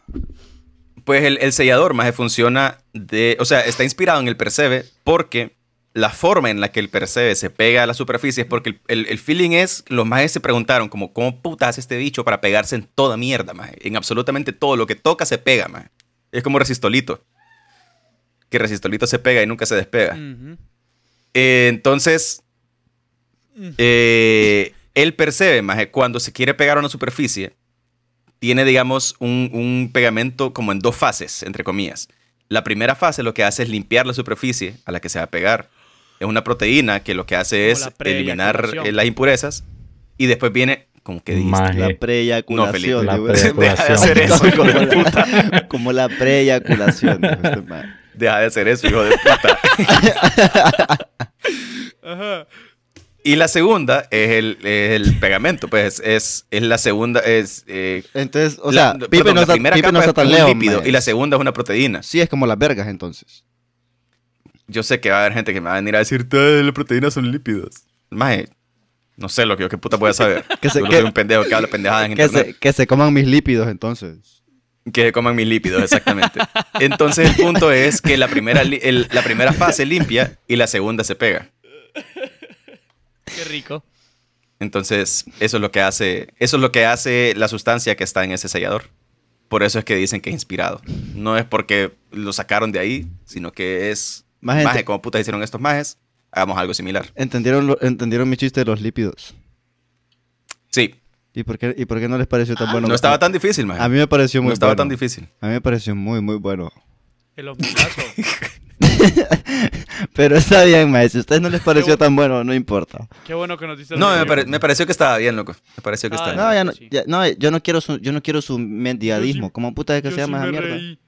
Speaker 2: Pues el, el sellador, maje, funciona de... O sea, está inspirado en el percebe porque la forma en la que el percebe se pega a la superficie es porque el, el- el feeling es... Los majes se preguntaron como, ¿cómo puta hace este bicho para pegarse en toda mierda, maje? En absolutamente todo lo que toca se pega, maje. Es como resistolito. Que resistolito se pega y nunca se despega.
Speaker 5: Ujú.
Speaker 2: Eh, entonces,
Speaker 5: Mm.
Speaker 2: eh, él percibe, maje, cuando se quiere pegar a una superficie, tiene, digamos, un, un pegamento como en dos fases, entre comillas. La primera fase lo que hace es limpiar la superficie a la que se va a pegar. Es una proteína que lo que hace
Speaker 5: Como
Speaker 2: es
Speaker 5: la
Speaker 2: eliminar
Speaker 5: preyaculación.
Speaker 2: eh, las impurezas. Y después viene, como que dijiste,
Speaker 1: Maje.
Speaker 3: La
Speaker 2: no, Felipe,
Speaker 3: preyaculación.
Speaker 1: la
Speaker 3: digo.
Speaker 1: pre-
Speaker 2: deja de hacer eso, hijo
Speaker 3: como,
Speaker 2: de puta.
Speaker 3: la, como la preyaculación. dijo este maje.
Speaker 2: Deja de hacer eso, hijo de puta.
Speaker 5: Ajá.
Speaker 2: Y la segunda es el, es el pegamento, pues es, es la segunda, es eh,
Speaker 3: Entonces, o
Speaker 2: La-
Speaker 3: sea, Pipe
Speaker 2: perdón,
Speaker 3: no
Speaker 2: la
Speaker 3: está,
Speaker 2: primera
Speaker 3: Pipe no
Speaker 2: capa
Speaker 3: está
Speaker 2: es
Speaker 3: tan
Speaker 2: un
Speaker 3: lejos.
Speaker 2: lípido
Speaker 3: maje.
Speaker 2: y la segunda es una proteína.
Speaker 3: Sí, es como las vergas, entonces.
Speaker 2: Yo sé que va a haber gente que me va a venir a decir, todas las proteínas son lípidos. Mae, no sé lo que yo qué puta voy a saber.
Speaker 3: Que se-
Speaker 2: Yo
Speaker 3: que-
Speaker 2: soy un pendejo que habla pendejadas en
Speaker 3: Que
Speaker 2: internet.
Speaker 3: se, que se coman mis lípidos, entonces.
Speaker 2: Que se coman mis lípidos, exactamente. Entonces el punto es que la primera, li- el- la primera fase limpia y la segunda se pega.
Speaker 5: Qué rico.
Speaker 2: Entonces, eso es lo que hace, eso es lo que hace la sustancia que está en ese sellador. Por eso es que dicen que es inspirado. No es porque lo sacaron de ahí, sino que es
Speaker 3: Más gente.
Speaker 2: maje, como putas hicieron estos majes, hagamos algo similar.
Speaker 3: ¿Entendieron, lo- entendieron mi chiste de los lípidos?
Speaker 2: Sí,
Speaker 3: ¿Y por qué, y por qué no les pareció tan bueno?
Speaker 2: Ah,
Speaker 3: pues,
Speaker 2: no estaba tan difícil, maje.
Speaker 3: A mí me pareció muy
Speaker 2: no estaba
Speaker 3: bueno.
Speaker 2: tan difícil.
Speaker 3: A mí me pareció muy, muy bueno.
Speaker 5: El ombligazo.
Speaker 3: Pero está bien, maestro. Si a ustedes no les pareció
Speaker 5: bueno.
Speaker 3: tan bueno, no importa.
Speaker 5: Qué bueno que nos diste el
Speaker 2: No, me,
Speaker 5: ombligo.
Speaker 2: pare- me pareció que estaba bien, loco. Me pareció que
Speaker 5: Ah,
Speaker 2: estaba bien.
Speaker 3: No, ya no,
Speaker 5: Sí.
Speaker 3: ya- no, yo no quiero su, yo no quiero su
Speaker 5: Yo
Speaker 3: mendigadismo.
Speaker 5: sí-
Speaker 3: ¿Cómo puta es que
Speaker 5: Yo
Speaker 3: se llama
Speaker 5: sí
Speaker 3: esa
Speaker 5: me
Speaker 3: mierda?
Speaker 5: reí.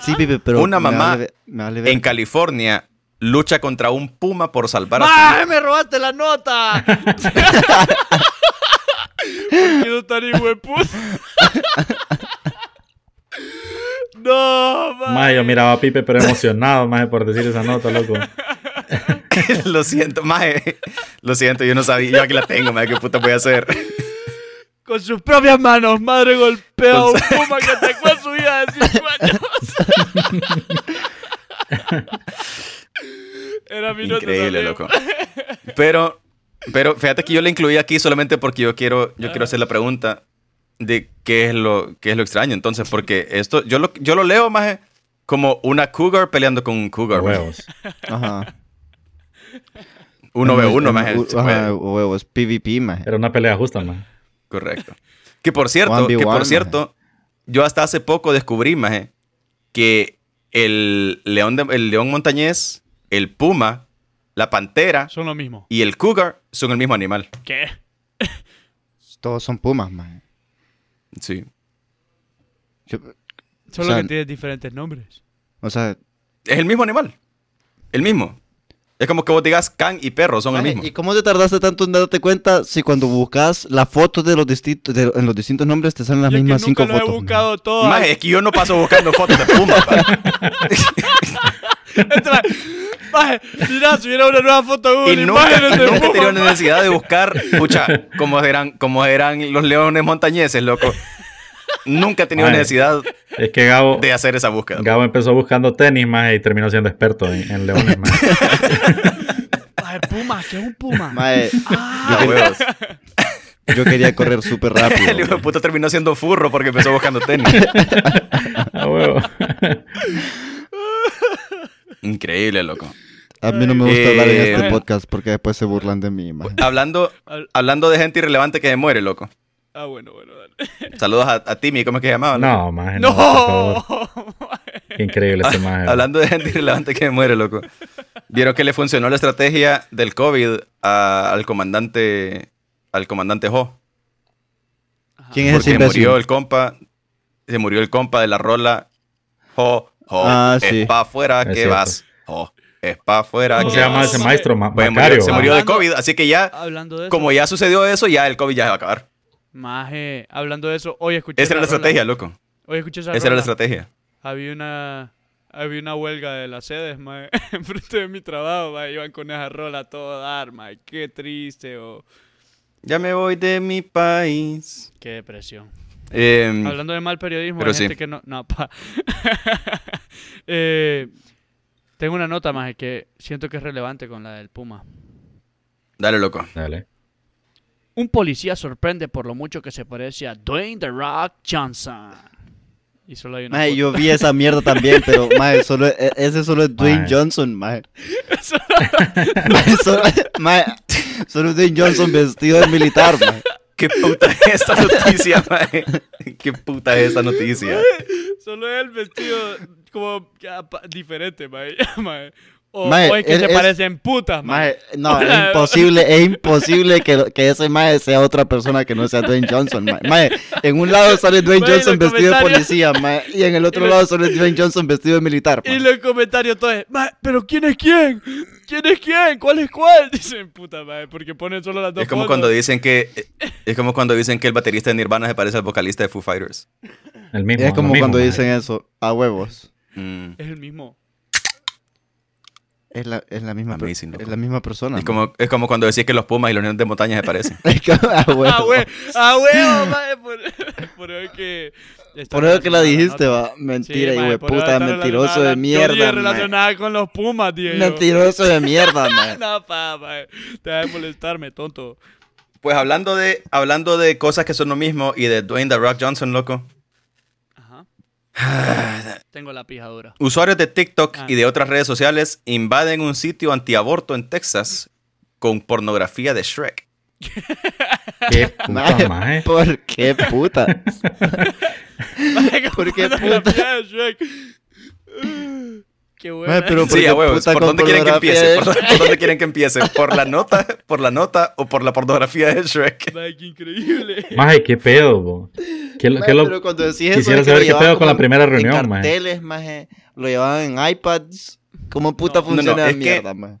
Speaker 3: Sí, Pipe, pero.
Speaker 2: Una
Speaker 3: me vale
Speaker 2: mamá
Speaker 3: ve- me vale ver-
Speaker 2: En California lucha contra un puma por salvar a su
Speaker 5: ¡Maje, me robaste la nota! Quedó tan hijueput. no, maje.
Speaker 1: Maje, yo miraba a Pipe, pero emocionado, maje, por decir esa nota, loco.
Speaker 2: lo siento, maje. Lo siento, yo no sabía. Yo aquí la tengo, maje. ¿Qué puta voy a hacer?
Speaker 5: Con sus propias manos, madre golpea a un puma que atacó a su vida de 5 años. Era mi nota
Speaker 2: Increíble,
Speaker 5: también.
Speaker 2: loco. Pero, pero fíjate que yo la incluí aquí solamente porque yo quiero, yo quiero hacer la pregunta de qué es lo, qué es lo extraño. Entonces, porque esto, yo lo, yo lo leo más como una cougar peleando con un cougar. maje.
Speaker 1: Huevos.
Speaker 3: Ajá.
Speaker 2: Uno ve
Speaker 3: Es-
Speaker 2: uno,
Speaker 3: es-
Speaker 2: más.
Speaker 3: u- Ajá, huevos. PvP, maje.
Speaker 1: Era una pelea justa, maje.
Speaker 2: Correcto. Que por cierto,
Speaker 3: 1v1,
Speaker 2: que por
Speaker 3: maje.
Speaker 2: cierto, yo hasta hace poco descubrí, maje, que el león, de- el león montañés, el puma, la pantera
Speaker 5: Son lo mismo.
Speaker 2: y el cougar son el mismo animal.
Speaker 5: ¿Qué?
Speaker 3: Todos son pumas, maje.
Speaker 2: Sí.
Speaker 3: Yo-
Speaker 5: Solo
Speaker 3: O sea,
Speaker 5: que tienen diferentes nombres.
Speaker 3: o sea,
Speaker 2: Es el mismo animal. El mismo. Es como que vos digas can y perro son el
Speaker 3: Maje,
Speaker 2: mismo.
Speaker 3: ¿Y cómo te tardaste tanto en darte cuenta si cuando buscas las fotos de los distintos de- en los distintos nombres te salen las
Speaker 5: Yo es que
Speaker 3: mismas
Speaker 5: nunca
Speaker 3: cinco
Speaker 5: lo he
Speaker 3: fotos?
Speaker 5: buscado todo.
Speaker 2: Maje, es que yo no paso buscando fotos de puma. pa.
Speaker 5: Este maje- Maje, mira, subiera una nueva foto de
Speaker 2: y
Speaker 5: Google,
Speaker 2: nunca,
Speaker 5: imágenes de
Speaker 2: nunca he tenido
Speaker 5: Puma, maje.
Speaker 2: necesidad de buscar, pucha, como eran, como eran los leones montañeses, loco. Nunca he tenido
Speaker 1: Maje.
Speaker 2: necesidad
Speaker 1: Es que Gabo,
Speaker 2: de hacer esa búsqueda.
Speaker 1: Gabo empezó buscando tenis, maje, y terminó siendo experto en, en leones, maje.
Speaker 5: Maje, puma, ¿qué es un puma?
Speaker 3: Mae,
Speaker 5: Ah,
Speaker 2: Ah, huevos.
Speaker 3: yo quería correr súper rápido.
Speaker 2: El hijo de
Speaker 3: güey.
Speaker 2: puta terminó siendo furro porque empezó buscando tenis.
Speaker 1: A huevo.
Speaker 2: Increíble, loco.
Speaker 3: A mí no me gusta hablar en
Speaker 2: Eh,
Speaker 3: este podcast porque después se burlan de mí. mae.
Speaker 2: Hablando, hablando de gente irrelevante que se muere, loco.
Speaker 5: Ah, bueno, bueno, dale.
Speaker 2: Saludos a, a Timmy, ¿cómo es que se llamaba?
Speaker 1: No, maje, no. por favor.
Speaker 5: ¡No!
Speaker 1: Qué increíble este maje. bro.
Speaker 2: Hablando de gente irrelevante que muere, loco. Vieron que le funcionó la estrategia del COVID a- al comandante al comandante Ho.
Speaker 5: Ajá.
Speaker 3: ¿Quién es ese
Speaker 2: Porque
Speaker 3: imbécil?
Speaker 2: murió el compa, se murió el compa de la rola Ho, Ho,
Speaker 3: Ah,
Speaker 2: es
Speaker 3: sí.
Speaker 2: pa' afuera
Speaker 1: Es
Speaker 2: que
Speaker 1: cierto.
Speaker 2: vas, Ho, es pa' afuera
Speaker 1: ¿Cómo
Speaker 2: que
Speaker 1: se llama ese
Speaker 5: Ah,
Speaker 2: vas.
Speaker 1: maestro? Ma-
Speaker 2: Pues murió-
Speaker 1: Macario.
Speaker 2: se murió de
Speaker 5: Hablando-
Speaker 2: COVID, así que ya,
Speaker 5: Hablando de eso.
Speaker 2: como ya sucedió eso, ya el COVID ya se va a acabar.
Speaker 5: Maje, hablando de eso, hoy escuché.
Speaker 2: Esa era la
Speaker 5: rola.
Speaker 2: estrategia, loco.
Speaker 5: Hoy escuché esa
Speaker 2: Esa era la
Speaker 5: rola.
Speaker 2: estrategia.
Speaker 5: Había una. Había una huelga de las sedes, mae, enfrente de mi trabajo, mae, iban con esa rola a todo dar, mae, qué triste, o
Speaker 2: Ya me voy de mi país.
Speaker 5: qué depresión.
Speaker 2: Em,
Speaker 5: Hablando de mal periodismo,
Speaker 2: Pero
Speaker 5: hay gente
Speaker 2: sí.
Speaker 5: que no. No, pa. Eh, tengo una nota más que siento que es relevante con la del Puma.
Speaker 2: dale, loco.
Speaker 1: Dale.
Speaker 5: Un policía sorprende por lo mucho que se parece a Dwayne The Rock Johnson. Y solo hay una.
Speaker 3: Maje,
Speaker 5: foto.
Speaker 3: yo vi esa mierda también, pero maje, solo, e- ese solo es Dwayne
Speaker 1: Maje.
Speaker 3: Johnson, maje. Maje, solo, maje, solo es Dwayne Johnson vestido de militar, maje.
Speaker 2: ¿Qué puta es esta noticia, mae? ¿Qué puta es esta noticia?
Speaker 5: Solo es el vestido como que apa- diferente, mae. mae. O,
Speaker 3: Mae,
Speaker 5: o es que
Speaker 3: es-
Speaker 5: se
Speaker 3: es-
Speaker 5: parecen putas, mae.
Speaker 3: Maje, no, es imposible, es imposible que, lo- que ese maje sea otra persona que no sea Dwayne Johnson, maje. Maje, en un lado sale Dwayne
Speaker 5: Maje,
Speaker 3: Johnson
Speaker 5: los
Speaker 3: vestido de
Speaker 5: comentarios.
Speaker 3: policía, maje, y en el otro
Speaker 5: Y los-
Speaker 3: lado sale Dwayne Johnson vestido de militar,
Speaker 5: Y
Speaker 3: maje.
Speaker 5: los comentarios todos es, "Mae, pero ¿quién es quién? ¿Quién es quién? ¿Cuál es cuál? Dicen, puta madre, porque ponen solo las dos
Speaker 2: Es como
Speaker 5: fotos.
Speaker 2: cuando dicen que es como cuando dicen que el baterista de Nirvana se parece al vocalista de Foo Fighters.
Speaker 1: El mismo.
Speaker 3: Es como
Speaker 1: lo mismo,
Speaker 3: cuando
Speaker 1: maje.
Speaker 3: dicen eso, a huevos.
Speaker 2: Mm.
Speaker 5: Es el mismo.
Speaker 3: Es la, es la misma, per-
Speaker 2: Amazing, loco.
Speaker 3: es la misma persona.
Speaker 2: Es como, es como cuando decís que los pumas y los neones de montaña se parecen.
Speaker 3: maje. Es como- a huevos.
Speaker 5: Ah, hue- ah, huevo, madre, por, por eso que... está
Speaker 3: Por eso que la
Speaker 5: relacionada
Speaker 3: dijiste,
Speaker 5: nota.
Speaker 3: va. Mentira, hijo
Speaker 5: Sí, madre,
Speaker 3: de
Speaker 5: por eso
Speaker 3: puta,
Speaker 5: está
Speaker 3: mentiroso
Speaker 5: relacionada
Speaker 3: de
Speaker 5: la- Yo dije
Speaker 3: mierda. mae.
Speaker 5: relacionada con los pumas, tío.
Speaker 3: Mentiroso de mierda, man.
Speaker 5: No, pa, madre. Te vas a molestarme, tonto.
Speaker 2: Pues hablando de, hablando de cosas que son lo mismo y de Dwayne The Rock Johnson, loco.
Speaker 5: Ajá. Tengo la pija dura.
Speaker 2: Usuarios de TikTok
Speaker 5: Ah.
Speaker 2: y de otras redes sociales invaden un sitio antiaborto en Texas con pornografía de Shrek.
Speaker 1: Qué puta eh. maje.
Speaker 3: ¿Por qué puta?
Speaker 5: Madre,
Speaker 3: ¿Por qué
Speaker 5: como la
Speaker 3: puta?
Speaker 5: pija de Shrek. Qué bueno.
Speaker 3: Mae, pero ¿por
Speaker 2: Sí,
Speaker 3: qué
Speaker 2: a huevos.
Speaker 3: puta
Speaker 2: ¿Por
Speaker 3: con
Speaker 2: dónde quieren que
Speaker 3: pornografía
Speaker 2: empiece?
Speaker 3: de
Speaker 2: ¿Por, por dónde quieren que empiece? ¿Por la nota, por la nota o por la pornografía de Shrek?
Speaker 5: Madre, qué increíble.
Speaker 1: Maje, qué pedo, bo. ¿Qué, lo-
Speaker 3: Mae,
Speaker 1: qué lo-
Speaker 3: pero cuando decís eso,
Speaker 1: quisiera
Speaker 3: es que
Speaker 1: saber
Speaker 3: lo
Speaker 1: qué pedo
Speaker 3: llevaban
Speaker 1: con la
Speaker 3: como
Speaker 1: primera
Speaker 3: en
Speaker 1: reunión, mae.
Speaker 3: carteles, maje. Lo llevaban en iPads. ¿Cómo puta
Speaker 5: No,
Speaker 2: no, no,
Speaker 3: funciona la
Speaker 2: es que-
Speaker 3: mierda, maje?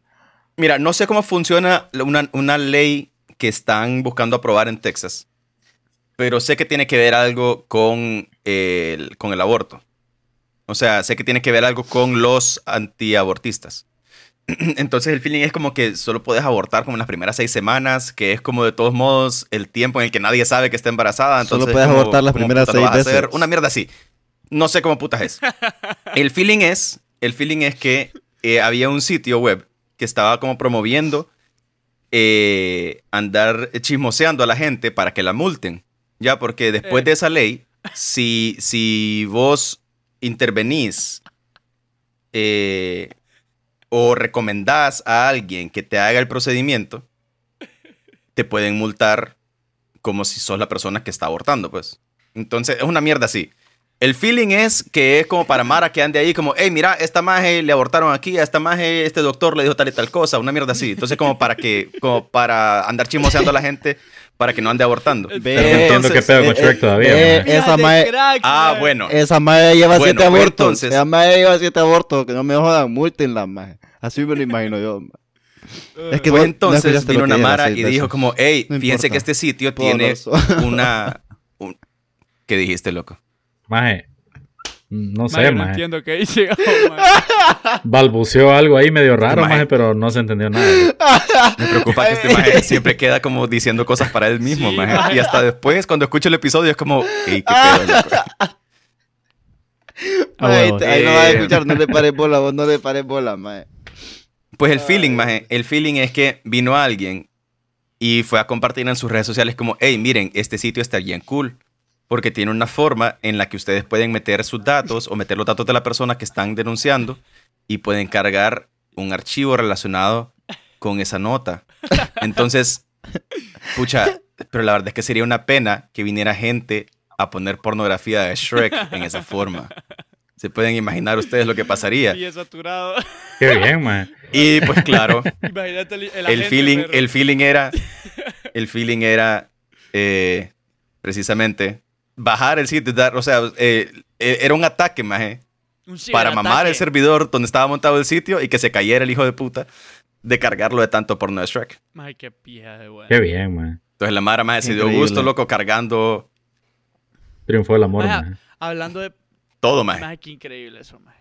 Speaker 2: Mira, no sé cómo funciona la- una, una ley que están buscando aprobar en Texas, pero sé que tiene que ver algo con el, con el aborto. O sea, sé que tiene que ver algo con los antiabortistas. Entonces el feeling es como que solo puedes abortar como en las primeras seis semanas, que es como de todos modos el tiempo en el que nadie sabe que está embarazada.
Speaker 3: Solo
Speaker 2: Entonces,
Speaker 3: puedes
Speaker 2: ¿cómo-
Speaker 3: abortar las
Speaker 2: cómo
Speaker 3: primeras
Speaker 2: puta lo
Speaker 3: seis
Speaker 2: vas a hacer?
Speaker 3: veces.
Speaker 2: Una mierda así. No sé cómo putas es. El feeling es, el feeling es que eh, había un sitio web que estaba como promoviendo eh, andar chismoseando a la gente para que la multen. Ya, porque después
Speaker 5: Eh.
Speaker 2: de esa ley, si, si vos intervenís eh, o recomendás a alguien que te haga el procedimiento, te pueden multar como si sos la persona que está abortando, pues. Entonces, es una mierda así. El feeling es que es como para Mara que ande ahí como, hey, mira, esta maje le abortaron aquí, a esta maje, este doctor le dijo tal y tal cosa, una mierda así. Entonces, como para que, como para andar chismoseando a la gente para que no ande abortando.
Speaker 5: Ve-
Speaker 1: Pero no entiendo qué
Speaker 2: Entonces,
Speaker 1: pedo con
Speaker 3: eh,
Speaker 1: Shrek todavía,
Speaker 3: eh,
Speaker 1: maje.
Speaker 3: Esa
Speaker 5: de
Speaker 3: mae-
Speaker 5: crack,
Speaker 2: Ah,
Speaker 5: mae.
Speaker 2: bueno.
Speaker 3: Esa madre lleva
Speaker 2: Bueno,
Speaker 3: siete
Speaker 2: pues,
Speaker 3: abortos.
Speaker 2: entonces-
Speaker 3: Esa madre lleva siete abortos. Que no me jodan, multenla, maje. Así me lo imagino yo, maje. Es que
Speaker 2: Pues
Speaker 3: no- no
Speaker 2: entonces
Speaker 3: escuchaste
Speaker 2: vino
Speaker 3: lo
Speaker 2: una
Speaker 3: que dije las
Speaker 2: Mara
Speaker 3: seis
Speaker 2: y
Speaker 3: veces.
Speaker 2: dijo como, hey,
Speaker 3: No
Speaker 2: fíjense
Speaker 3: importa.
Speaker 2: que este sitio
Speaker 3: Puedo
Speaker 2: tiene
Speaker 3: hablar solo.
Speaker 2: una... un- ¿Qué dijiste, loco?
Speaker 1: Maje. No sé,
Speaker 5: Mae, no
Speaker 1: maje.
Speaker 5: entiendo qué hice. oh, mae.
Speaker 1: Balbuceó algo ahí medio raro,
Speaker 2: Maje.
Speaker 1: maje, pero no se entendió nada. bo.
Speaker 2: Me preocupa que este maje siempre queda como diciendo cosas para él mismo,
Speaker 5: Sí,
Speaker 2: maje.
Speaker 5: maje.
Speaker 2: Y hasta después, cuando escucho el episodio, es como, hey, qué pedo, loco.
Speaker 5: Ah,
Speaker 3: Maje,
Speaker 5: huevo.
Speaker 3: te- Ahí no vas a
Speaker 2: Eh.
Speaker 3: escuchar, no le pares bola, vos no le pares bola, maje.
Speaker 2: Pues el feeling, maje, el feeling es que vino alguien y fue a compartir en sus redes sociales como, hey, miren, este sitio está bien cool. Porque tiene una forma en la que ustedes pueden meter sus datos o meter los datos de la persona que están denunciando y pueden cargar un archivo relacionado con esa nota. Entonces, pucha, Pero la verdad es que sería una pena que viniera gente a poner pornografía de Shrek en esa forma. Se pueden imaginar ustedes lo que pasaría.
Speaker 5: Y es saturado.
Speaker 1: Qué bien, mae.
Speaker 2: Y pues claro,
Speaker 5: Imagínate el, el,
Speaker 2: el
Speaker 5: agente,
Speaker 2: feeling,
Speaker 5: perro.
Speaker 2: el feeling era, el feeling era eh, precisamente bajar el sitio, dar- o sea, eh, eh, era un ataque, maje,
Speaker 5: Un
Speaker 2: para mamar el
Speaker 5: ciberataque.
Speaker 2: servidor donde estaba montado el sitio y que se cayera el hijo de puta de cargarlo de tanto porno de Shrek.
Speaker 5: Mae, qué pija de bueno.
Speaker 1: Qué bien, mae.
Speaker 2: Entonces la Mara maje se dio
Speaker 3: Increíble.
Speaker 2: gusto, loco, cargando
Speaker 1: Triunfó el amor,
Speaker 5: Mae,
Speaker 1: mae.
Speaker 5: Hablando de.
Speaker 2: todo, maje.
Speaker 5: Mae, qué increíble eso, mae.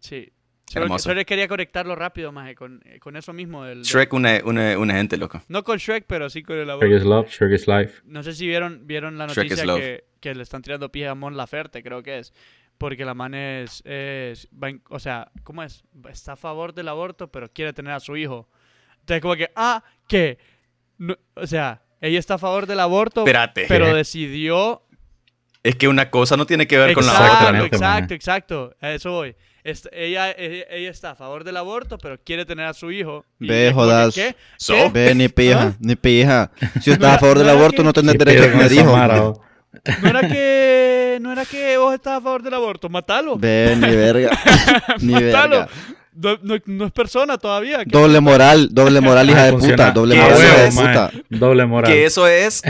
Speaker 5: Sí. Solo,
Speaker 2: Hermoso.
Speaker 5: solo quería conectarlo rápido, mae, con, eh, con eso mismo del. del-
Speaker 2: Shrek una, una, una gente, loco.
Speaker 5: no con Shrek, pero sí con el
Speaker 1: Shrek
Speaker 5: abuelo.
Speaker 1: is love, Shrek is life.
Speaker 5: No sé si vieron, vieron la
Speaker 2: Shrek
Speaker 5: noticia
Speaker 2: is love.
Speaker 5: que, que le están tirando pija a Mon Laferte, creo que es. Porque la man es, es- va en- o sea, ¿cómo es? Está a favor del aborto, pero quiere tener a su hijo. Entonces, como que, ah, ¿qué? No- o sea, ella está a favor del aborto,
Speaker 2: Espérate.
Speaker 5: pero decidió
Speaker 2: Es que una cosa no tiene que ver con la otra,
Speaker 5: Exacto,
Speaker 2: loco.
Speaker 1: ¿no?
Speaker 5: exacto, exacto. A eso voy. Est- ella, ella, ella está a favor del aborto, pero quiere tener a su hijo. Y
Speaker 3: Ve,
Speaker 5: es como que,
Speaker 3: jodas.
Speaker 5: ¿Qué?
Speaker 2: So,
Speaker 5: ¿Qué?
Speaker 3: Ve, ni pija,
Speaker 5: ¿Ah?
Speaker 3: ni pija. Si estás
Speaker 2: Ah.
Speaker 3: a favor del
Speaker 1: Ah,
Speaker 5: no, no,
Speaker 3: aborto,
Speaker 5: que-
Speaker 3: no tenés
Speaker 1: Qué
Speaker 3: derecho a
Speaker 1: pedo con
Speaker 3: tener
Speaker 1: esa
Speaker 3: hijos.
Speaker 1: mara, oh.
Speaker 5: ¿No era que, no era que vos estás a favor del aborto? Matalo.
Speaker 3: Ve, ni verga. ni
Speaker 5: Matalo.
Speaker 3: verga.
Speaker 5: No, no- no es persona todavía. ¿qué?
Speaker 3: Doble moral, doble moral, hija
Speaker 1: Ah,
Speaker 3: de
Speaker 1: funciona.
Speaker 3: puta. Doble
Speaker 1: Ah,
Speaker 3: moral,
Speaker 1: huevo,
Speaker 3: hija de
Speaker 1: mae.
Speaker 3: puta.
Speaker 1: Doble moral.
Speaker 2: Que eso es,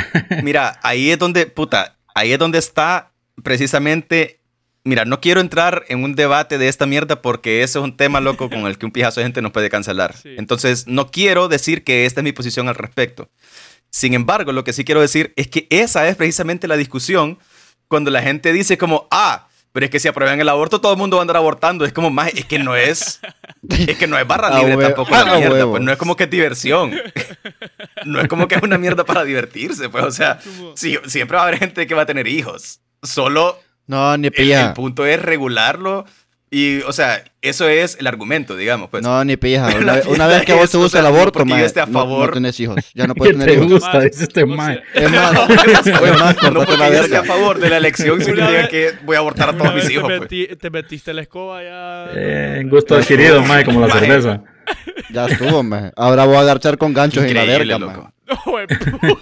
Speaker 2: mira, ahí es donde, puta, ahí es donde está precisamente, mira, no quiero entrar en un debate de esta mierda porque ese es un tema loco con el que un pijazo de gente nos puede cancelar.
Speaker 5: Sí.
Speaker 2: Entonces, no quiero decir que esta es mi posición al respecto. Sin embargo, lo que sí quiero decir es que esa es precisamente la discusión cuando la gente dice como, ah, pero es que si aprueban el aborto, todo el mundo va a andar abortando. Es como, más, es que no es... Es que no es barra
Speaker 3: Ah,
Speaker 2: libre
Speaker 3: huevo.
Speaker 2: tampoco la
Speaker 3: Ah,
Speaker 2: mierda,
Speaker 3: huevo.
Speaker 2: pues no es como que es diversión. No es como que es una mierda para divertirse, pues, o sea,
Speaker 5: Como-
Speaker 2: sí, siempre va a haber gente que va a tener hijos. Solo
Speaker 3: No, ni
Speaker 2: el,
Speaker 3: pija.
Speaker 2: el punto es regularlo y, o sea, eso es el argumento, digamos, pues.
Speaker 3: No, ni pija.
Speaker 2: Pero
Speaker 3: Una,
Speaker 2: la
Speaker 3: ve- una vez que
Speaker 2: mierda
Speaker 3: vos
Speaker 2: es,
Speaker 3: te
Speaker 2: o
Speaker 3: gusta
Speaker 2: sea,
Speaker 3: el
Speaker 2: no
Speaker 3: aborto,
Speaker 2: porque yo
Speaker 3: mae,
Speaker 2: esté a
Speaker 3: no-
Speaker 2: favor.
Speaker 3: no tenés hijos. Ya no
Speaker 1: ¿Qué
Speaker 3: puedes
Speaker 1: te
Speaker 3: tener hijos.
Speaker 1: gusta? Dice este
Speaker 5: O sea,
Speaker 1: mae.
Speaker 3: Es más, es más,
Speaker 2: no
Speaker 3: cortate la
Speaker 2: porque yo esté a
Speaker 3: verga.
Speaker 2: favor de la elección significa
Speaker 5: vez-
Speaker 2: que voy a abortar a
Speaker 5: una
Speaker 2: todos
Speaker 5: vez
Speaker 2: mis
Speaker 5: te
Speaker 2: hijos, pues.
Speaker 5: metí- te metiste la escoba ya.
Speaker 1: Eh, en gusto adquirido, mae, como la
Speaker 2: Mae.
Speaker 1: cerveza.
Speaker 3: Ya estuvo, mae. Ahora voy a agarchar con ganchos en la
Speaker 2: Increíble,
Speaker 3: verga,
Speaker 2: loco.
Speaker 5: No, güey, pu-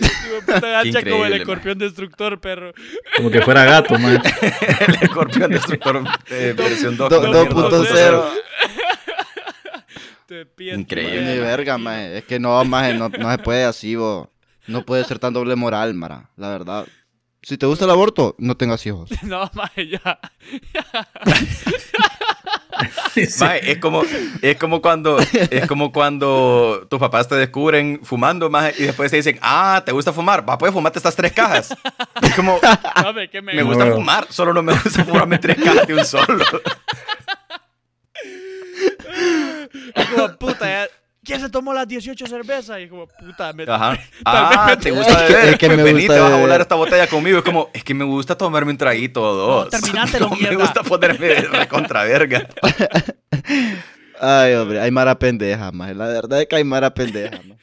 Speaker 5: Hijo de puta gancha como el
Speaker 2: increíble,
Speaker 5: escorpión destructor, perro.
Speaker 1: Como que fuera gato, mae.
Speaker 2: El escorpión destructor eh, versión
Speaker 3: mae.
Speaker 2: 2.
Speaker 3: Do-
Speaker 5: Con
Speaker 2: mierda,
Speaker 3: 2.0.
Speaker 5: Te pilla tu
Speaker 2: Increíble.
Speaker 5: madre.
Speaker 3: Pues, Ni verga, mae. Es que no, mae, no, no se puede así, bo. No puede ser tan doble moral, mara. La verdad. Si te gusta el aborto, no tengas hijos.
Speaker 5: No, mae, ya.
Speaker 1: Dice,
Speaker 2: Mae, es como, es como cuando, es como cuando tus papás te descubren fumando, mae, y después te dicen, ah, ¿te gusta fumar? Va, pues fumate estas tres cajas. Es como,
Speaker 5: No, me- que me,
Speaker 2: me gusta
Speaker 1: Bueno.
Speaker 2: fumar, solo no me gusta fumarme tres cajas de un solo.
Speaker 5: Es como, puta, ya, ya se tomó las 18 cervezas. Y es como, puta, me...
Speaker 2: Ajá. Ah, ¿te gusta
Speaker 3: Es que-
Speaker 2: beber?
Speaker 3: es que
Speaker 2: Pues
Speaker 3: me
Speaker 2: vení,
Speaker 3: gusta
Speaker 2: te vas a volar
Speaker 3: beber.
Speaker 2: esta botella conmigo. Es como, es que me gusta tomarme un traguito o
Speaker 5: No,
Speaker 2: dos.
Speaker 5: terminátelo,
Speaker 2: No me
Speaker 5: mierda.
Speaker 2: gusta ponerme de recontra verga.
Speaker 3: Ay, hombre, hay mara pendeja, mae. La verdad es que hay mara pendeja, mae.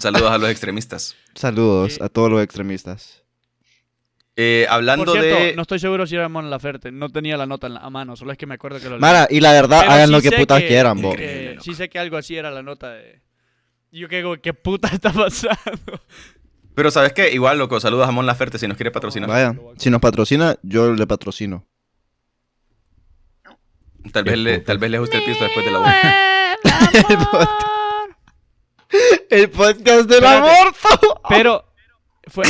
Speaker 2: Saludos a los extremistas.
Speaker 3: Saludos
Speaker 5: Sí.
Speaker 3: a todos los extremistas.
Speaker 2: Eh, hablando
Speaker 5: Por cierto,
Speaker 2: de...
Speaker 5: no estoy seguro si era Mon Laferte. No tenía la nota en la- a mano, solo es que me acuerdo que lo leí.
Speaker 3: Mara, y la verdad,
Speaker 5: Pero
Speaker 3: hagan
Speaker 5: sí
Speaker 3: lo que
Speaker 5: sé
Speaker 3: putas
Speaker 5: que-
Speaker 3: quieran, bo.
Speaker 5: que
Speaker 2: Increíble, loco.
Speaker 5: sí sé que algo así era la nota de... y Yo que digo, ¿qué puta está pasando?
Speaker 2: Pero sabes qué, igual, loco, saludos a Mon Laferte si nos quiere patrocinar.
Speaker 3: Vaya, si nos patrocina, yo le patrocino.
Speaker 2: Tal vez, le, tal vez le guste el piso después de la boda.
Speaker 3: El podcast del
Speaker 5: Espérate.
Speaker 3: aborto.
Speaker 5: Pero... Fue...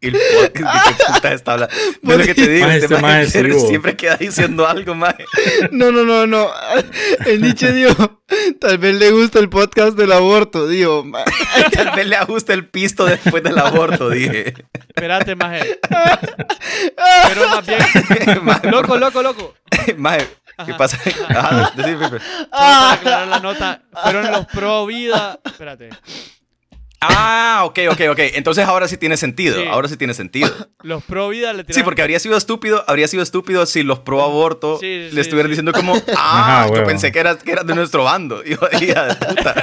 Speaker 2: El podcast, ¿de qué puta está hablando? Ve lo que te digo,
Speaker 1: Mae,
Speaker 2: este
Speaker 1: este
Speaker 2: mae
Speaker 1: mae es
Speaker 2: siempre-
Speaker 1: vivo.
Speaker 2: siempre queda diciendo algo, más.
Speaker 3: No, no, no, no. El Nietzsche dijo, tal vez le gusta el podcast del aborto, digo. ma-
Speaker 2: Tal vez le ajusta el pisto después del aborto, dije.
Speaker 5: Espérate, maje. Pero más bien...
Speaker 2: Mae, por
Speaker 5: Loco,
Speaker 2: favor.
Speaker 5: loco, loco.
Speaker 2: Mae, ¿qué
Speaker 5: Ajá.
Speaker 2: pasa? Ajá, decí, Pepe.
Speaker 5: Solo para aclarar la nota, fueron los pro vida. Espérate.
Speaker 2: Ah, ok, ok, ok. Entonces ahora sí tiene sentido.
Speaker 5: Sí.
Speaker 2: Ahora sí tiene sentido.
Speaker 5: Los pro vida le tiraron.
Speaker 2: Sí, porque habría sido estúpido, habría sido estúpido si los pro aborto
Speaker 5: Sí, sí,
Speaker 2: le
Speaker 5: sí,
Speaker 2: estuvieran
Speaker 5: sí.
Speaker 2: diciendo como, ah,
Speaker 1: Ajá,
Speaker 2: yo
Speaker 1: huevo.
Speaker 2: pensé que eras que eras de nuestro bando. Y yo, hija de puta.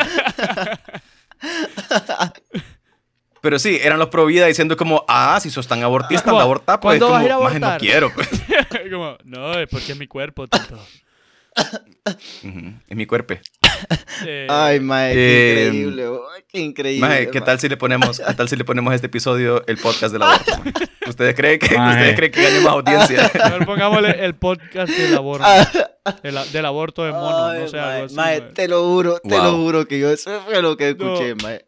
Speaker 2: Pero sí, eran los pro vida diciendo como, ah, si sos tan abortista,
Speaker 5: Como,
Speaker 2: anda a abortar, pues
Speaker 5: "¿Cuándo vas a ir a
Speaker 2: como, "Maje, no
Speaker 5: abortar?"
Speaker 2: quiero. pues".
Speaker 5: Como, no, es porque es mi cuerpo, tonto.
Speaker 2: Ujú, Es mi cuerpo.
Speaker 5: Eh,
Speaker 3: Ay, mae, qué
Speaker 2: Eh,
Speaker 3: increíble, oh, qué increíble.
Speaker 2: Maje, ¿qué
Speaker 3: mae.
Speaker 2: tal si le ponemos, qué tal si le ponemos a este episodio el podcast de la aborto? maje? ¿Ustedes creen que,
Speaker 1: Maje.
Speaker 2: ustedes creen que gane más audiencia?
Speaker 5: mejor pongámosle el podcast del aborto.
Speaker 3: Ah,
Speaker 5: Del, a- del aborto de mono,
Speaker 3: ay,
Speaker 5: no sé,
Speaker 3: mae,
Speaker 5: algo así.
Speaker 3: mae,
Speaker 5: mae.
Speaker 3: te lo juro, te lo
Speaker 2: Wow.
Speaker 3: juro que yo eso fue lo que escuché, mae.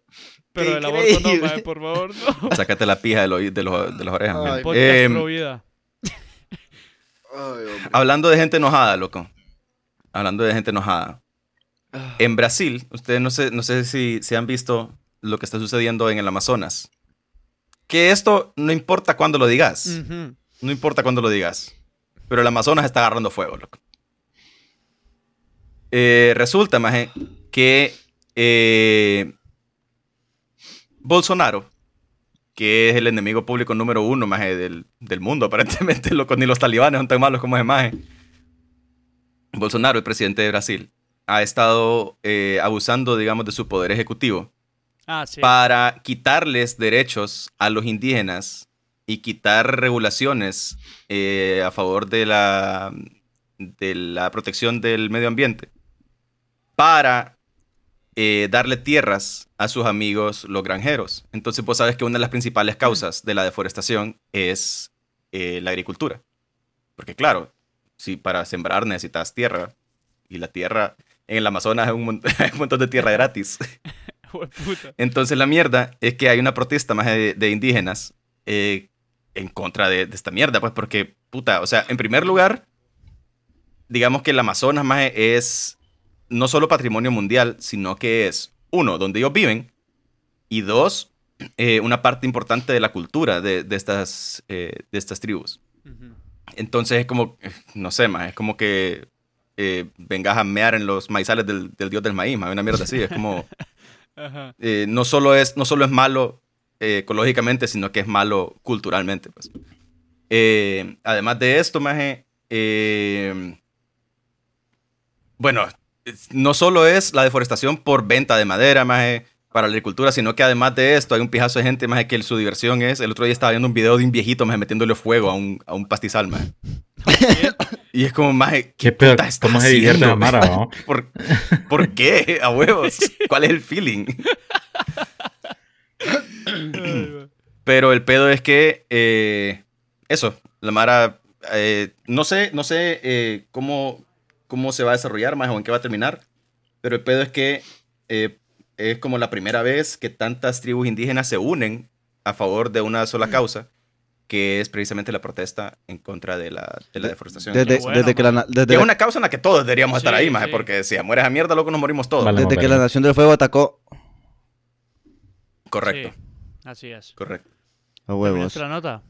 Speaker 5: Pero del
Speaker 3: increíble.
Speaker 5: aborto no, mae, por favor, no.
Speaker 2: Sácate la pija de, lo- de los- de las orejas. maje.
Speaker 3: Ay,
Speaker 5: Podcast
Speaker 2: Eh,
Speaker 5: pro vida.
Speaker 3: Ay, hombre.
Speaker 2: hablando de gente enojada, loco. Hablando de gente enojada.
Speaker 3: Ah,
Speaker 2: En Brasil, ustedes no sé, no sé si, si han visto lo que está sucediendo en el Amazonas. Que esto no importa cuándo lo digas.
Speaker 5: Ujú.
Speaker 2: No importa cuándo lo digas. Pero el Amazonas está agarrando fuego, loco. Eh, resulta, maje, que eh, Bolsonaro, que es el enemigo público número uno, maje, del, del mundo, aparentemente, loco, ni los talibanes son tan malos como ese maje. Bolsonaro, el presidente de Brasil, ha estado eh, abusando, digamos, de su poder ejecutivo
Speaker 5: Ah, sí.
Speaker 2: para quitarles derechos a los indígenas y quitar regulaciones eh, a favor de la, de la protección del medio ambiente para eh, darle tierras a sus amigos los granjeros. Entonces vos sabes que una de las principales causas de la deforestación es eh, la agricultura. Porque claro, si para sembrar necesitas tierra y la tierra en el Amazonas es un, mon- hay un montón de tierra gratis.
Speaker 5: Jueputa.
Speaker 2: Entonces la mierda es que hay una protesta más de, de indígenas eh, en contra de, de esta mierda, pues porque, puta, o sea, en primer lugar, digamos que el Amazonas más es no solo patrimonio mundial, sino que es, uno, donde ellos viven, y dos, eh, una parte importante de la cultura de, de estas, eh, de estas tribus.
Speaker 5: Ujú.
Speaker 2: Entonces es como, eh, no sé, más es como que eh, vengas a mear en los maizales del, del dios del maíz, más una mierda así, es como
Speaker 5: Ajá.
Speaker 2: eh, no, solo es, no solo es malo eh, ecológicamente, sino que es malo culturalmente. pues. Eh, además de esto, Maje, eh, bueno, es- no solo es la deforestación por venta de madera, Maje, para la agricultura, sino que además de esto hay un pijazo de gente, Maje, que su diversión es, el otro día estaba viendo un video de un viejito, Maje, metiéndole fuego a un, a un pastizal, Maje. Y es como, Maje,
Speaker 1: ¿Qué pedo?
Speaker 2: puta estás
Speaker 1: ¿Cómo se divierte la
Speaker 2: haciendo,
Speaker 1: Mara,
Speaker 2: man?
Speaker 1: no?
Speaker 2: ¿Por, ¿Por qué? A huevos. ¿Cuál es el feeling?
Speaker 5: Ay, mae.
Speaker 2: Pero el pedo es que eh, eso, la Mara, eh, no sé, no sé eh, cómo, cómo se va a desarrollar más o en qué va a terminar, pero el pedo es que eh, es como la primera vez que tantas tribus indígenas se unen a favor de una sola causa, que es precisamente la protesta en contra de la, de la deforestación.
Speaker 3: Desde,
Speaker 5: Qué bueno,
Speaker 3: desde que la, na- desde
Speaker 2: Que es
Speaker 3: la-
Speaker 2: una causa en la que todos deberíamos estar
Speaker 5: Sí,
Speaker 2: ahí, maje,
Speaker 5: sí.
Speaker 2: porque si mueres a mierda, loco, nos morimos todos.
Speaker 1: Vale.
Speaker 3: desde
Speaker 1: Hablemos,
Speaker 3: que la
Speaker 1: verga.
Speaker 3: Nación del Fuego atacó
Speaker 2: Correcto,
Speaker 5: Sí, Así es.
Speaker 2: correcto.
Speaker 3: a
Speaker 5: Huevos.
Speaker 3: huevos.
Speaker 5: la nota?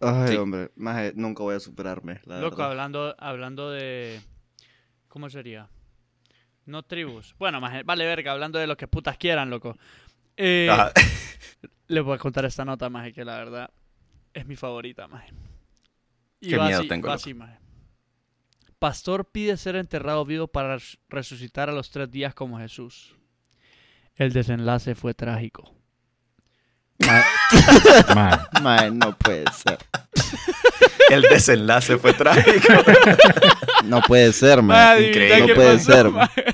Speaker 3: Ay,
Speaker 2: Sí.
Speaker 3: hombre, maje, nunca voy a superarme, la
Speaker 5: Loco,
Speaker 3: verdad.
Speaker 5: hablando, hablando de. ¿Cómo sería? No tribus. Bueno, más, vale verga, hablando de lo que putas quieran, loco. Eh,
Speaker 2: Ajá.
Speaker 5: les voy a contar esta nota, más que la verdad es mi favorita, más. Y
Speaker 2: Qué
Speaker 5: va
Speaker 2: miedo
Speaker 5: así,
Speaker 2: tengo,
Speaker 5: va
Speaker 2: loco.
Speaker 5: así, maje. Pastor pide ser enterrado vivo para res- resucitar a los tres días como Jesús. El desenlace fue trágico.
Speaker 1: Maje,
Speaker 3: Mae, no puede ser.
Speaker 2: El desenlace fue trágico.
Speaker 3: No puede ser, mae.
Speaker 5: Maje, adivina
Speaker 2: increíble.
Speaker 5: qué
Speaker 2: No
Speaker 3: puede ser,
Speaker 5: maje.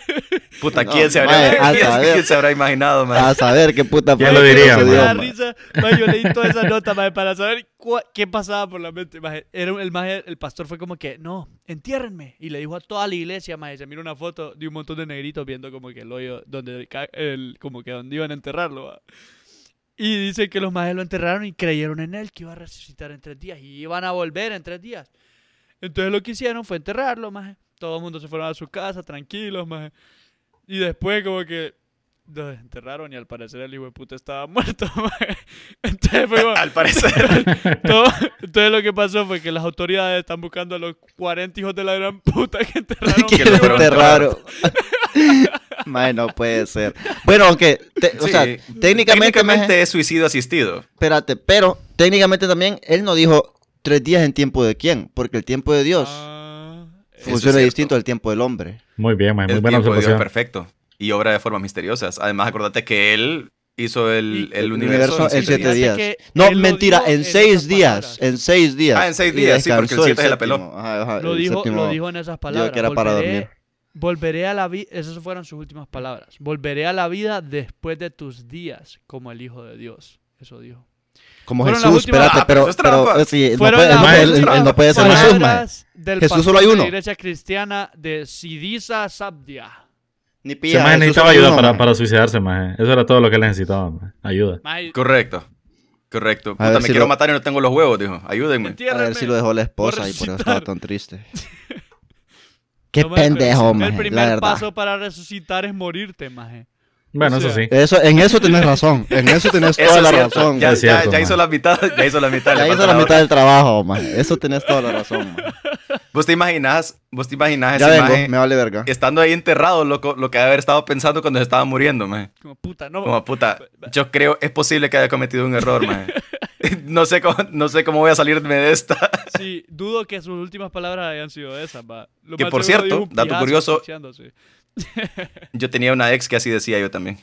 Speaker 2: Puta,
Speaker 3: No,
Speaker 2: ¿quién, se, habrá,
Speaker 3: mae, a
Speaker 2: quién-
Speaker 3: saber.
Speaker 2: quién se habrá imaginado, man?
Speaker 3: A saber qué puta
Speaker 1: Ya
Speaker 3: fue
Speaker 1: lo
Speaker 3: que
Speaker 1: diría, mae.
Speaker 5: Me
Speaker 3: sucedió,
Speaker 5: da
Speaker 3: mae.
Speaker 5: risa. mae, yo leí toda esa nota, mae, para saber cua- qué pasaba por la mente. mae. Era un- el, mae- el pastor fue como que, no, entiérrenme. Y le dijo a toda la iglesia, mae, se mira una foto de un montón de negritos viendo como que el hoyo, donde, ca- el, como que donde iban a enterrarlo. va. Y dice que los majes lo enterraron y creyeron en él, que iba a resucitar en tres días. Y iban a volver en tres días. Entonces lo que hicieron fue enterrarlo, maje. Todo el mundo se fueron a su casa, tranquilos, maje. Y después como que lo enterraron y al parecer el hijo de puta estaba muerto, maje. Entonces fue
Speaker 1: Ah,
Speaker 5: como-
Speaker 2: Al parecer.
Speaker 5: todo- entonces lo que pasó fue que las autoridades están buscando a los 40 hijos de la gran puta que enterraron.
Speaker 2: Que
Speaker 3: Qué
Speaker 2: lo
Speaker 5: vivo.
Speaker 2: fueron a
Speaker 3: raro. Mae, no puede ser. Bueno, aunque, te- o
Speaker 2: Sí,
Speaker 3: sea, técnicamente, maje,
Speaker 2: técnicamente es suicidio asistido.
Speaker 3: espérate, pero técnicamente también él no dijo tres días en tiempo de quién, porque el tiempo de Dios
Speaker 5: Ah,
Speaker 2: Eso es
Speaker 3: funciona
Speaker 2: cierto.
Speaker 3: distinto al tiempo del hombre.
Speaker 1: Muy bien, maje, muy
Speaker 2: El
Speaker 1: buena
Speaker 2: tiempo de Dios
Speaker 1: observación.
Speaker 2: perfecto. Y obra de formas misteriosas. Además, acordate que él hizo el,
Speaker 5: Y-
Speaker 2: el
Speaker 5: el
Speaker 2: universo, en siete días.
Speaker 5: días.
Speaker 3: días.
Speaker 5: Fíjate que
Speaker 3: No,
Speaker 5: él lo
Speaker 3: mentira,
Speaker 5: dijo
Speaker 3: en
Speaker 5: en
Speaker 3: seis
Speaker 5: esas
Speaker 3: días.
Speaker 5: palabras.
Speaker 3: En seis días.
Speaker 2: Ah, en seis
Speaker 3: Y
Speaker 2: días, sí, porque el
Speaker 3: descansó
Speaker 2: siete se la peló.
Speaker 3: séptimo. Ajá, ajá,
Speaker 5: Lo
Speaker 3: el
Speaker 5: dijo,
Speaker 3: séptimo.
Speaker 5: lo dijo en esas palabras.
Speaker 3: que era para
Speaker 5: volveré,
Speaker 3: dormir.
Speaker 5: Volveré a la vida. Esas fueron sus últimas palabras. Volveré a la vida después de tus días, como el Hijo de Dios. Eso dijo.
Speaker 3: Como
Speaker 5: Fueron las
Speaker 3: Jesús,
Speaker 5: últimas-
Speaker 3: espérate,
Speaker 2: Ah, pero eso
Speaker 3: pero,
Speaker 2: es trampa.
Speaker 3: pero, eh, sí, él no
Speaker 5: Fueron
Speaker 3: puede- él
Speaker 5: las
Speaker 3: no puede- él-
Speaker 5: últimas
Speaker 3: él no puede ser
Speaker 1: últimas
Speaker 3: Jesús, maje.
Speaker 5: palabras del
Speaker 3: Jesús solo
Speaker 5: pastor
Speaker 3: hay
Speaker 5: de
Speaker 3: uno.
Speaker 5: La iglesia cristiana de Sidisa Sabdia.
Speaker 3: Ni
Speaker 1: Se
Speaker 3: pilla, Jesús
Speaker 1: necesitaba
Speaker 3: solo hay
Speaker 1: ayuda
Speaker 3: uno,
Speaker 1: para,
Speaker 3: maje.
Speaker 1: para suicidarse, maje. Eso era todo lo que él necesitaba, maje. Ayuda.
Speaker 5: Mae,
Speaker 2: Correcto. Correcto. Puta,
Speaker 3: ver
Speaker 2: me
Speaker 3: si
Speaker 2: quiero
Speaker 3: lo-
Speaker 2: matar y no tengo los huevos, dijo. Ayúdenme.
Speaker 3: A ver
Speaker 5: entiérrame.
Speaker 3: si lo dejó la esposa y por eso
Speaker 5: resucitar.
Speaker 3: estaba tan triste. Qué
Speaker 5: No, mae, pero
Speaker 3: pendejo,
Speaker 5: El
Speaker 3: maje,
Speaker 5: primer
Speaker 3: la verdad.
Speaker 5: paso para resucitar es morirte, maje.
Speaker 1: Bueno,
Speaker 5: O sea,
Speaker 1: eso sí.
Speaker 3: Eso, en eso tenés razón, en eso tenés
Speaker 2: Eso
Speaker 3: toda
Speaker 2: es
Speaker 3: la
Speaker 2: cierto.
Speaker 3: razón.
Speaker 2: Ya,
Speaker 1: Es
Speaker 2: ya-
Speaker 1: cierto,
Speaker 2: ya
Speaker 1: man.
Speaker 2: hizo la mitad. Ya hizo la mitad.
Speaker 3: Ya
Speaker 2: le
Speaker 3: hizo
Speaker 2: falta
Speaker 3: la
Speaker 2: la
Speaker 3: mitad
Speaker 2: otra.
Speaker 3: del trabajo, maje. Eso tenés toda la razón, maje.
Speaker 2: ¿Vos te imaginás, vos te imaginás
Speaker 3: Ya
Speaker 2: esa
Speaker 3: vengo,
Speaker 2: imagen
Speaker 3: me vale verga.
Speaker 2: estando ahí enterrado, loco, lo que debe haber estado pensando cuando se estaba muriendo, man?
Speaker 5: Como puta, no.
Speaker 2: Como puta, yo creo, es posible que haya cometido un error, man. No sé, cómo, no sé cómo voy a salirme de esta.
Speaker 5: Sí, dudo que sus últimas palabras hayan sido esas, va. Lo
Speaker 2: Que,
Speaker 5: más
Speaker 2: por
Speaker 5: seguro
Speaker 2: cierto,
Speaker 5: dijo un
Speaker 2: dato
Speaker 5: pijazo
Speaker 2: curioso-
Speaker 5: escuchándose.
Speaker 2: Yo tenía una ex que así decía yo también.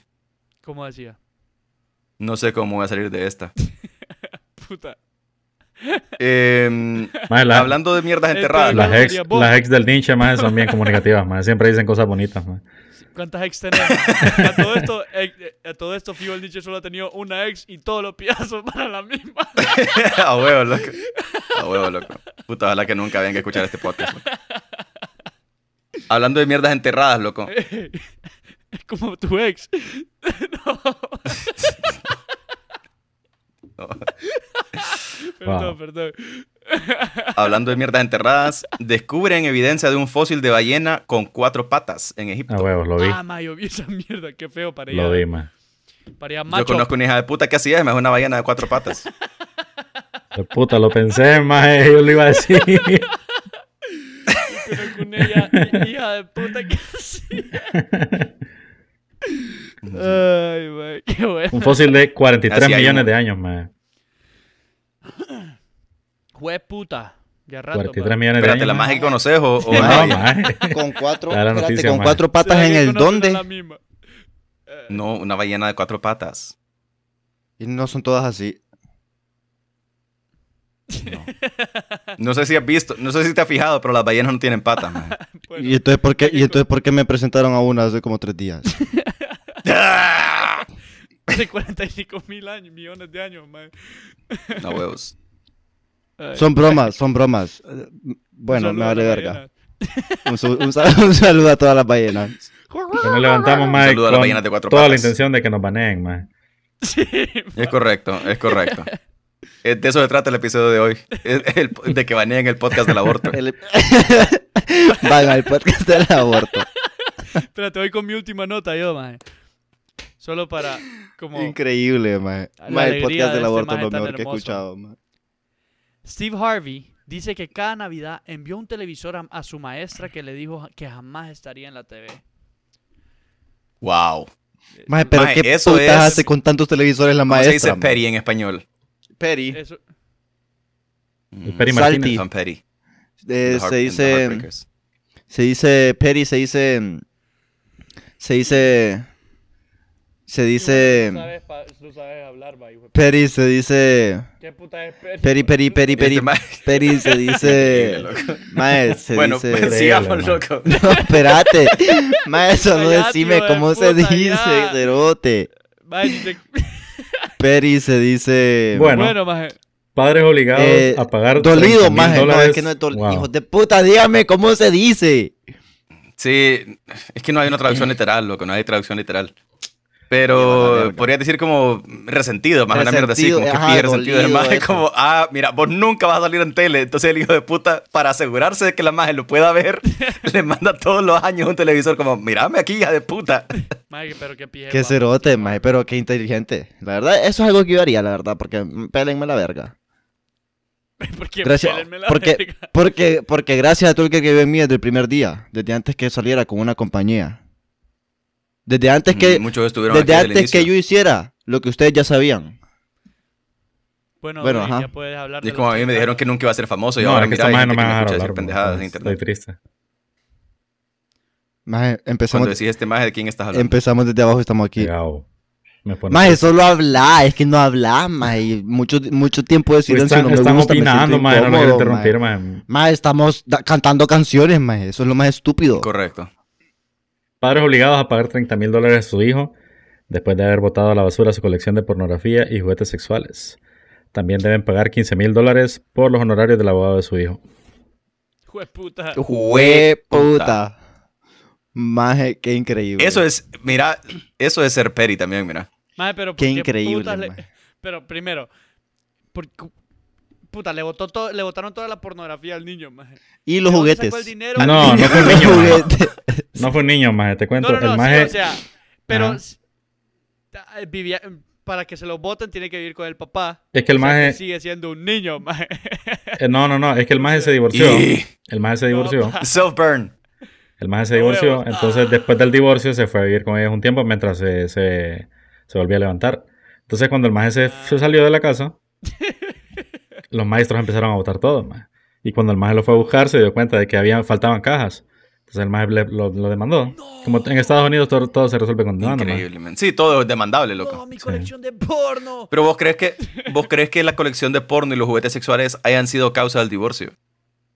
Speaker 5: ¿Cómo decía?
Speaker 2: No sé cómo voy a salir de esta.
Speaker 5: Puta.
Speaker 2: Em,
Speaker 1: Maje, la-
Speaker 2: hablando de mierdas
Speaker 5: Entonces,
Speaker 2: enterradas,
Speaker 1: las, ex,
Speaker 5: Sería vos.
Speaker 1: las ex del ninja, maje, son bien comunicativas, maje. Siempre dicen cosas bonitas, maje.
Speaker 5: ¿Cuántas ex tenés? a todo esto, ex- a todo esto Figo el Nietzsche solo ha tenido una ex y todos los pijazos para la misma.
Speaker 2: a huevo, loco. A huevo, loco. Puta, ojalá que nunca venga a escuchar este podcast. loco. Hablando de mierdas enterradas, loco.
Speaker 5: es como tu ex. no.
Speaker 1: Wow.
Speaker 5: perdón, perdón.
Speaker 2: Hablando de mierdas enterradas, descubren evidencia de un fósil de ballena con cuatro patas en Egipto.
Speaker 1: A huevos, lo vi.
Speaker 5: Ah, ma, yo vi esa mierda. Qué feo para ella.
Speaker 1: Lo vi, maje.
Speaker 5: Para ella,
Speaker 2: Yo
Speaker 5: macho.
Speaker 2: conozco una hija de puta que así es, me es una ballena de cuatro patas.
Speaker 1: De puta, lo pensé, maje. Yo lo iba a decir.
Speaker 5: conozco una hija, hija de puta que sí. Ay, ma, qué bueno.
Speaker 1: Un fósil de 43
Speaker 2: Así hay
Speaker 1: millones
Speaker 2: un-
Speaker 1: de años, maje.
Speaker 5: Jue puta. Ya rato.
Speaker 1: 43
Speaker 5: pa.
Speaker 1: millones de
Speaker 2: Espérate,
Speaker 1: años.
Speaker 2: ¿la
Speaker 1: maje.
Speaker 2: más que conoces o, o
Speaker 1: No,
Speaker 2: no?
Speaker 1: maje.
Speaker 3: Con cuatro,
Speaker 1: Claro,
Speaker 3: espérate,
Speaker 1: noticia,
Speaker 3: con
Speaker 1: maje.
Speaker 3: cuatro patas
Speaker 5: ¿Será
Speaker 3: en
Speaker 5: que
Speaker 3: el
Speaker 5: conocen a
Speaker 3: donde.
Speaker 5: la misma?
Speaker 2: No, una ballena de cuatro patas.
Speaker 3: Y no son todas así.
Speaker 2: No sé si has visto, no sé si te has fijado, pero las ballenas no tienen patas, man.
Speaker 5: Bueno,
Speaker 3: ¿Y, entonces por qué,
Speaker 5: hay que
Speaker 3: ¿Y entonces por qué me presentaron a una hace como tres días?
Speaker 5: hace 45 mil años, millones de años, man.
Speaker 2: No huevos.
Speaker 5: Ay.
Speaker 3: Son bromas, son bromas. Eh, Bueno,
Speaker 5: Un
Speaker 3: me
Speaker 5: saludo a
Speaker 3: vale
Speaker 5: la
Speaker 3: verga.
Speaker 5: ballena.
Speaker 3: Un, su- un sal- un saludo a todas las ballenas.
Speaker 1: Que Nos levantamos, maje,
Speaker 2: Saludo a las
Speaker 1: con
Speaker 2: ballenas de cuatro
Speaker 1: toda la
Speaker 2: patas.
Speaker 1: intención de que nos baneen, maje.
Speaker 5: Sí,
Speaker 2: Es correcto, es correcto. Eh, De eso se trata el episodio de hoy. Es el- de que baneen el podcast del aborto.
Speaker 3: El- Van al podcast del aborto.
Speaker 5: espérate, voy con mi última nota yo, man. Solo para, como...
Speaker 3: Increíble, mae.
Speaker 5: La
Speaker 3: Mae, el
Speaker 5: alegría
Speaker 3: podcast
Speaker 5: de
Speaker 3: del
Speaker 5: este
Speaker 3: aborto es
Speaker 5: maje
Speaker 3: lo
Speaker 5: tan
Speaker 3: mejor que he
Speaker 5: hermoso.
Speaker 3: escuchado, mae.
Speaker 5: Steve Harvey dice que cada Navidad envió un televisor a, a su maestra que le dijo que jamás estaría en la TV.
Speaker 2: Wow.
Speaker 3: Mae, pero
Speaker 2: Mae,
Speaker 3: qué
Speaker 2: eso
Speaker 3: putas
Speaker 2: es-
Speaker 3: hace con tantos televisores la
Speaker 2: ¿Cómo
Speaker 3: maestra.
Speaker 2: se dice
Speaker 3: mae?
Speaker 2: Petty en español?
Speaker 3: Petty.
Speaker 5: Eso,
Speaker 2: Mm,
Speaker 1: Petty
Speaker 3: Salty.
Speaker 1: Martínez.
Speaker 2: Son Petty.
Speaker 3: Eh,
Speaker 2: The Heart-
Speaker 3: se
Speaker 2: The
Speaker 3: dice...
Speaker 2: Heartbreakers.
Speaker 3: Se dice Petty, se dice... Se dice... Se
Speaker 5: Tú
Speaker 3: dice...
Speaker 5: sabes, pa- tú sabes hablar, va, hijo de-
Speaker 3: Petty, se dice...
Speaker 5: ¿Qué puta es Peri?
Speaker 3: Petty, Petty, Petty,
Speaker 2: Este
Speaker 3: Petty,
Speaker 2: ma-
Speaker 3: Petty, se dice...
Speaker 2: Increíble, loco.
Speaker 3: Mae, se
Speaker 2: Bueno,
Speaker 3: dice...
Speaker 2: pues,
Speaker 1: Increíble,
Speaker 2: sigamos,
Speaker 1: man.
Speaker 2: loco.
Speaker 3: No, espérate. Mae, solo
Speaker 5: Ya,
Speaker 3: decime
Speaker 5: tío de
Speaker 3: cómo se
Speaker 5: puta,
Speaker 3: dice,
Speaker 5: ya.
Speaker 3: cerote.
Speaker 5: Mae, si te-
Speaker 3: Petty se dice...
Speaker 1: Bueno,
Speaker 5: Bueno, maje.
Speaker 1: Padres obligados
Speaker 3: Eh,
Speaker 1: a pagar.
Speaker 3: Dolido,
Speaker 1: 30.000
Speaker 3: maje. No,
Speaker 1: dólares.
Speaker 3: es que no es dolido.
Speaker 1: Wow.
Speaker 3: Hijos de puta, dígame cómo se dice.
Speaker 2: Sí, es que no hay una traducción literal, loco. No hay traducción literal.
Speaker 3: Mierda, la
Speaker 2: Pero
Speaker 3: verga.
Speaker 2: podrías decir como resentido, más una mierda así,
Speaker 3: Resentido,
Speaker 2: como que
Speaker 3: ajá,
Speaker 2: pide resentido del
Speaker 3: dolido,
Speaker 2: maje,
Speaker 3: eso.
Speaker 2: como, ah, mira, vos nunca vas a salir en tele, entonces el hijo de puta, para asegurarse de que la maje lo pueda ver, le manda todos los años un televisor como, mirame aquí, hija de puta.
Speaker 5: Mae, pero qué pije.
Speaker 3: Qué
Speaker 5: guapo.
Speaker 3: cerote, maje, pero qué inteligente. La verdad, eso es algo que yo haría, la verdad, porque mm, pélenme la verga.
Speaker 5: Porque
Speaker 3: Gracias.
Speaker 5: pélenme la
Speaker 3: Porque,
Speaker 5: verga.
Speaker 3: porque, porque gracias a todo el que vive en mí desde el primer día, desde antes que saliera con una compañía. Desde
Speaker 2: Mm,
Speaker 3: antes que,
Speaker 2: Muchos estuvieron
Speaker 3: desde
Speaker 2: aquí desde el
Speaker 3: antes que yo
Speaker 2: inicio.
Speaker 3: hiciera lo que ustedes ya sabían.
Speaker 5: Bueno,
Speaker 3: Bueno,
Speaker 5: Luis,
Speaker 3: ajá.
Speaker 5: ya puedes hablar.
Speaker 2: Y
Speaker 5: de
Speaker 2: es como
Speaker 5: los
Speaker 2: a mí me
Speaker 5: temas.
Speaker 2: dijeron que nunca iba a ser famoso y
Speaker 1: No,
Speaker 2: ahora
Speaker 1: es que
Speaker 2: mira,
Speaker 1: esta
Speaker 2: hay
Speaker 1: maje no
Speaker 2: gente
Speaker 1: me
Speaker 2: que me
Speaker 1: van a
Speaker 2: escucha decir
Speaker 1: hablar.
Speaker 2: pendejadas en
Speaker 1: bro. Estoy
Speaker 2: internet.
Speaker 1: triste.
Speaker 3: Maje, empezamos,
Speaker 2: Cuando decís este maje, ¿de quién estás hablando?
Speaker 3: empezamos desde abajo, estamos aquí.
Speaker 1: Pegado. Me pone-
Speaker 3: Maje, solo habla, es que no habla, maje. y Mucho, mucho tiempo de
Speaker 1: Pues
Speaker 3: silencio
Speaker 1: están,
Speaker 3: no me
Speaker 1: están
Speaker 3: gusta, me siento
Speaker 1: opinando, maje, no me quiero
Speaker 3: incómodo,
Speaker 1: interrumpir,
Speaker 3: maje.
Speaker 1: maje.
Speaker 3: Maje, estamos da- cantando canciones, maje. Eso es lo más estúpido.
Speaker 2: Correcto.
Speaker 1: Padres obligados a pagar 30 mil dólares a su hijo después de haber botado a la basura su colección de pornografía y juguetes sexuales. También deben pagar 15 mil dólares por los honorarios del abogado de su hijo.
Speaker 5: Jueputa.
Speaker 3: Jue puta. Maje, qué increíble.
Speaker 2: Eso es, mira, eso es ser peri también, mira.
Speaker 5: Maje, pero ¿por
Speaker 3: Qué
Speaker 5: qué
Speaker 3: increíble,
Speaker 5: putas le-
Speaker 3: maje.
Speaker 5: Pero primero, por cu- puta, le, botó todo- le botaron toda la pornografía al niño, maje.
Speaker 3: Y los
Speaker 5: ¿De dónde
Speaker 3: juguetes.
Speaker 5: sacó el dinero?
Speaker 1: Ah, No,
Speaker 5: Al
Speaker 1: no
Speaker 5: niño.
Speaker 1: fue un niño. maje.
Speaker 3: Juguete.
Speaker 1: No fue un niño, maje, te cuento.
Speaker 5: No, no, no,
Speaker 1: el
Speaker 5: sí,
Speaker 1: maje,
Speaker 5: o sea, pero
Speaker 1: Ajá.
Speaker 5: s- ta- eh, vivía- para que se lo voten tiene que vivir con el papá.
Speaker 1: es que el
Speaker 5: O sea, que
Speaker 1: maje,
Speaker 5: sigue siendo un niño, maje.
Speaker 1: eh, no, no, no, es que el maje se divorció.
Speaker 2: Y...
Speaker 1: El maje se divorció.
Speaker 2: Self-burn.
Speaker 1: El maje se
Speaker 5: No
Speaker 1: divorció.
Speaker 5: huevos.
Speaker 1: Entonces, después del divorcio, se fue a vivir con ellos un tiempo mientras se, se, se volvía a levantar. Entonces, cuando el maje se, se salió de la casa, los maestros empezaron a botar todo. maje. Y cuando el maje lo fue a buscar, se dio cuenta de que había, faltaban cajas. Entonces, el maje le- lo, lo demandó. Como en Estados Unidos, todo, todo se resuelve con demanda. maje.
Speaker 2: Increíble, man. Sí, todo es demandable,
Speaker 5: No,
Speaker 2: loco.
Speaker 5: mi colección de porno.
Speaker 2: Pero vos crees que vos crees que la colección de porno y los juguetes sexuales hayan sido causa del divorcio.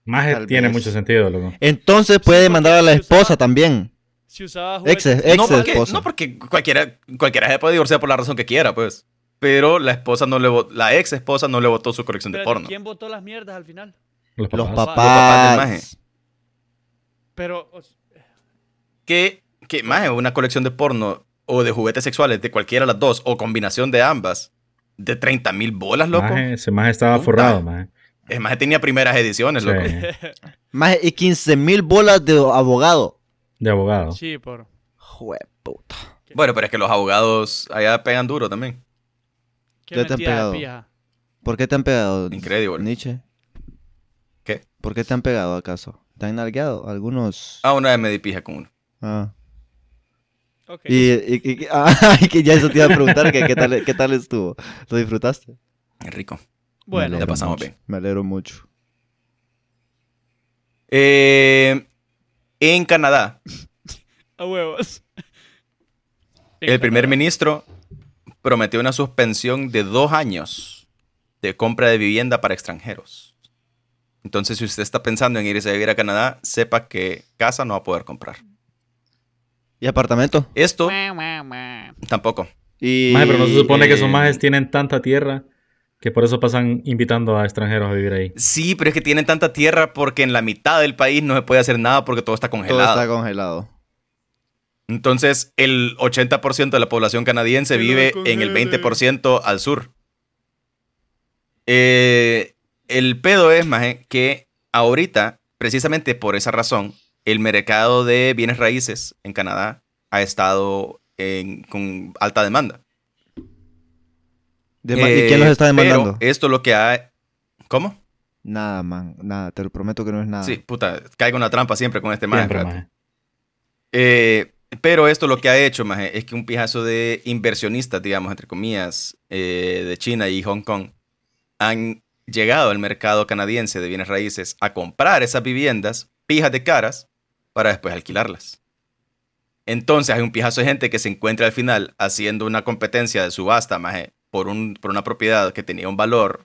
Speaker 1: Maje
Speaker 3: Tal
Speaker 1: tiene
Speaker 3: vez.
Speaker 1: mucho sentido, loco.
Speaker 3: Entonces puede
Speaker 5: porque
Speaker 3: demandar a la
Speaker 5: se usaba-
Speaker 3: esposa también.
Speaker 5: Si usaba
Speaker 3: Ex,
Speaker 5: juguetes.
Speaker 3: ex
Speaker 2: no, porque,
Speaker 3: esposa.
Speaker 2: no porque cualquiera cualquiera se puede divorciar por la razón que quiera, pues. Pero la esposa no le vo- la ex esposa no le votó su colección de
Speaker 5: Espérate,
Speaker 2: porno.
Speaker 5: ¿Quién votó las mierdas al final?
Speaker 1: Los
Speaker 3: Los
Speaker 1: papás.
Speaker 2: papás del maje.
Speaker 3: papás.
Speaker 5: Pero, o s-
Speaker 2: que, que más una colección de porno o de juguetes sexuales de cualquiera de las dos o combinación de ambas de 30 mil bolas, loco.
Speaker 3: eh.
Speaker 1: Maje, ese maje estaba
Speaker 2: Puta.
Speaker 1: forrado, maje.
Speaker 2: Es más, tenía primeras ediciones,
Speaker 1: Sí,
Speaker 2: loco.
Speaker 3: Maje, y 15 mil bolas de abogado.
Speaker 1: de abogado.
Speaker 5: sí, por.
Speaker 3: Jue puta.
Speaker 2: Bueno, pero es que los abogados allá pegan duro también.
Speaker 5: ¿Qué
Speaker 3: Ya te han
Speaker 5: metida de
Speaker 3: pegado.
Speaker 5: pija?
Speaker 3: ¿Por qué te han pegado?
Speaker 2: Increíble.
Speaker 3: Nietzsche.
Speaker 2: ¿Qué?
Speaker 3: ¿Por qué te han pegado acaso? ¿Te han nalgueado? Algunos.
Speaker 2: Ah, una vez me di pija con uno.
Speaker 3: Ah.
Speaker 5: Ok.
Speaker 3: Y, y- y- y- ah, y que ya eso te iba a preguntar que, qué tal, qué tal estuvo. ¿Lo disfrutaste?
Speaker 2: Es rico.
Speaker 5: bueno,
Speaker 3: Me
Speaker 2: la
Speaker 3: alegro
Speaker 2: pasamos
Speaker 3: mucho,
Speaker 2: bien.
Speaker 3: Me alegro mucho.
Speaker 2: Eh, en Canadá,
Speaker 5: a huevos.
Speaker 2: el primer ministro prometió una suspensión de dos años de compra de vivienda para extranjeros. Entonces, si usted está pensando en irse a vivir a Canadá, sepa que casa no va a poder comprar.
Speaker 3: ¿Y apartamento?
Speaker 2: Esto tampoco.
Speaker 3: Y,
Speaker 1: Maje, pero no se supone que esos
Speaker 2: eh,
Speaker 1: majes tienen tanta tierra que por eso pasan invitando a extranjeros a vivir ahí.
Speaker 2: Sí, pero es que tienen tanta tierra porque en la mitad del país no se puede hacer nada porque todo está
Speaker 3: Todo
Speaker 2: congelado.
Speaker 3: está congelado.
Speaker 2: Entonces, el 80% de la población canadiense
Speaker 5: Que lo
Speaker 2: vive en el
Speaker 5: congelen.
Speaker 2: 20% al sur. Eh, el pedo es, maje, que ahorita, precisamente por esa razón, el mercado de bienes raíces en Canadá ha estado en- con alta demanda.
Speaker 3: Dema-
Speaker 2: Eh,
Speaker 3: ¿Y quién los está
Speaker 2: pero
Speaker 3: demandando?
Speaker 2: esto lo que ha... ¿Cómo?
Speaker 3: Nada, man. Nada. Te lo prometo que no es nada.
Speaker 2: Sí, puta, caigo en la trampa siempre con este maje.
Speaker 1: Siempre,
Speaker 2: fíjate.
Speaker 1: maje.
Speaker 2: Eh, pero esto lo que ha hecho, maje, es que un pijazo de inversionistas, digamos, entre comillas, eh, de China y Hong Kong, han llegado al mercado canadiense de bienes raíces a comprar esas viviendas, pijas de caras, para después alquilarlas. Entonces hay un pijazo de gente que se encuentra al final haciendo una competencia de subasta, maje, por, un, por una propiedad que tenía un valor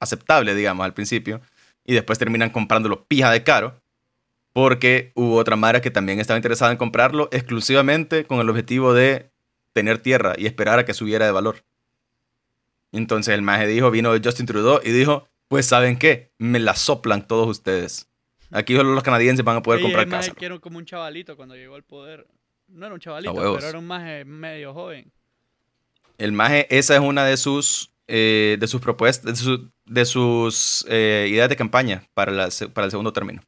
Speaker 2: aceptable, digamos, al principio, y después terminan comprándolo pija de caro porque hubo otra mara que también estaba interesada en comprarlo exclusivamente con el objetivo de tener tierra y esperar a que subiera de valor. Entonces el maje dijo, vino Justin Trudeau y dijo, pues ¿saben qué? Me la soplan todos ustedes. Aquí solo los canadienses van a poder
Speaker 5: Ey,
Speaker 2: comprar
Speaker 5: el maje
Speaker 2: casa.
Speaker 5: que era como un chavalito cuando llegó al poder. No era un chavalito,
Speaker 2: huevos.
Speaker 5: pero era un maje medio joven.
Speaker 2: El maje, esa es una de sus, eh, de sus propuestas, de, su- de sus eh, ideas de campaña para, la se- para el segundo término.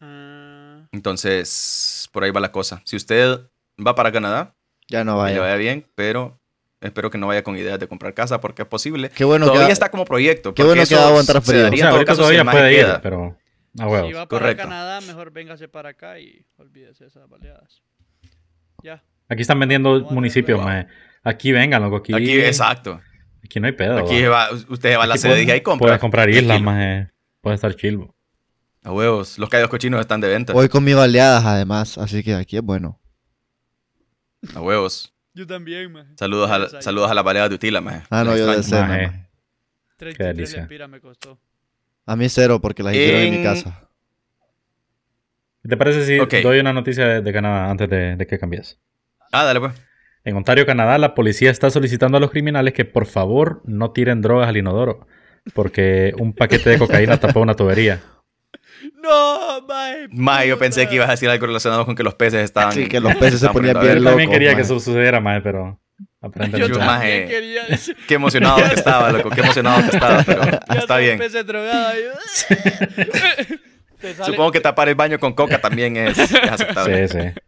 Speaker 5: Ah,
Speaker 2: Entonces, por ahí va la cosa. Si usted va para Canadá,
Speaker 3: Ya no
Speaker 2: que le
Speaker 3: vaya.
Speaker 2: vaya bien, pero espero que no vaya con ideas de comprar casa porque es posible.
Speaker 3: Qué bueno
Speaker 2: todavía
Speaker 3: que...
Speaker 2: está como proyecto.
Speaker 3: qué
Speaker 2: porque
Speaker 3: bueno que
Speaker 2: eso
Speaker 3: va a aguantar
Speaker 2: se
Speaker 3: frío.
Speaker 1: O
Speaker 2: daría en
Speaker 1: sea,
Speaker 2: todo
Speaker 1: ahorita
Speaker 2: caso si el
Speaker 1: todavía
Speaker 2: maje
Speaker 1: puede ir,
Speaker 2: queda.
Speaker 1: pero a
Speaker 5: si
Speaker 1: huevos.
Speaker 5: va para
Speaker 2: correcto.
Speaker 5: Canadá, mejor véngase para acá y olvídese de esas baleadas. Ya.
Speaker 1: Aquí están vendiendo
Speaker 5: Wow.
Speaker 1: municipios,
Speaker 2: Wow.
Speaker 1: maje. Aquí vengan, loco. Aquí,
Speaker 2: Aquí, exacto.
Speaker 1: aquí no hay pedo.
Speaker 2: Aquí
Speaker 1: va.
Speaker 2: va, usted va a la
Speaker 1: Aquí
Speaker 2: sede
Speaker 1: puedes-
Speaker 2: y ahí compra.
Speaker 1: Puedes comprar islas,
Speaker 2: Tranquilo.
Speaker 1: maje. Puedes estar chilbo.
Speaker 2: A huevos, los callos cochinos están de venta.
Speaker 3: Hoy comí baleadas, además. Así que aquí es bueno.
Speaker 2: A huevos.
Speaker 5: Yo también, maje.
Speaker 2: Saludos a, la-
Speaker 5: Gracias.
Speaker 2: saludos a la pareja de Utila, maje.
Speaker 3: Ah, no,
Speaker 2: Las
Speaker 3: yo de
Speaker 2: extraño.
Speaker 1: ser.
Speaker 3: cena.
Speaker 1: Maje.
Speaker 3: maje.
Speaker 5: 33
Speaker 1: delicia.
Speaker 5: lempiras me costó.
Speaker 3: A mí cero, porque las hicieron en mi
Speaker 2: En-
Speaker 3: casa.
Speaker 1: ¿Te parece si
Speaker 2: Ok.
Speaker 1: doy una noticia de, de Canadá antes de, de que cambies?
Speaker 2: Ah, dale, pues.
Speaker 1: En Ontario, Canadá, la policía está solicitando a los criminales que por favor no tiren drogas al inodoro, porque un paquete de cocaína tapó una tubería.
Speaker 5: No, mae.
Speaker 2: Maje, yo
Speaker 5: puta.
Speaker 2: pensé que ibas a decir algo relacionado con que los peces estaban.
Speaker 3: Sí, que los peces se
Speaker 2: estaban
Speaker 3: ponían
Speaker 1: Yo
Speaker 2: poniendo a
Speaker 3: bien
Speaker 2: ver.
Speaker 1: también
Speaker 3: loco,
Speaker 1: quería
Speaker 3: maje.
Speaker 1: que eso sucediera, mae, pero
Speaker 5: Yo
Speaker 2: Yo,
Speaker 1: aparentemente. no.
Speaker 2: maje.
Speaker 5: también quería decir.
Speaker 2: Qué emocionado que estaba, loco. Qué emocionado que estaba, pero
Speaker 5: Ya
Speaker 2: Ah, está bien.
Speaker 5: Pese drogado. yo- eh. Te sale-
Speaker 2: Supongo que tapar el baño con coca también es, es aceptable.
Speaker 1: Sí, sí.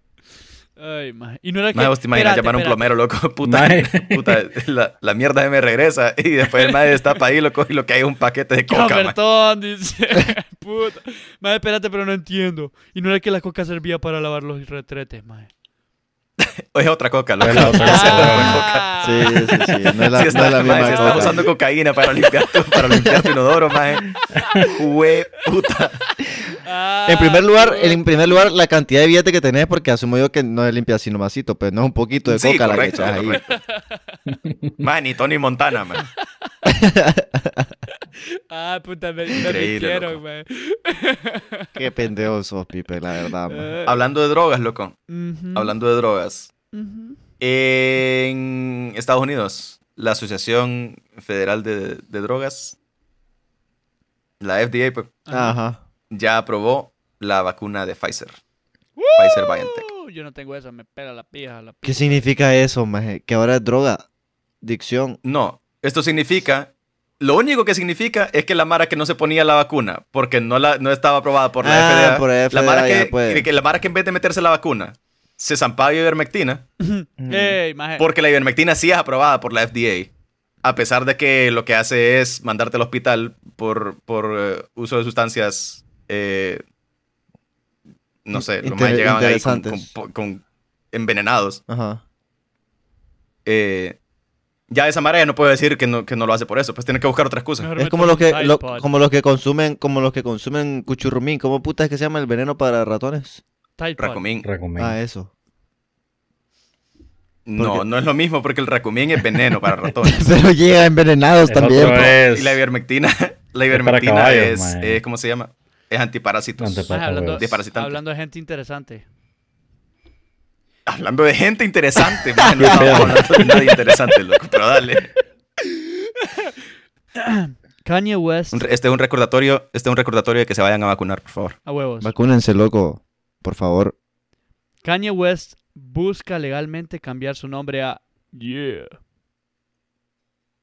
Speaker 5: Ay, mae. Y no era que.
Speaker 2: Maje, vos te imaginas
Speaker 5: espérate,
Speaker 2: llamar a un plomero,
Speaker 5: espérate.
Speaker 2: loco. Puta,
Speaker 1: Maje.
Speaker 2: puta la, la mierda se me regresa. Y después el madre destapa ahí, loco, y lo que hay es un paquete de coca, maje.
Speaker 5: Ofertón, dice. Puta. Mae, espérate, pero no entiendo. Y no era que la coca servía para lavar los retretes, mae.
Speaker 2: O es otra coca, loco.
Speaker 1: Es la otra
Speaker 2: Sí,
Speaker 5: Ah.
Speaker 3: Sí, sí, sí. No es
Speaker 2: Sí,
Speaker 3: la, no es
Speaker 2: está, maje,
Speaker 3: la misma
Speaker 2: sí estás
Speaker 3: cosa.
Speaker 2: usando cocaína para limpiar tu, para limpiar tu inodoro, maje. Jue puta.
Speaker 5: Ah,
Speaker 3: En primer lugar, en primer lugar, la cantidad de billete que tenés, porque asumo yo que no es limpia así nomásito, pues no es un poquito de
Speaker 2: Sí,
Speaker 3: coca la que
Speaker 2: correcto,
Speaker 3: echas ahí.
Speaker 2: correcto. Maje, ni Tony Montana, maje.
Speaker 5: Ah, puta, me, me
Speaker 2: Increíble,
Speaker 5: mintieron,
Speaker 2: loco.
Speaker 5: mae.
Speaker 3: Qué pendejo sos, Pipe, la verdad, man.
Speaker 5: Eh,
Speaker 2: Hablando de drogas, loco.
Speaker 5: ujú,
Speaker 2: Hablando de drogas.
Speaker 5: ujú.
Speaker 2: En Estados Unidos, la Asociación Federal de, de Drogas, la FDA, pues,
Speaker 5: Ah.
Speaker 3: Ajá.
Speaker 2: ya aprobó la vacuna de Pfizer.
Speaker 5: ¡Woo!
Speaker 2: Pfizer BioNTech.
Speaker 5: Uh, Yo no tengo eso, me pela la pija. La
Speaker 3: ¿Qué significa eso, maje? Que ahora es droga, dicción.
Speaker 2: No, esto significa. Lo único que significa es que la Mara que no se ponía la vacuna, porque no, la, no estaba aprobada por la
Speaker 3: Ah,
Speaker 2: FDA,
Speaker 3: por la FDA,
Speaker 2: Mara
Speaker 3: ya,
Speaker 2: que,
Speaker 3: pues.
Speaker 2: que la Mara que en vez de meterse la vacuna, se zampaba ivermectina,
Speaker 5: Ey, maje.
Speaker 2: porque la ivermectina sí es aprobada por la FDA, a pesar de que lo que hace es mandarte al hospital por, por eh, uso de sustancias, eh, no sé, los más
Speaker 3: Inter-
Speaker 2: llegaban ahí con-
Speaker 3: interesantes.
Speaker 2: con- con envenenados.
Speaker 3: Ajá.
Speaker 2: eh, ya esa marea no puede decir que no, que no lo hace por eso, pues tiene que buscar otra excusa.
Speaker 5: Mejor
Speaker 3: Es
Speaker 5: me
Speaker 3: como
Speaker 5: tomo
Speaker 3: los que
Speaker 5: un Tide
Speaker 3: lo-
Speaker 5: Pod.
Speaker 3: como los que consumen, como los que consumen cuchurrumín, ¿cómo puta es que se llama el veneno para ratones?
Speaker 5: Tide Pod.
Speaker 2: Racumín.
Speaker 1: Recomiendo.
Speaker 3: Ah, eso.
Speaker 2: No,
Speaker 3: porque-
Speaker 2: no es lo mismo porque el racumín es veneno para ratones.
Speaker 3: Pero llega envenenados
Speaker 1: El
Speaker 3: también.
Speaker 1: otro
Speaker 3: po.
Speaker 1: es
Speaker 2: Y la ivermectina, la
Speaker 1: para
Speaker 2: ivermectina
Speaker 1: caballos,
Speaker 2: es,
Speaker 1: mae.
Speaker 2: es- ¿cómo se llama? Es antiparásitos.
Speaker 1: Antipa-
Speaker 5: Maje, hablando,
Speaker 2: De parasitantes.
Speaker 5: hablando de gente interesante.
Speaker 2: Hablando de gente interesante, mae, no estamos hablando de nadie interesante, loco, pero dale.
Speaker 5: Kanye West.
Speaker 2: Un re- Este es un recordatorio, este es un recordatorio de que se vayan a vacunar, por favor.
Speaker 5: A huevos.
Speaker 3: Vacúnense, loco. Por favor.
Speaker 5: Kanye West busca legalmente cambiar su nombre a Yeah.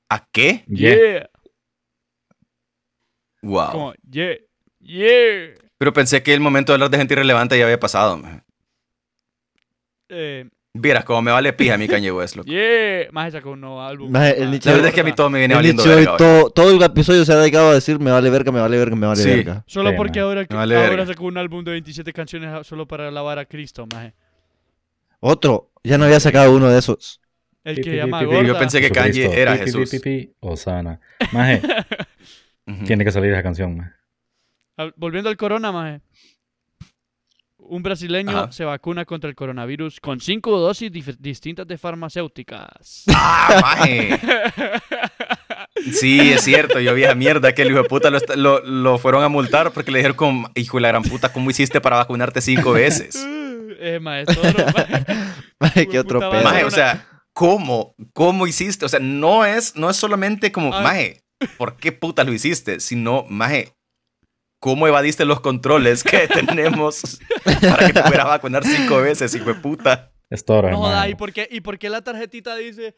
Speaker 2: ¿A qué?
Speaker 1: Yeah.
Speaker 2: Wow.
Speaker 5: Como Yeah. Yeah.
Speaker 2: Pero pensé que el momento de hablar de gente irrelevante ya había pasado, mae.
Speaker 5: Eh,
Speaker 2: Vieras cómo me vale pija mi Kanye West, loco.
Speaker 5: yeah. Maje sacó un nuevo álbum.
Speaker 3: Maje, el
Speaker 5: Ah,
Speaker 3: Nietzsche-
Speaker 2: La verdad es que a mí todo me viene
Speaker 3: El
Speaker 2: valiendo
Speaker 3: Nietzsche hoy
Speaker 2: verga hoy.
Speaker 3: todo, todo el episodio se ha dedicado a decir me vale verga, me vale verga, me vale
Speaker 2: Sí.
Speaker 3: verga.
Speaker 5: Solo
Speaker 1: Sí,
Speaker 5: porque
Speaker 1: maje.
Speaker 5: ahora, que-
Speaker 2: Me vale
Speaker 5: ahora
Speaker 2: verga.
Speaker 5: sacó un álbum de 27 canciones a- solo para alabar a Cristo, maje.
Speaker 3: Otro, ya no había sacado uno de esos.
Speaker 5: El
Speaker 1: Pi,
Speaker 5: que
Speaker 1: pi,
Speaker 5: llama
Speaker 1: pi, pi,
Speaker 5: gorda.
Speaker 2: Yo pensé que
Speaker 1: Jesucristo.
Speaker 2: Kanye era
Speaker 1: Pi, pi, pi,
Speaker 2: Jesús.
Speaker 1: pi, pi, Osana. Maje,
Speaker 2: Ujú.
Speaker 1: tiene que salir esa canción, mae.
Speaker 5: Al- Volviendo al corona, maje. Un brasileño
Speaker 2: Ajá.
Speaker 5: se vacuna contra el coronavirus con cinco dosis dif- distintas de farmacéuticas.
Speaker 2: ¡Ah, maje! Sí, es cierto, yo vi esa mierda que el hijo de puta lo, est- lo- lo fueron a multar porque le dijeron como, hijo de la gran puta, ¿cómo hiciste para vacunarte cinco veces?
Speaker 5: eh, maestro.
Speaker 3: Maje, qué otro
Speaker 5: Puta
Speaker 3: pedo.
Speaker 5: madre.
Speaker 2: Maje, o sea, ¿cómo? ¿Cómo hiciste? O sea, no es, no es solamente como,
Speaker 5: Ah.
Speaker 2: maje, ¿por qué puta lo hiciste? Sino, maje, ¿cómo evadiste los controles que tenemos para que te fueras a vacunar cinco veces, hijo de puta?
Speaker 1: Es toro,
Speaker 5: No pues. joda,
Speaker 1: mae.
Speaker 5: ¿y por, qué, ¿y por qué la tarjetita dice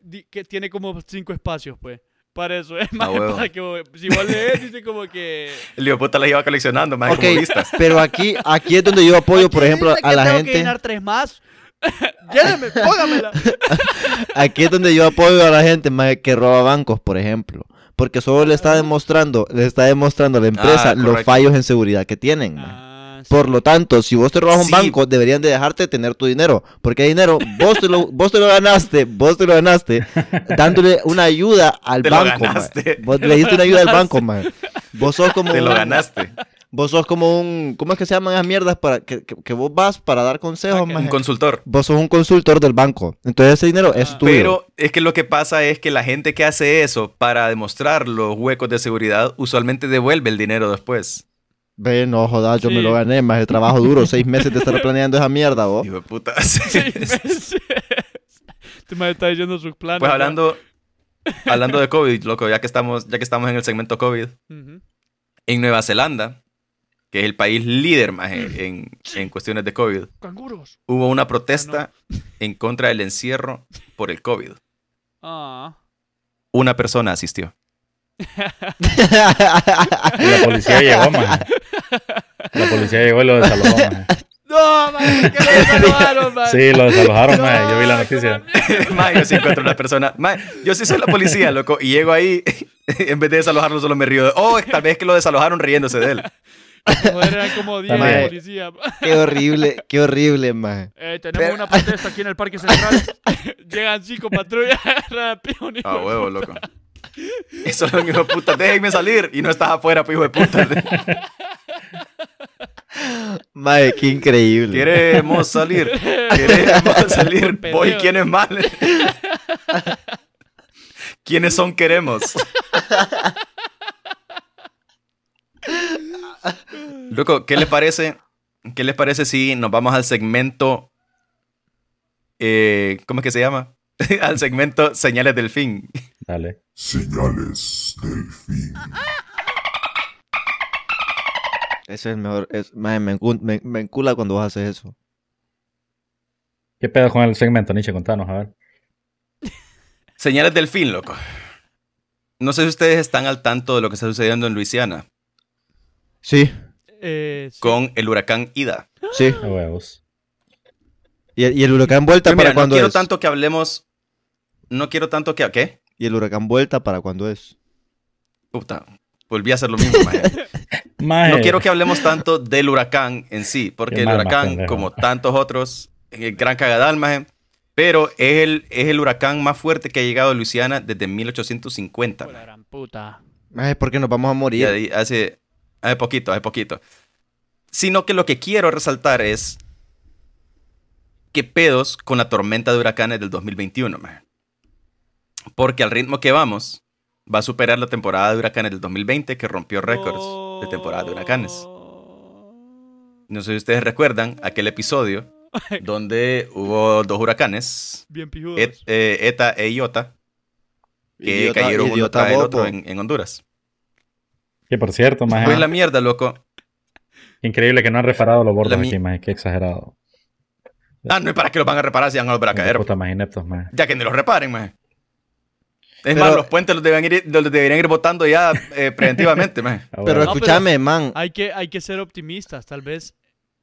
Speaker 5: di- que tiene como cinco espacios, pues? Para eso, es más,
Speaker 2: huevo.
Speaker 5: para que vos- si vos lees, dice como que...
Speaker 2: El hijo de puta la iba coleccionando, maje,
Speaker 3: Ok,
Speaker 2: como listas.
Speaker 3: pero aquí, aquí es donde yo apoyo, por
Speaker 5: Aquí
Speaker 3: ejemplo,
Speaker 5: dice
Speaker 3: a
Speaker 5: que
Speaker 3: la
Speaker 5: tengo que
Speaker 3: gente.
Speaker 5: llenar tres más. Lléneme, póngamela.
Speaker 3: Aquí es donde yo apoyo a la gente maje, que roba bancos, por ejemplo. Porque solo le
Speaker 5: Ah.
Speaker 3: está demostrando, le está demostrando a la empresa
Speaker 2: Ah,
Speaker 3: los
Speaker 2: correcto.
Speaker 3: fallos en seguridad que tienen. maje.
Speaker 5: Ah, sí.
Speaker 3: Por lo tanto, si vos te robas un
Speaker 2: Sí.
Speaker 3: banco, deberían de dejarte tener tu dinero. Porque hay dinero, vos te lo, vos te lo ganaste, vos te lo ganaste, dándole una ayuda al
Speaker 2: Te lo
Speaker 3: banco. mae.
Speaker 2: ganaste.
Speaker 3: Vos le diste una ayuda al banco, man. Vos sos como.
Speaker 2: Te lo
Speaker 3: un-
Speaker 2: ganaste.
Speaker 3: Vos sos como un. ¿Cómo es que se llaman esas mierdas para que, que- que vos vas para dar consejos,
Speaker 5: Ah, que-
Speaker 2: Un
Speaker 3: maje?
Speaker 2: consultor.
Speaker 3: Vos sos un consultor del banco. Entonces ese dinero es
Speaker 5: Ah.
Speaker 3: tuyo.
Speaker 2: Pero es que lo que pasa es que la gente que hace eso para demostrar los huecos de seguridad usualmente devuelve el dinero después.
Speaker 3: Ve, no jodas, yo me
Speaker 5: Sí.
Speaker 3: lo gané, más el trabajo duro, seis meses de estar planeando esa mierda, vos.
Speaker 2: Hijo de puta.
Speaker 5: Seis meses. Este mae está diciendo sus planes.
Speaker 2: Pues
Speaker 5: ¿no?
Speaker 2: hablando, hablando de COVID, loco, ya que estamos, ya que estamos en el segmento COVID,
Speaker 5: Ujú.
Speaker 2: en Nueva Zelanda, que es el país líder más en, en cuestiones de COVID,
Speaker 5: Canguros.
Speaker 2: hubo una protesta en contra del encierro por el COVID.
Speaker 5: Ah.
Speaker 2: Una persona asistió.
Speaker 1: Y la policía llegó, maje. La policía llegó y lo desalojó, maje.
Speaker 5: No, mae, que lo desalojaron, mae.
Speaker 1: Sí, lo desalojaron,
Speaker 5: No,
Speaker 1: maje. Yo vi la
Speaker 5: qué
Speaker 1: noticia.
Speaker 5: mal mierda.
Speaker 2: Ma, yo sí encuentro una persona. ma, yo sí soy la policía, loco, y llego ahí. En vez de desalojarlo, solo me río. de, Oh, tal vez que lo desalojaron riéndose de él.
Speaker 5: Joder, eran como 10
Speaker 1: Mae.
Speaker 5: policías.
Speaker 3: qué horrible, qué horrible, maje.
Speaker 5: Eh, tenemos una protesta aquí en el Parque Central. Llegan cinco patrullas. rápido, ni
Speaker 2: A
Speaker 5: hijo de
Speaker 2: Ah, huevo,
Speaker 5: puta.
Speaker 2: loco. Eso es lo mismo, puta. Déjenme salir. Y no estás afuera, pues, hijo de puta.
Speaker 3: Maje, qué increíble.
Speaker 2: Queremos salir. Queremos salir.
Speaker 5: Por
Speaker 2: Voy,
Speaker 5: pedeo.
Speaker 2: ¿quién es mal? ¿Quiénes son queremos? Loco, ¿qué les parece? ¿Qué les parece si nos vamos al segmento. eh, ¿Cómo es que se llama? al segmento Señales del Fin.
Speaker 1: Dale.
Speaker 4: Señales del fin.
Speaker 3: Ese es el mejor. es- maje, me, encu- me- me encula cuando vos haces eso.
Speaker 1: ¿Qué pedo con el segmento, Nietzsche? Contanos, a ver.
Speaker 2: Señales del fin, loco. No sé si ustedes están al tanto de lo que está sucediendo en Luisiana
Speaker 3: Sí,
Speaker 5: Eh, sí.
Speaker 2: con el huracán Ida.
Speaker 3: sí.
Speaker 1: A huevos.
Speaker 3: ¿Y el, y el huracán vuelta
Speaker 2: Pero Pues mira,
Speaker 3: para cuando
Speaker 2: no quiero
Speaker 3: es?
Speaker 2: tanto que hablemos. No quiero tanto que. ¿Qué?
Speaker 3: ¿Y el huracán vuelta para cuando es?
Speaker 2: Puta, volví a hacer lo mismo. maje.
Speaker 1: Maje.
Speaker 2: No quiero que hablemos tanto del huracán en sí, porque
Speaker 1: Eh. Qué
Speaker 2: el
Speaker 1: mal, más
Speaker 2: huracán,
Speaker 1: pendejo.
Speaker 2: como tantos otros, es el gran cagadal, maje, pero es el, es el huracán más fuerte que ha llegado a Luisiana desde 1850.
Speaker 5: Por la
Speaker 2: maje.
Speaker 5: gran puta.
Speaker 3: Maje, porque nos vamos a
Speaker 2: Y
Speaker 3: morir.
Speaker 2: ahí hace, hace poquito, hace poquito. Sino que lo que quiero resaltar es qué pedos con la tormenta de huracanes del 2021, maje. Porque al ritmo que vamos, va a superar la temporada de huracanes del 2020 que rompió récords de temporada de huracanes. No sé si ustedes recuerdan aquel episodio donde hubo dos huracanes,
Speaker 5: Bien pijudos.
Speaker 2: Et- eh, ETA e IOTA, que
Speaker 3: Idiota-
Speaker 2: cayeron uno
Speaker 3: idiota
Speaker 2: tras el
Speaker 3: vos,
Speaker 2: otro
Speaker 3: po.
Speaker 2: en, en Honduras.
Speaker 1: Que por cierto, maje.
Speaker 2: Pues la mierda, loco.
Speaker 1: Increíble que no han reparado los bordes
Speaker 2: La mi-
Speaker 1: aquí, maje. Qué exagerado.
Speaker 2: Ah, no es para que los van a reparar si van a volver a caer.
Speaker 1: Puta, más ineptos, maje.
Speaker 2: Ya que ni los reparen, maje. Es
Speaker 3: Pero-
Speaker 2: más, los puentes los deberían ir, los deberían ir botando ya eh, preventivamente, maje.
Speaker 1: A
Speaker 3: Pero
Speaker 1: huevos.
Speaker 5: No,
Speaker 3: escúchame, man.
Speaker 5: Hay, que, hay que ser optimistas. Tal vez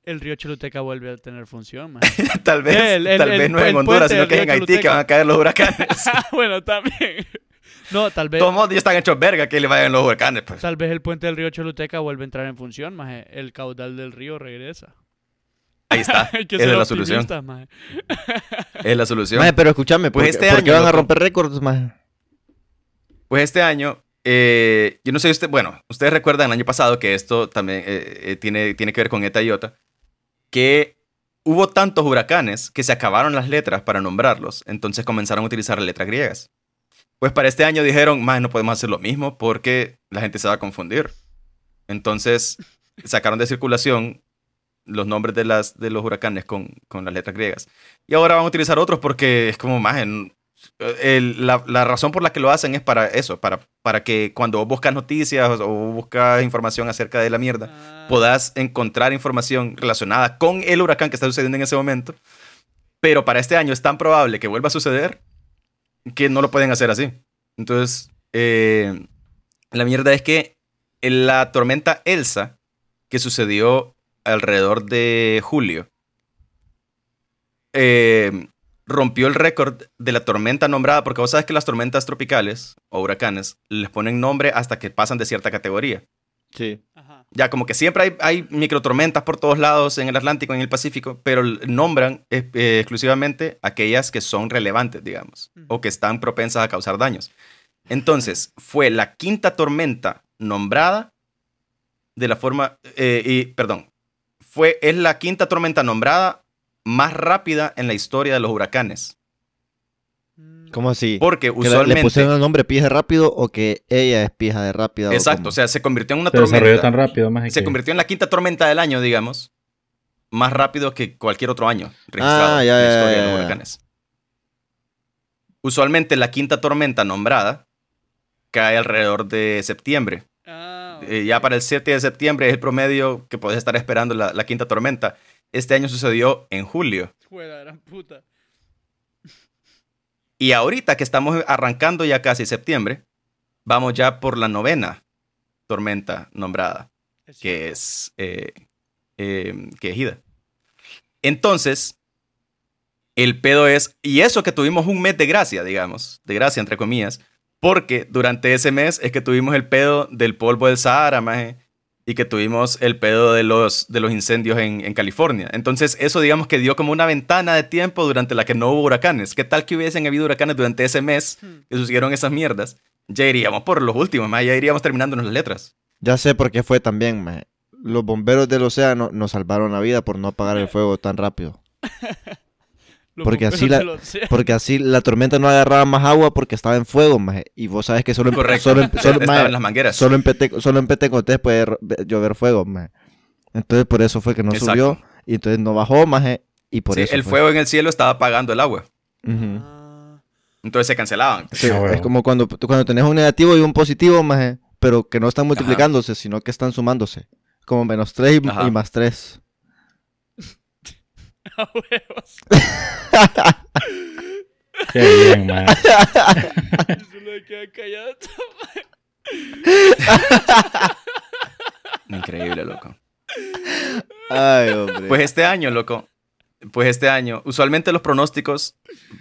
Speaker 5: el río Choluteca vuelve a tener función, man.
Speaker 2: Tal vez,
Speaker 5: El- el-
Speaker 2: tal
Speaker 5: el-
Speaker 2: vez no es
Speaker 5: el
Speaker 2: en Honduras,
Speaker 5: puente
Speaker 2: sino
Speaker 5: del
Speaker 2: que es en
Speaker 5: río
Speaker 2: Haití que
Speaker 5: Choluteca.
Speaker 2: van a caer los huracanes.
Speaker 5: Ah, bueno, también. No, tal vez,
Speaker 2: Todos modos, ya están hechos verga que le vayan los huracanes, pues.
Speaker 5: tal vez el puente del río Choluteca vuelve a entrar en función, maje. El caudal del río regresa.
Speaker 2: Ahí está.
Speaker 5: Hay que
Speaker 2: Esa
Speaker 5: ser
Speaker 2: es la solución.
Speaker 5: optimistas, maje.
Speaker 2: Es la solución.
Speaker 3: Maje, pero escúchame,
Speaker 2: Pues
Speaker 3: porque,
Speaker 2: este
Speaker 3: porque
Speaker 2: año,
Speaker 3: van a
Speaker 2: loco.
Speaker 3: romper récords, maje.
Speaker 2: Pues este año, eh, yo no sé, usted, bueno, ustedes recuerdan el año pasado que esto también eh, eh, tiene, tiene que ver con ETA y OTA, que hubo tantos huracanes que se acabaron las letras para nombrarlos, entonces comenzaron a utilizar letras griegas. Pues para este año dijeron, más no podemos hacer lo mismo porque la gente se va a confundir. Entonces sacaron de circulación los nombres de, las, de los huracanes con, con las letras griegas. Y ahora van a utilizar otros porque es como más, el- la, la razón por la que lo hacen es para eso, para, para que cuando vos buscas noticias o buscas información acerca de la mierda,
Speaker 5: Ah,
Speaker 2: podás encontrar información relacionada con el huracán que está sucediendo en ese momento. Pero para este año es tan probable que vuelva a suceder que no lo pueden hacer así. Entonces, eh, la mierda es que en la tormenta Elsa, que sucedió alrededor de julio, eh, rompió el récord de la tormenta nombrada, porque vos sabes que las tormentas tropicales o huracanes les ponen nombre hasta que pasan de cierta categoría.
Speaker 3: Sí.
Speaker 5: Ah, ajá.
Speaker 2: Ya, como que siempre hay, hay microtormentas por todos lados en el Atlántico, en el Pacífico, pero l- nombran eh, eh, exclusivamente aquellas que son relevantes, digamos,
Speaker 5: Ujú.
Speaker 2: o que están propensas a causar daños. Entonces, fue la quinta tormenta nombrada de la forma, eh, y perdón, fue, es la quinta tormenta nombrada más rápida en la historia de los huracanes.
Speaker 3: ¿Cómo así?
Speaker 2: Porque
Speaker 3: ¿Que la- ¿Le
Speaker 2: Pues, usualmente...
Speaker 3: pusieron el nombre pija rápido o que ella es pija de rápida? o
Speaker 2: exacto,
Speaker 3: cómo?
Speaker 2: o sea, se convirtió en una
Speaker 1: Se desarrolló
Speaker 2: tormenta.
Speaker 1: tan rápido, maje.
Speaker 2: se
Speaker 1: que-
Speaker 2: convirtió en la quinta tormenta del año, digamos, más rápido que cualquier otro año registrado
Speaker 3: Ah,
Speaker 2: en
Speaker 3: ya,
Speaker 2: la
Speaker 3: ya,
Speaker 2: historia
Speaker 3: ya,
Speaker 2: de los
Speaker 3: ya.
Speaker 2: huracanes. Usualmente la quinta tormenta nombrada cae alrededor de septiembre.
Speaker 5: Ah,
Speaker 2: Eh, ya para el 7 de septiembre es el promedio que podés estar esperando la, la quinta tormenta. Este año sucedió en julio.
Speaker 5: Juega, gran puta.
Speaker 2: Y ahorita que estamos arrancando ya casi septiembre, vamos ya por la novena tormenta nombrada.
Speaker 5: Es
Speaker 2: que
Speaker 5: cierto.
Speaker 2: es eh, eh, que es Ida. Entonces, el pedo es, y eso que tuvimos un mes de gracia, digamos, de gracia entre comillas, porque durante ese mes es que tuvimos el pedo del polvo del Sahara, maje, y que tuvimos el pedo de los, de los incendios en, en California. Entonces, eso digamos que dio como una ventana de tiempo durante la que no hubo huracanes. ¿Qué tal que hubiesen habido huracanes durante ese mes
Speaker 5: Hmm.
Speaker 2: que sucedieron esas mierdas? Ya iríamos por los últimos, maje, ya iríamos terminándonos las letras.
Speaker 3: Ya sé por qué fue también, maje. Los bomberos del océano nos salvaron la vida por no apagar el fuego tan rápido.
Speaker 5: Los
Speaker 3: porque
Speaker 5: bomberos
Speaker 3: así la-
Speaker 5: del océano.
Speaker 3: Porque así la tormenta no agarraba más agua porque estaba en fuego, maje. Y vos sabes que solo en,
Speaker 2: Correcto.
Speaker 3: solo en- solo-
Speaker 2: Estaban
Speaker 3: maje,
Speaker 2: las mangueras.
Speaker 3: solo en Pete- solo en Petecotés puede ro- llover fuego, maje. Entonces por eso fue que no
Speaker 2: Exacto.
Speaker 3: subió. Y entonces no bajó, maje. Y por
Speaker 2: Sí,
Speaker 3: eso
Speaker 2: el
Speaker 3: fue.
Speaker 2: fuego en el cielo estaba apagando el agua.
Speaker 3: Ujú.
Speaker 5: Ah,
Speaker 2: Entonces se cancelaban.
Speaker 3: Sí,
Speaker 1: Ah, huevo.
Speaker 3: es como cuando, cuando tenés un negativo y un positivo, maje, pero que no están multiplicándose, sino que están sumándose. Como menos 3
Speaker 2: Ajá.
Speaker 3: y, más 3.
Speaker 5: a huevos.
Speaker 1: Qué bien, maje.
Speaker 5: Solo me queda callado.
Speaker 2: Increíble, loco.
Speaker 3: Ay, hombre.
Speaker 2: Pues este año, loco. Pues este año. Usualmente los pronósticos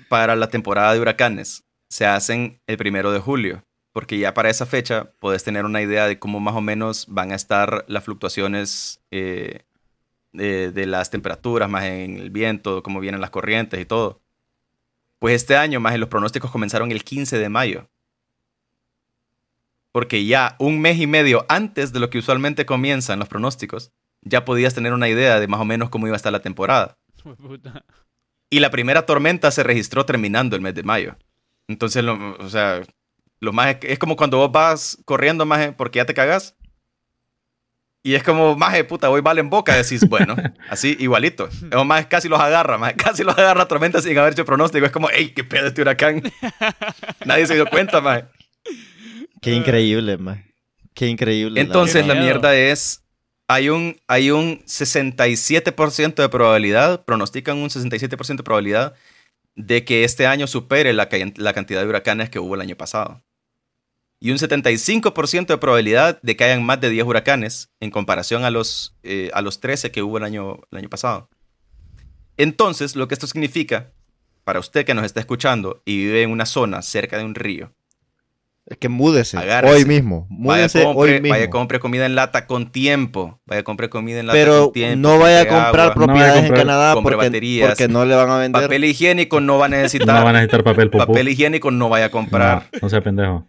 Speaker 2: para la temporada de huracanes se hacen el primero de julio. Porque ya para esa fecha puedes tener una idea de cómo más o menos van a estar las fluctuaciones eh, de, de las temperaturas, más en el viento, cómo vienen las corrientes y todo. Pues este año, más en los pronósticos comenzaron el 15 de mayo. Porque ya un mes y medio antes de lo que usualmente comienzan los pronósticos, ya podías tener una idea de más o menos cómo iba a estar la temporada.
Speaker 5: Hijo de puta.
Speaker 2: Y la primera tormenta se registró terminando el mes de mayo. Entonces, lo- o sea, lo más es como cuando vos vas corriendo más porque ya te cagas. Y es como, maje, puta, hoy vale en boca. Decís, bueno, así, igualito. O más casi los agarra, más casi los agarra tormenta sin haber hecho pronóstico. Es como, ey, qué pedo este huracán. Nadie se dio cuenta, maje.
Speaker 3: Qué increíble, maje. Qué increíble. la
Speaker 2: eh, Entonces
Speaker 3: verdad.
Speaker 2: la
Speaker 5: miedo.
Speaker 2: mierda es, hay un, hay un 67% de probabilidad, pronostican un 67% de probabilidad de que este año supere la, ca- la cantidad de huracanes que hubo el año pasado. Y un 75% de probabilidad de que hayan más de 10 huracanes en comparación a los, eh, a los 13 que hubo el año, el año pasado. Entonces, lo que esto significa, para usted que nos está escuchando y vive en una zona cerca de un río,
Speaker 3: Es que múdese.
Speaker 2: Agárrese.
Speaker 3: Hoy mismo.
Speaker 2: Vaya
Speaker 3: Múdese hoy
Speaker 2: compre,
Speaker 3: mismo.
Speaker 2: vaya compre comida en lata con tiempo. Vaya compre comida en lata
Speaker 3: pero
Speaker 2: con tiempo.
Speaker 3: no vaya a
Speaker 2: compre
Speaker 3: comprar
Speaker 1: No
Speaker 2: agua.
Speaker 3: propiedades
Speaker 1: vaya a
Speaker 3: en
Speaker 1: comprar-
Speaker 3: Canadá
Speaker 2: compre
Speaker 3: porque,
Speaker 2: baterías.
Speaker 3: porque no le van a vender.
Speaker 2: Papel higiénico no va a necesitar.
Speaker 1: No van a necesitar papel pupú.
Speaker 2: Papel higiénico no vaya a comprar.
Speaker 1: No, no sea pendejo.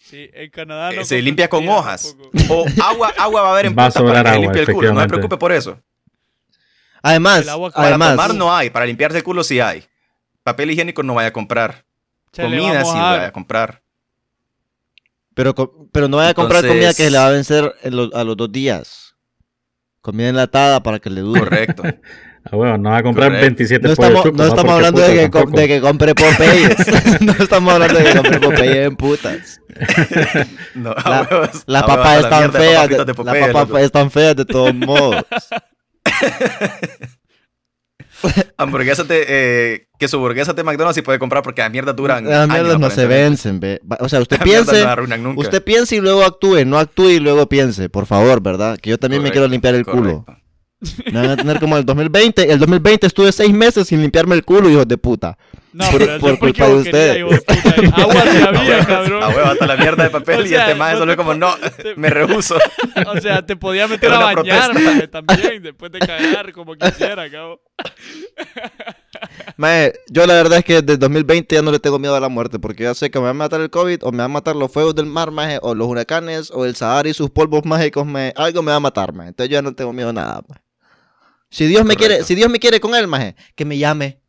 Speaker 5: Sí, en Canadá
Speaker 2: Eh,
Speaker 5: no
Speaker 2: se
Speaker 5: compran
Speaker 2: limpia con
Speaker 5: tira
Speaker 2: hojas.
Speaker 5: tampoco.
Speaker 2: O agua, agua va a haber en
Speaker 1: Va a
Speaker 2: puta
Speaker 1: sobrar
Speaker 2: para que le
Speaker 1: agua,
Speaker 2: limpie el culo. No se
Speaker 1: efectivamente.
Speaker 2: preocupe por eso.
Speaker 3: Además,
Speaker 5: El agua
Speaker 2: Para
Speaker 3: además,
Speaker 2: tomar no hay. Para limpiarse el culo sí hay. Papel higiénico no vaya a comprar.
Speaker 5: Se le va
Speaker 2: comida
Speaker 5: a
Speaker 2: sí
Speaker 5: mojar.
Speaker 2: vaya a comprar.
Speaker 3: pero, co- pero no vaya a comprar
Speaker 2: Entonces-
Speaker 3: comida que le va a vencer en los- a los dos días. Comida enlatada para que le dure.
Speaker 2: Correcto.
Speaker 1: Ah, bueno, no va a comprar
Speaker 2: Correcto.
Speaker 1: 27
Speaker 3: No estamos,
Speaker 1: pollos chucos,
Speaker 3: no
Speaker 1: Porque
Speaker 3: estamos hablando de
Speaker 1: puta,
Speaker 3: que, com-
Speaker 1: tampoco.
Speaker 3: de que compre Popeyes. no estamos hablando de que compre Popeyes en putas.
Speaker 2: No,
Speaker 3: La-
Speaker 2: a huevos.
Speaker 3: Las
Speaker 2: A huevos, a
Speaker 3: papas
Speaker 2: Ah, la
Speaker 3: están
Speaker 2: mierda de
Speaker 3: feas.
Speaker 2: papitas
Speaker 3: de-
Speaker 2: de
Speaker 3: Las
Speaker 2: Popeye, loco.
Speaker 3: papas están feas de todos modos.
Speaker 2: Hamburguesas de... Eh, que su hamburguesa de McDonald's sí puede comprar porque las mierdas duran
Speaker 3: Las mierdas
Speaker 2: años,
Speaker 3: no se
Speaker 2: aparentemente.
Speaker 3: vencen, ve. Va- O sea, usted
Speaker 2: Las mierdas
Speaker 3: piense,
Speaker 2: no arruinan nunca.
Speaker 3: usted piense y luego actúe, no actúe y luego piense, por favor, ¿verdad? Que yo también me
Speaker 2: Correcto,
Speaker 3: quiero limpiar el culo.
Speaker 2: correcto.
Speaker 3: Me van a tener como el 2020. El 2020 estuve seis meses sin limpiarme el culo, hijos de puta.
Speaker 5: No,
Speaker 3: Por-
Speaker 5: pero eso
Speaker 3: por
Speaker 5: es porque
Speaker 3: culpa de
Speaker 5: vos querías,
Speaker 3: ustedes.
Speaker 5: hijo de puta. Agua de la
Speaker 2: A
Speaker 5: vida,
Speaker 2: huevo,
Speaker 5: cabrón.
Speaker 2: A huevo, hasta la mierda de papel
Speaker 5: O
Speaker 2: y
Speaker 5: sea,
Speaker 2: este más
Speaker 5: no
Speaker 2: solo
Speaker 5: te-
Speaker 2: como no,
Speaker 5: te-
Speaker 2: me rehuso.
Speaker 5: O sea, te podía meter
Speaker 2: Era
Speaker 5: a
Speaker 2: una
Speaker 5: bañar
Speaker 2: protesta.
Speaker 5: maje, también después de cagar como quisiera, cabrón.
Speaker 3: Mae, yo la verdad es que desde 2020 ya no le tengo miedo a la muerte, porque ya sé que me va a matar el COVID, o me va a matar los fuegos del mar, maje, o los huracanes, o el Sahara y sus polvos mágicos, maje, algo me va a matar, maje. Entonces yo ya no tengo miedo a nada, maje. Si Dios me quiere,
Speaker 2: Correcto.
Speaker 3: si Dios me quiere con él, maje, que me llame.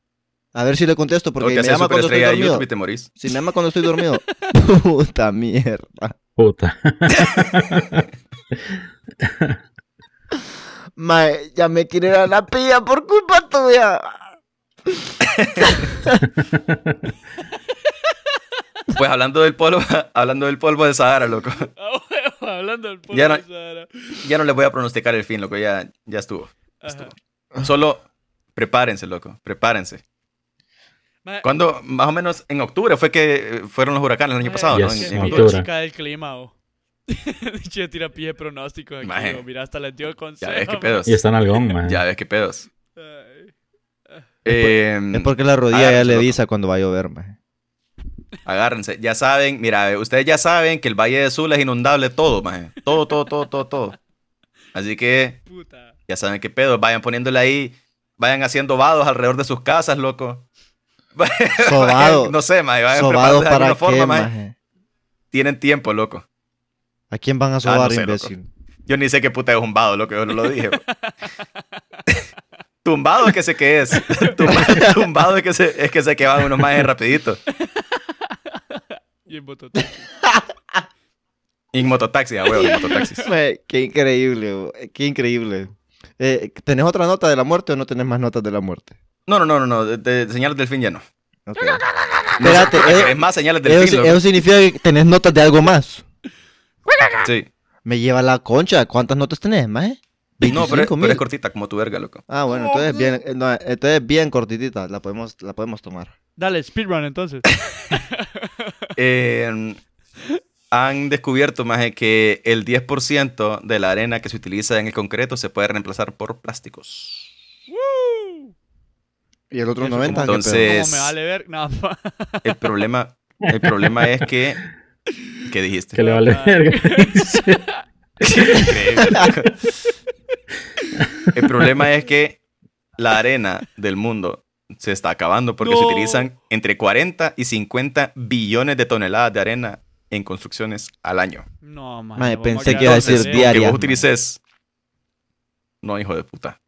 Speaker 3: A ver si le contesto, porque
Speaker 2: Porque
Speaker 3: me
Speaker 2: haces
Speaker 3: llama cuando estoy
Speaker 2: superestrella de
Speaker 3: dormido.
Speaker 2: YouTube y te morís.
Speaker 3: Si me llama cuando estoy dormido. Puta mierda.
Speaker 1: Puta.
Speaker 3: Mae, ya me quiere ir a la pilla por culpa tuya.
Speaker 2: Pues hablando del polvo, hablando del polvo de Sahara, loco.
Speaker 5: Ah, huevo, Hablando del polvo
Speaker 2: Ya no-
Speaker 5: de Sahara.
Speaker 2: Ya no les voy a pronosticar el fin, loco. Ya, ya estuvo.
Speaker 5: Ajá.
Speaker 2: Solo prepárense, loco. Prepárense.
Speaker 5: Mae,
Speaker 2: Cuando, más o menos en octubre, fue que eh, fueron los huracanes el año
Speaker 5: mae,
Speaker 2: pasado, ¿no?
Speaker 1: Yes,
Speaker 2: En-
Speaker 5: qué
Speaker 2: en
Speaker 1: en
Speaker 5: pinche
Speaker 1: octubre.
Speaker 2: octubre.
Speaker 5: Pues, chica del clima, oh. Che, tira pie de pronósticos aquí,
Speaker 2: Mae.
Speaker 5: oh, Mira, hasta les dio
Speaker 2: Ya
Speaker 5: consejo.
Speaker 2: ves qué
Speaker 5: mae.
Speaker 2: pedos.
Speaker 1: Y está en algón, man.
Speaker 2: Ya ves qué pedos.
Speaker 5: Ay.
Speaker 2: Eh,
Speaker 3: Es porque la rodilla ya
Speaker 2: Agárrense,
Speaker 3: le
Speaker 2: loco.
Speaker 3: avisa cuando va a llover, maje.
Speaker 2: Agárrense. Ya saben, mira, eh, ustedes ya saben que el Valle de Sula es inundable todo, maje. Todo, todo, todo, todo, todo. Así que
Speaker 5: Puta.
Speaker 2: ya saben qué pedo. Vayan poniéndole ahí, vayan haciendo vados alrededor de sus casas, loco.
Speaker 3: Sobado.
Speaker 2: no sé, maje. Vayan
Speaker 3: Sobados
Speaker 2: preparándose de
Speaker 3: para
Speaker 2: alguna forma, eh.
Speaker 3: qué,
Speaker 2: maje.
Speaker 3: maje.
Speaker 2: Tienen tiempo, loco.
Speaker 3: ¿A quién van a sobar,
Speaker 2: Ah, sé, loco.
Speaker 3: imbécil?
Speaker 2: Yo ni sé qué puta es un vado, loco. Yo no lo dije. bro. Tumbado es que sé que es. Tumba- Tumbado es que sé, es que sé que van unos más rapidito.
Speaker 5: Y en bototá.
Speaker 2: Y en mototaxi, a huevo, en mototaxis.
Speaker 3: Mae, Qué increíble, bo- qué increíble. Eh, ¿Tenés otra nota de la muerte o no tenés más notas de la muerte?
Speaker 2: No, no, no, no, no. De, de- señales del fin ya no.
Speaker 3: Ok.
Speaker 2: No sé
Speaker 3: Espérate,
Speaker 2: por qué
Speaker 3: eh,
Speaker 2: querés más señales del fin,
Speaker 3: Eso,
Speaker 2: loco.
Speaker 3: eso significa que tenés notas de algo más.
Speaker 2: Sí.
Speaker 3: Me lleva la concha. ¿Cuántas notas tenés, maje?
Speaker 2: No, pero, es-
Speaker 3: 25.000.
Speaker 2: pero es cortita, como tu verga, loco.
Speaker 3: Ah, bueno, entonces bien, eh, no, entonces bien cortitita, la podemos, la podemos tomar.
Speaker 5: Dale, speedrun entonces.
Speaker 2: Eh, han descubierto, más que el 10% de la arena que se utiliza en el concreto se puede reemplazar por plásticos.
Speaker 5: Woo.
Speaker 3: Y el otro
Speaker 5: Eso
Speaker 3: 90.
Speaker 5: como-
Speaker 3: ¿qué pedo?
Speaker 2: entonces-
Speaker 5: Como
Speaker 2: Es-
Speaker 5: me vale ver. No, pa-
Speaker 2: El problema, el problema es que... ¿Qué dijiste?
Speaker 1: Que le vale
Speaker 5: Ah.
Speaker 1: verga. Sí.
Speaker 2: Increíble, loco. El problema es que la arena del mundo se está acabando porque se
Speaker 5: No.
Speaker 2: utilizan entre 40 y 50 billones de toneladas de arena en construcciones al año.
Speaker 5: no, man.
Speaker 3: Mae,
Speaker 5: vamos a
Speaker 3: pensé que
Speaker 5: quedar
Speaker 3: iba a
Speaker 5: donde
Speaker 3: decir
Speaker 5: sea.
Speaker 3: diario.
Speaker 2: Que
Speaker 3: Arias,
Speaker 2: vos
Speaker 3: man.
Speaker 2: utilices. No, hijo de puta.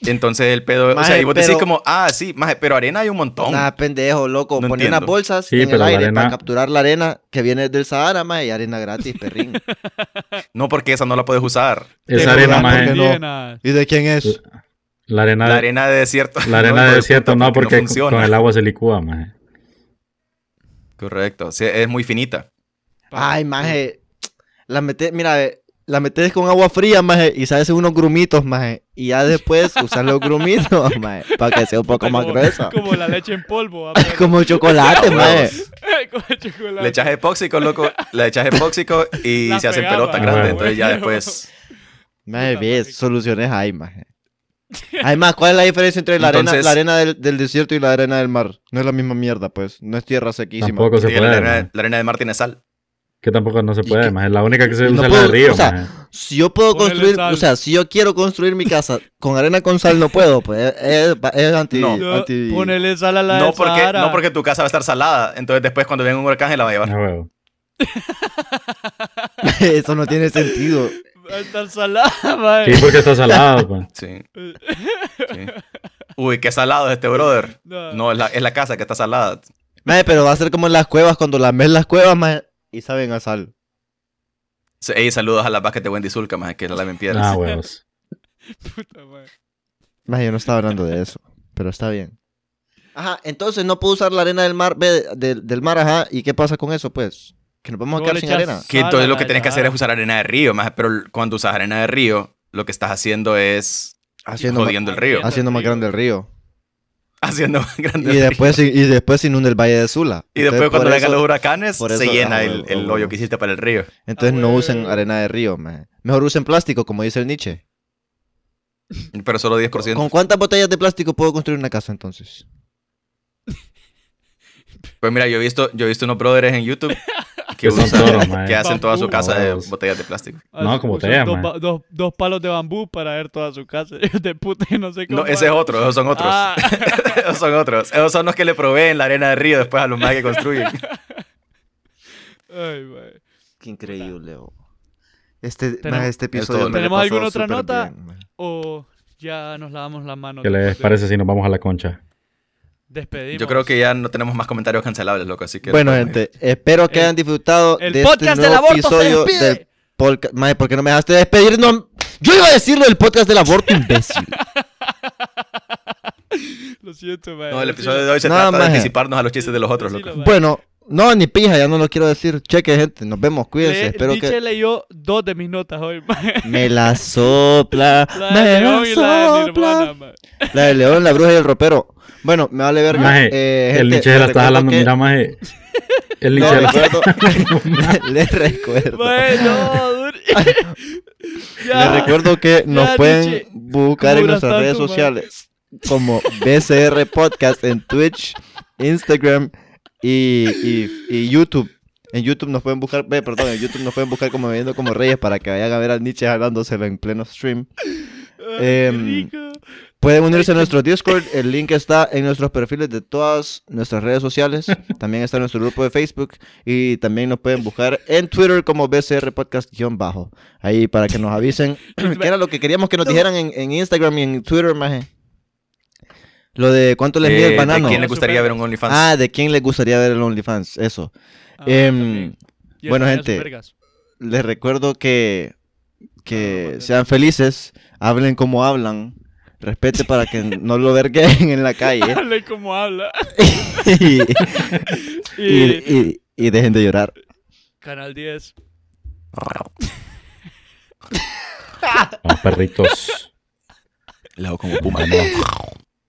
Speaker 2: Entonces el pedo. o sea,
Speaker 3: Maje,
Speaker 2: y vos
Speaker 3: pero-
Speaker 2: decís como, ah, sí, maje, pero arena hay un montón.
Speaker 3: Nah, pendejo, loco.
Speaker 2: No
Speaker 3: Poner unas
Speaker 2: entiendo.
Speaker 3: bolsas
Speaker 1: Sí,
Speaker 3: en el
Speaker 1: pero la
Speaker 3: aire para
Speaker 1: arena-
Speaker 3: capturar la arena que viene del Sahara, maje, y arena gratis, perrín.
Speaker 2: No, porque esa no la puedes usar.
Speaker 1: Esa
Speaker 5: Te
Speaker 1: arena,
Speaker 5: juro,
Speaker 1: maje.
Speaker 5: porque
Speaker 3: no.
Speaker 5: indígenas.
Speaker 3: ¿Y de quién es?
Speaker 1: La arena,
Speaker 2: La arena de desierto.
Speaker 1: la arena
Speaker 2: no, hijo
Speaker 1: de
Speaker 2: de
Speaker 1: desierto,
Speaker 2: puta,
Speaker 1: no, porque
Speaker 2: funciona.
Speaker 1: con el agua se licúa, maje.
Speaker 2: Correcto. sí, es muy finita.
Speaker 3: Ay, maje. La metes, mira, eh, la metes con agua fría, maje, y se hace unos grumitos, maje. Y ya después usas los grumitos, maje, para que sea un poco más
Speaker 5: Como-
Speaker 3: gruesa.
Speaker 5: Como la leche en polvo. va, pero-
Speaker 3: Como chocolate, maje.
Speaker 5: Como el chocolate.
Speaker 2: Le echas epóxico, loco. Le echas epóxico y
Speaker 5: La
Speaker 2: se hacen
Speaker 5: pegaba.
Speaker 2: pelotas
Speaker 1: Ah,
Speaker 2: grandes.
Speaker 1: bueno.
Speaker 2: Entonces ya después.
Speaker 3: Maje,
Speaker 5: Puta,
Speaker 3: ves,
Speaker 5: marica.
Speaker 3: soluciones hay, maje. Además, eh. ¿cuál es la diferencia entre la arena,
Speaker 2: Entonces-
Speaker 3: la arena del, del desierto y la arena del mar? No es la misma mierda, pues. No es tierra sequísima.
Speaker 1: Tampoco se
Speaker 2: sí, la,
Speaker 1: puede.
Speaker 2: arena,
Speaker 1: maje.
Speaker 2: la arena de Martínez Sal.
Speaker 1: Que tampoco no se
Speaker 3: Y
Speaker 1: puede,
Speaker 3: que-
Speaker 1: maje. La única que se
Speaker 3: No
Speaker 1: usa es la
Speaker 3: puedo-
Speaker 1: de río,
Speaker 3: o sea,
Speaker 1: maje.
Speaker 3: Si yo puedo
Speaker 5: Ponele
Speaker 3: construir,
Speaker 5: sal.
Speaker 3: o sea, si yo quiero construir mi casa con arena con sal, no puedo, pues. Es, es- es anti.
Speaker 2: No.
Speaker 5: No,
Speaker 3: anti-
Speaker 5: Ponele sal a la
Speaker 2: No
Speaker 5: del
Speaker 2: porque,
Speaker 5: Sahara.
Speaker 2: no porque tu casa va a estar salada. Entonces después cuando venga un huracán se la va a llevar.
Speaker 1: Ah, huevo.
Speaker 3: Eso no tiene sentido.
Speaker 5: Va a estar salada, mae.
Speaker 1: Sí, porque está salado, pues. pa.
Speaker 2: Sí. sí. Uy, qué salado es este brother.
Speaker 5: No.
Speaker 2: No, es la, es la casa que está salada.
Speaker 3: Mae, pero va a ser como en las cuevas, cuando las ves las cuevas, mae, y saben a sal.
Speaker 2: Sí, Ey, saludos a las vacas de Wendy Zulka, más que la laven piedras.
Speaker 1: Ah, huevos.
Speaker 5: Puta, mae.
Speaker 3: Mae, yo no estaba hablando de eso, pero está bien. Ajá, entonces no puedo usar la arena del mar, ve, de- del mar, ajá, ¿y qué pasa con eso, pues? Que nos vamos a
Speaker 5: No
Speaker 3: quedar
Speaker 5: le
Speaker 3: sin
Speaker 5: echas-
Speaker 3: arena.
Speaker 2: que entonces
Speaker 5: Sal a
Speaker 2: lo
Speaker 5: la
Speaker 2: que
Speaker 5: de
Speaker 2: tienes que hacer
Speaker 5: Sahara.
Speaker 2: es usar arena de río, más. Pero cuando usas arena de río, lo que estás haciendo es
Speaker 3: Haciendo, ma-
Speaker 2: jodiendo el río.
Speaker 5: Ah, sí.
Speaker 3: haciendo más grande el río.
Speaker 2: Haciendo más grande
Speaker 3: Y
Speaker 2: el río.
Speaker 3: después, se- y después se inunda el valle de Sula.
Speaker 2: Y
Speaker 3: Entonces,
Speaker 2: después cuando
Speaker 3: por
Speaker 2: vengan
Speaker 3: eso-
Speaker 2: los huracanes,
Speaker 3: por
Speaker 2: se
Speaker 3: eso-
Speaker 2: llena
Speaker 3: ah,
Speaker 2: el,
Speaker 3: huevo,
Speaker 2: el
Speaker 3: huevo.
Speaker 2: hoyo que hiciste para el río.
Speaker 3: Entonces
Speaker 5: Ah,
Speaker 3: no
Speaker 5: bueno.
Speaker 3: usen arena de río, mae. Mejor usen plástico, como dice el Nietzsche.
Speaker 2: Pero solo 10%.
Speaker 3: ¿Con cuántas botellas de plástico puedo construir una casa entonces?
Speaker 2: Pues mira, yo he visto, yo he visto unos brothers en YouTube que,
Speaker 1: Que son
Speaker 2: usa-
Speaker 1: toros, mae.
Speaker 2: que hacen toda su
Speaker 5: Bambú.
Speaker 2: casa de
Speaker 1: Toros.
Speaker 2: botellas de plástico.
Speaker 1: No, como
Speaker 5: Usan
Speaker 1: te
Speaker 5: Ah, dos,
Speaker 1: llaman.
Speaker 5: ba- dos, dos palos de bambú para ver toda su casa. De puta y no sé cómo.
Speaker 2: No, ese es otro, esos son otros.
Speaker 5: Ah.
Speaker 2: esos son otros. Esos son los que le proveen la arena del río después a los más que construyen.
Speaker 5: Ay, güey.
Speaker 3: Qué increíble, oh. Este,
Speaker 5: Tenemos-
Speaker 3: ma, este
Speaker 2: todo.
Speaker 3: episodio. me lo he
Speaker 5: ¿Tenemos
Speaker 3: pasado
Speaker 5: alguna otra
Speaker 3: súper
Speaker 5: nota?
Speaker 3: bien, ma.
Speaker 5: O ya nos lavamos las manos.
Speaker 1: ¿Qué les
Speaker 5: después de-
Speaker 1: parece si nos vamos a la concha?
Speaker 5: Despedimos.
Speaker 2: Yo creo que ya no tenemos más comentarios cancelables, loco, así que...
Speaker 3: Bueno, gente, espero que
Speaker 5: El-
Speaker 3: hayan disfrutado
Speaker 5: El
Speaker 3: de este
Speaker 5: podcast del
Speaker 3: nuevo
Speaker 5: aborto se
Speaker 3: episodio
Speaker 5: despide.
Speaker 3: del podcast. Mae, ¿por qué no me dejaste despedir? No, yo iba a decirlo del podcast del aborto, imbécil.
Speaker 5: Lo siento,
Speaker 3: eh,
Speaker 5: güey.
Speaker 2: No, el episodio de hoy se
Speaker 3: No,
Speaker 2: trata de
Speaker 3: maje.
Speaker 2: anticiparnos a los chistes de los otros,
Speaker 5: Decilo,
Speaker 2: loco.
Speaker 5: mae.
Speaker 3: bueno, no, ni pija, ya no lo quiero decir. Cheque, gente, nos vemos, cuídense.
Speaker 5: Le-
Speaker 3: espero
Speaker 5: Nietzsche
Speaker 3: que.
Speaker 5: leyó dos de mis notas hoy, mae.
Speaker 3: Me la sopla,
Speaker 5: La
Speaker 3: me
Speaker 5: de
Speaker 3: la
Speaker 5: León y la de Nirvana,
Speaker 3: sopla.
Speaker 5: mae.
Speaker 3: La del león, la bruja y el ropero. Bueno, me vale verga.
Speaker 1: Maje,
Speaker 3: eh,
Speaker 1: el
Speaker 3: gente,
Speaker 1: Nietzsche se la
Speaker 3: les
Speaker 1: está
Speaker 3: recuerdo
Speaker 1: jalando,
Speaker 3: que-
Speaker 1: mira, maje. El
Speaker 3: No,
Speaker 1: Nietzsche la está
Speaker 3: recuerdo- les recuerdo.
Speaker 5: Bueno, duri-
Speaker 3: Les
Speaker 5: ya.
Speaker 3: recuerdo que nos
Speaker 5: Ya,
Speaker 3: pueden
Speaker 5: Nietzsche,
Speaker 3: buscar en
Speaker 5: duras
Speaker 3: nuestras redes
Speaker 5: tanto, man.
Speaker 3: sociales como BCR Podcast en Twitch, Instagram y, y- y YouTube. En YouTube nos pueden buscar, ve, perdón, en YouTube nos pueden buscar como viendo como reyes para que vayan a ver al Nietzsche hablándoselo en pleno stream.
Speaker 5: Ay, qué
Speaker 3: em,
Speaker 5: rico.
Speaker 3: Pueden unirse a nuestro Discord, el link está en nuestros perfiles de todas nuestras redes sociales, también está en nuestro grupo de Facebook y también nos pueden buscar en Twitter como BCR Podcast-bajo, ahí para que nos avisen qué era lo que queríamos que nos dijeran en, en Instagram y en Twitter, maje. Lo de cuánto les
Speaker 2: Eh,
Speaker 3: mide el
Speaker 2: ¿de
Speaker 3: banano.
Speaker 2: quién le gustaría ver un OnlyFans?
Speaker 3: Ah, de quién les gustaría ver el OnlyFans, eso.
Speaker 5: Ah,
Speaker 3: Em,
Speaker 5: también. Y el
Speaker 3: bueno,
Speaker 5: payaso
Speaker 3: gente.
Speaker 5: vergas.
Speaker 3: les recuerdo que, que
Speaker 5: Ah,
Speaker 3: sean felices, hablen como hablan, respete para que no lo verguen en la
Speaker 2: eh,
Speaker 3: calle.
Speaker 5: Hable como habla.
Speaker 3: y,
Speaker 5: Y,
Speaker 3: y- y- y dejen de llorar.
Speaker 5: Canal 10.
Speaker 1: Vamos, perritos.
Speaker 2: Lao como puma.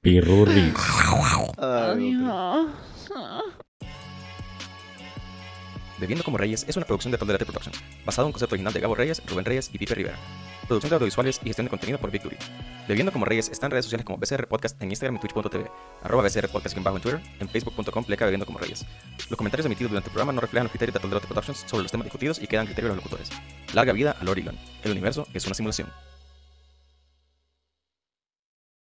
Speaker 1: Pirurris.
Speaker 2: pues. Bebiendo como Reyes es una producción de Tolerate Productions, basada en un concepto original de Gabo Reyes, Rubén Reyes y Pipe Rivera. Producción de audiovisuales y gestión de contenido por Victory. Bebiendo como Reyes está en redes sociales como BCR Podcast en Instagram y Twitch.tv, arroba BCR Podcast en bajo en Twitter, en Facebook.com pleca Bebiendo como Reyes. Los comentarios emitidos durante el programa no reflejan los criterios de Tolerate Productions sobre los temas discutidos y quedan criterios de los locutores. Larga vida a Lori Elon. El universo es una simulación.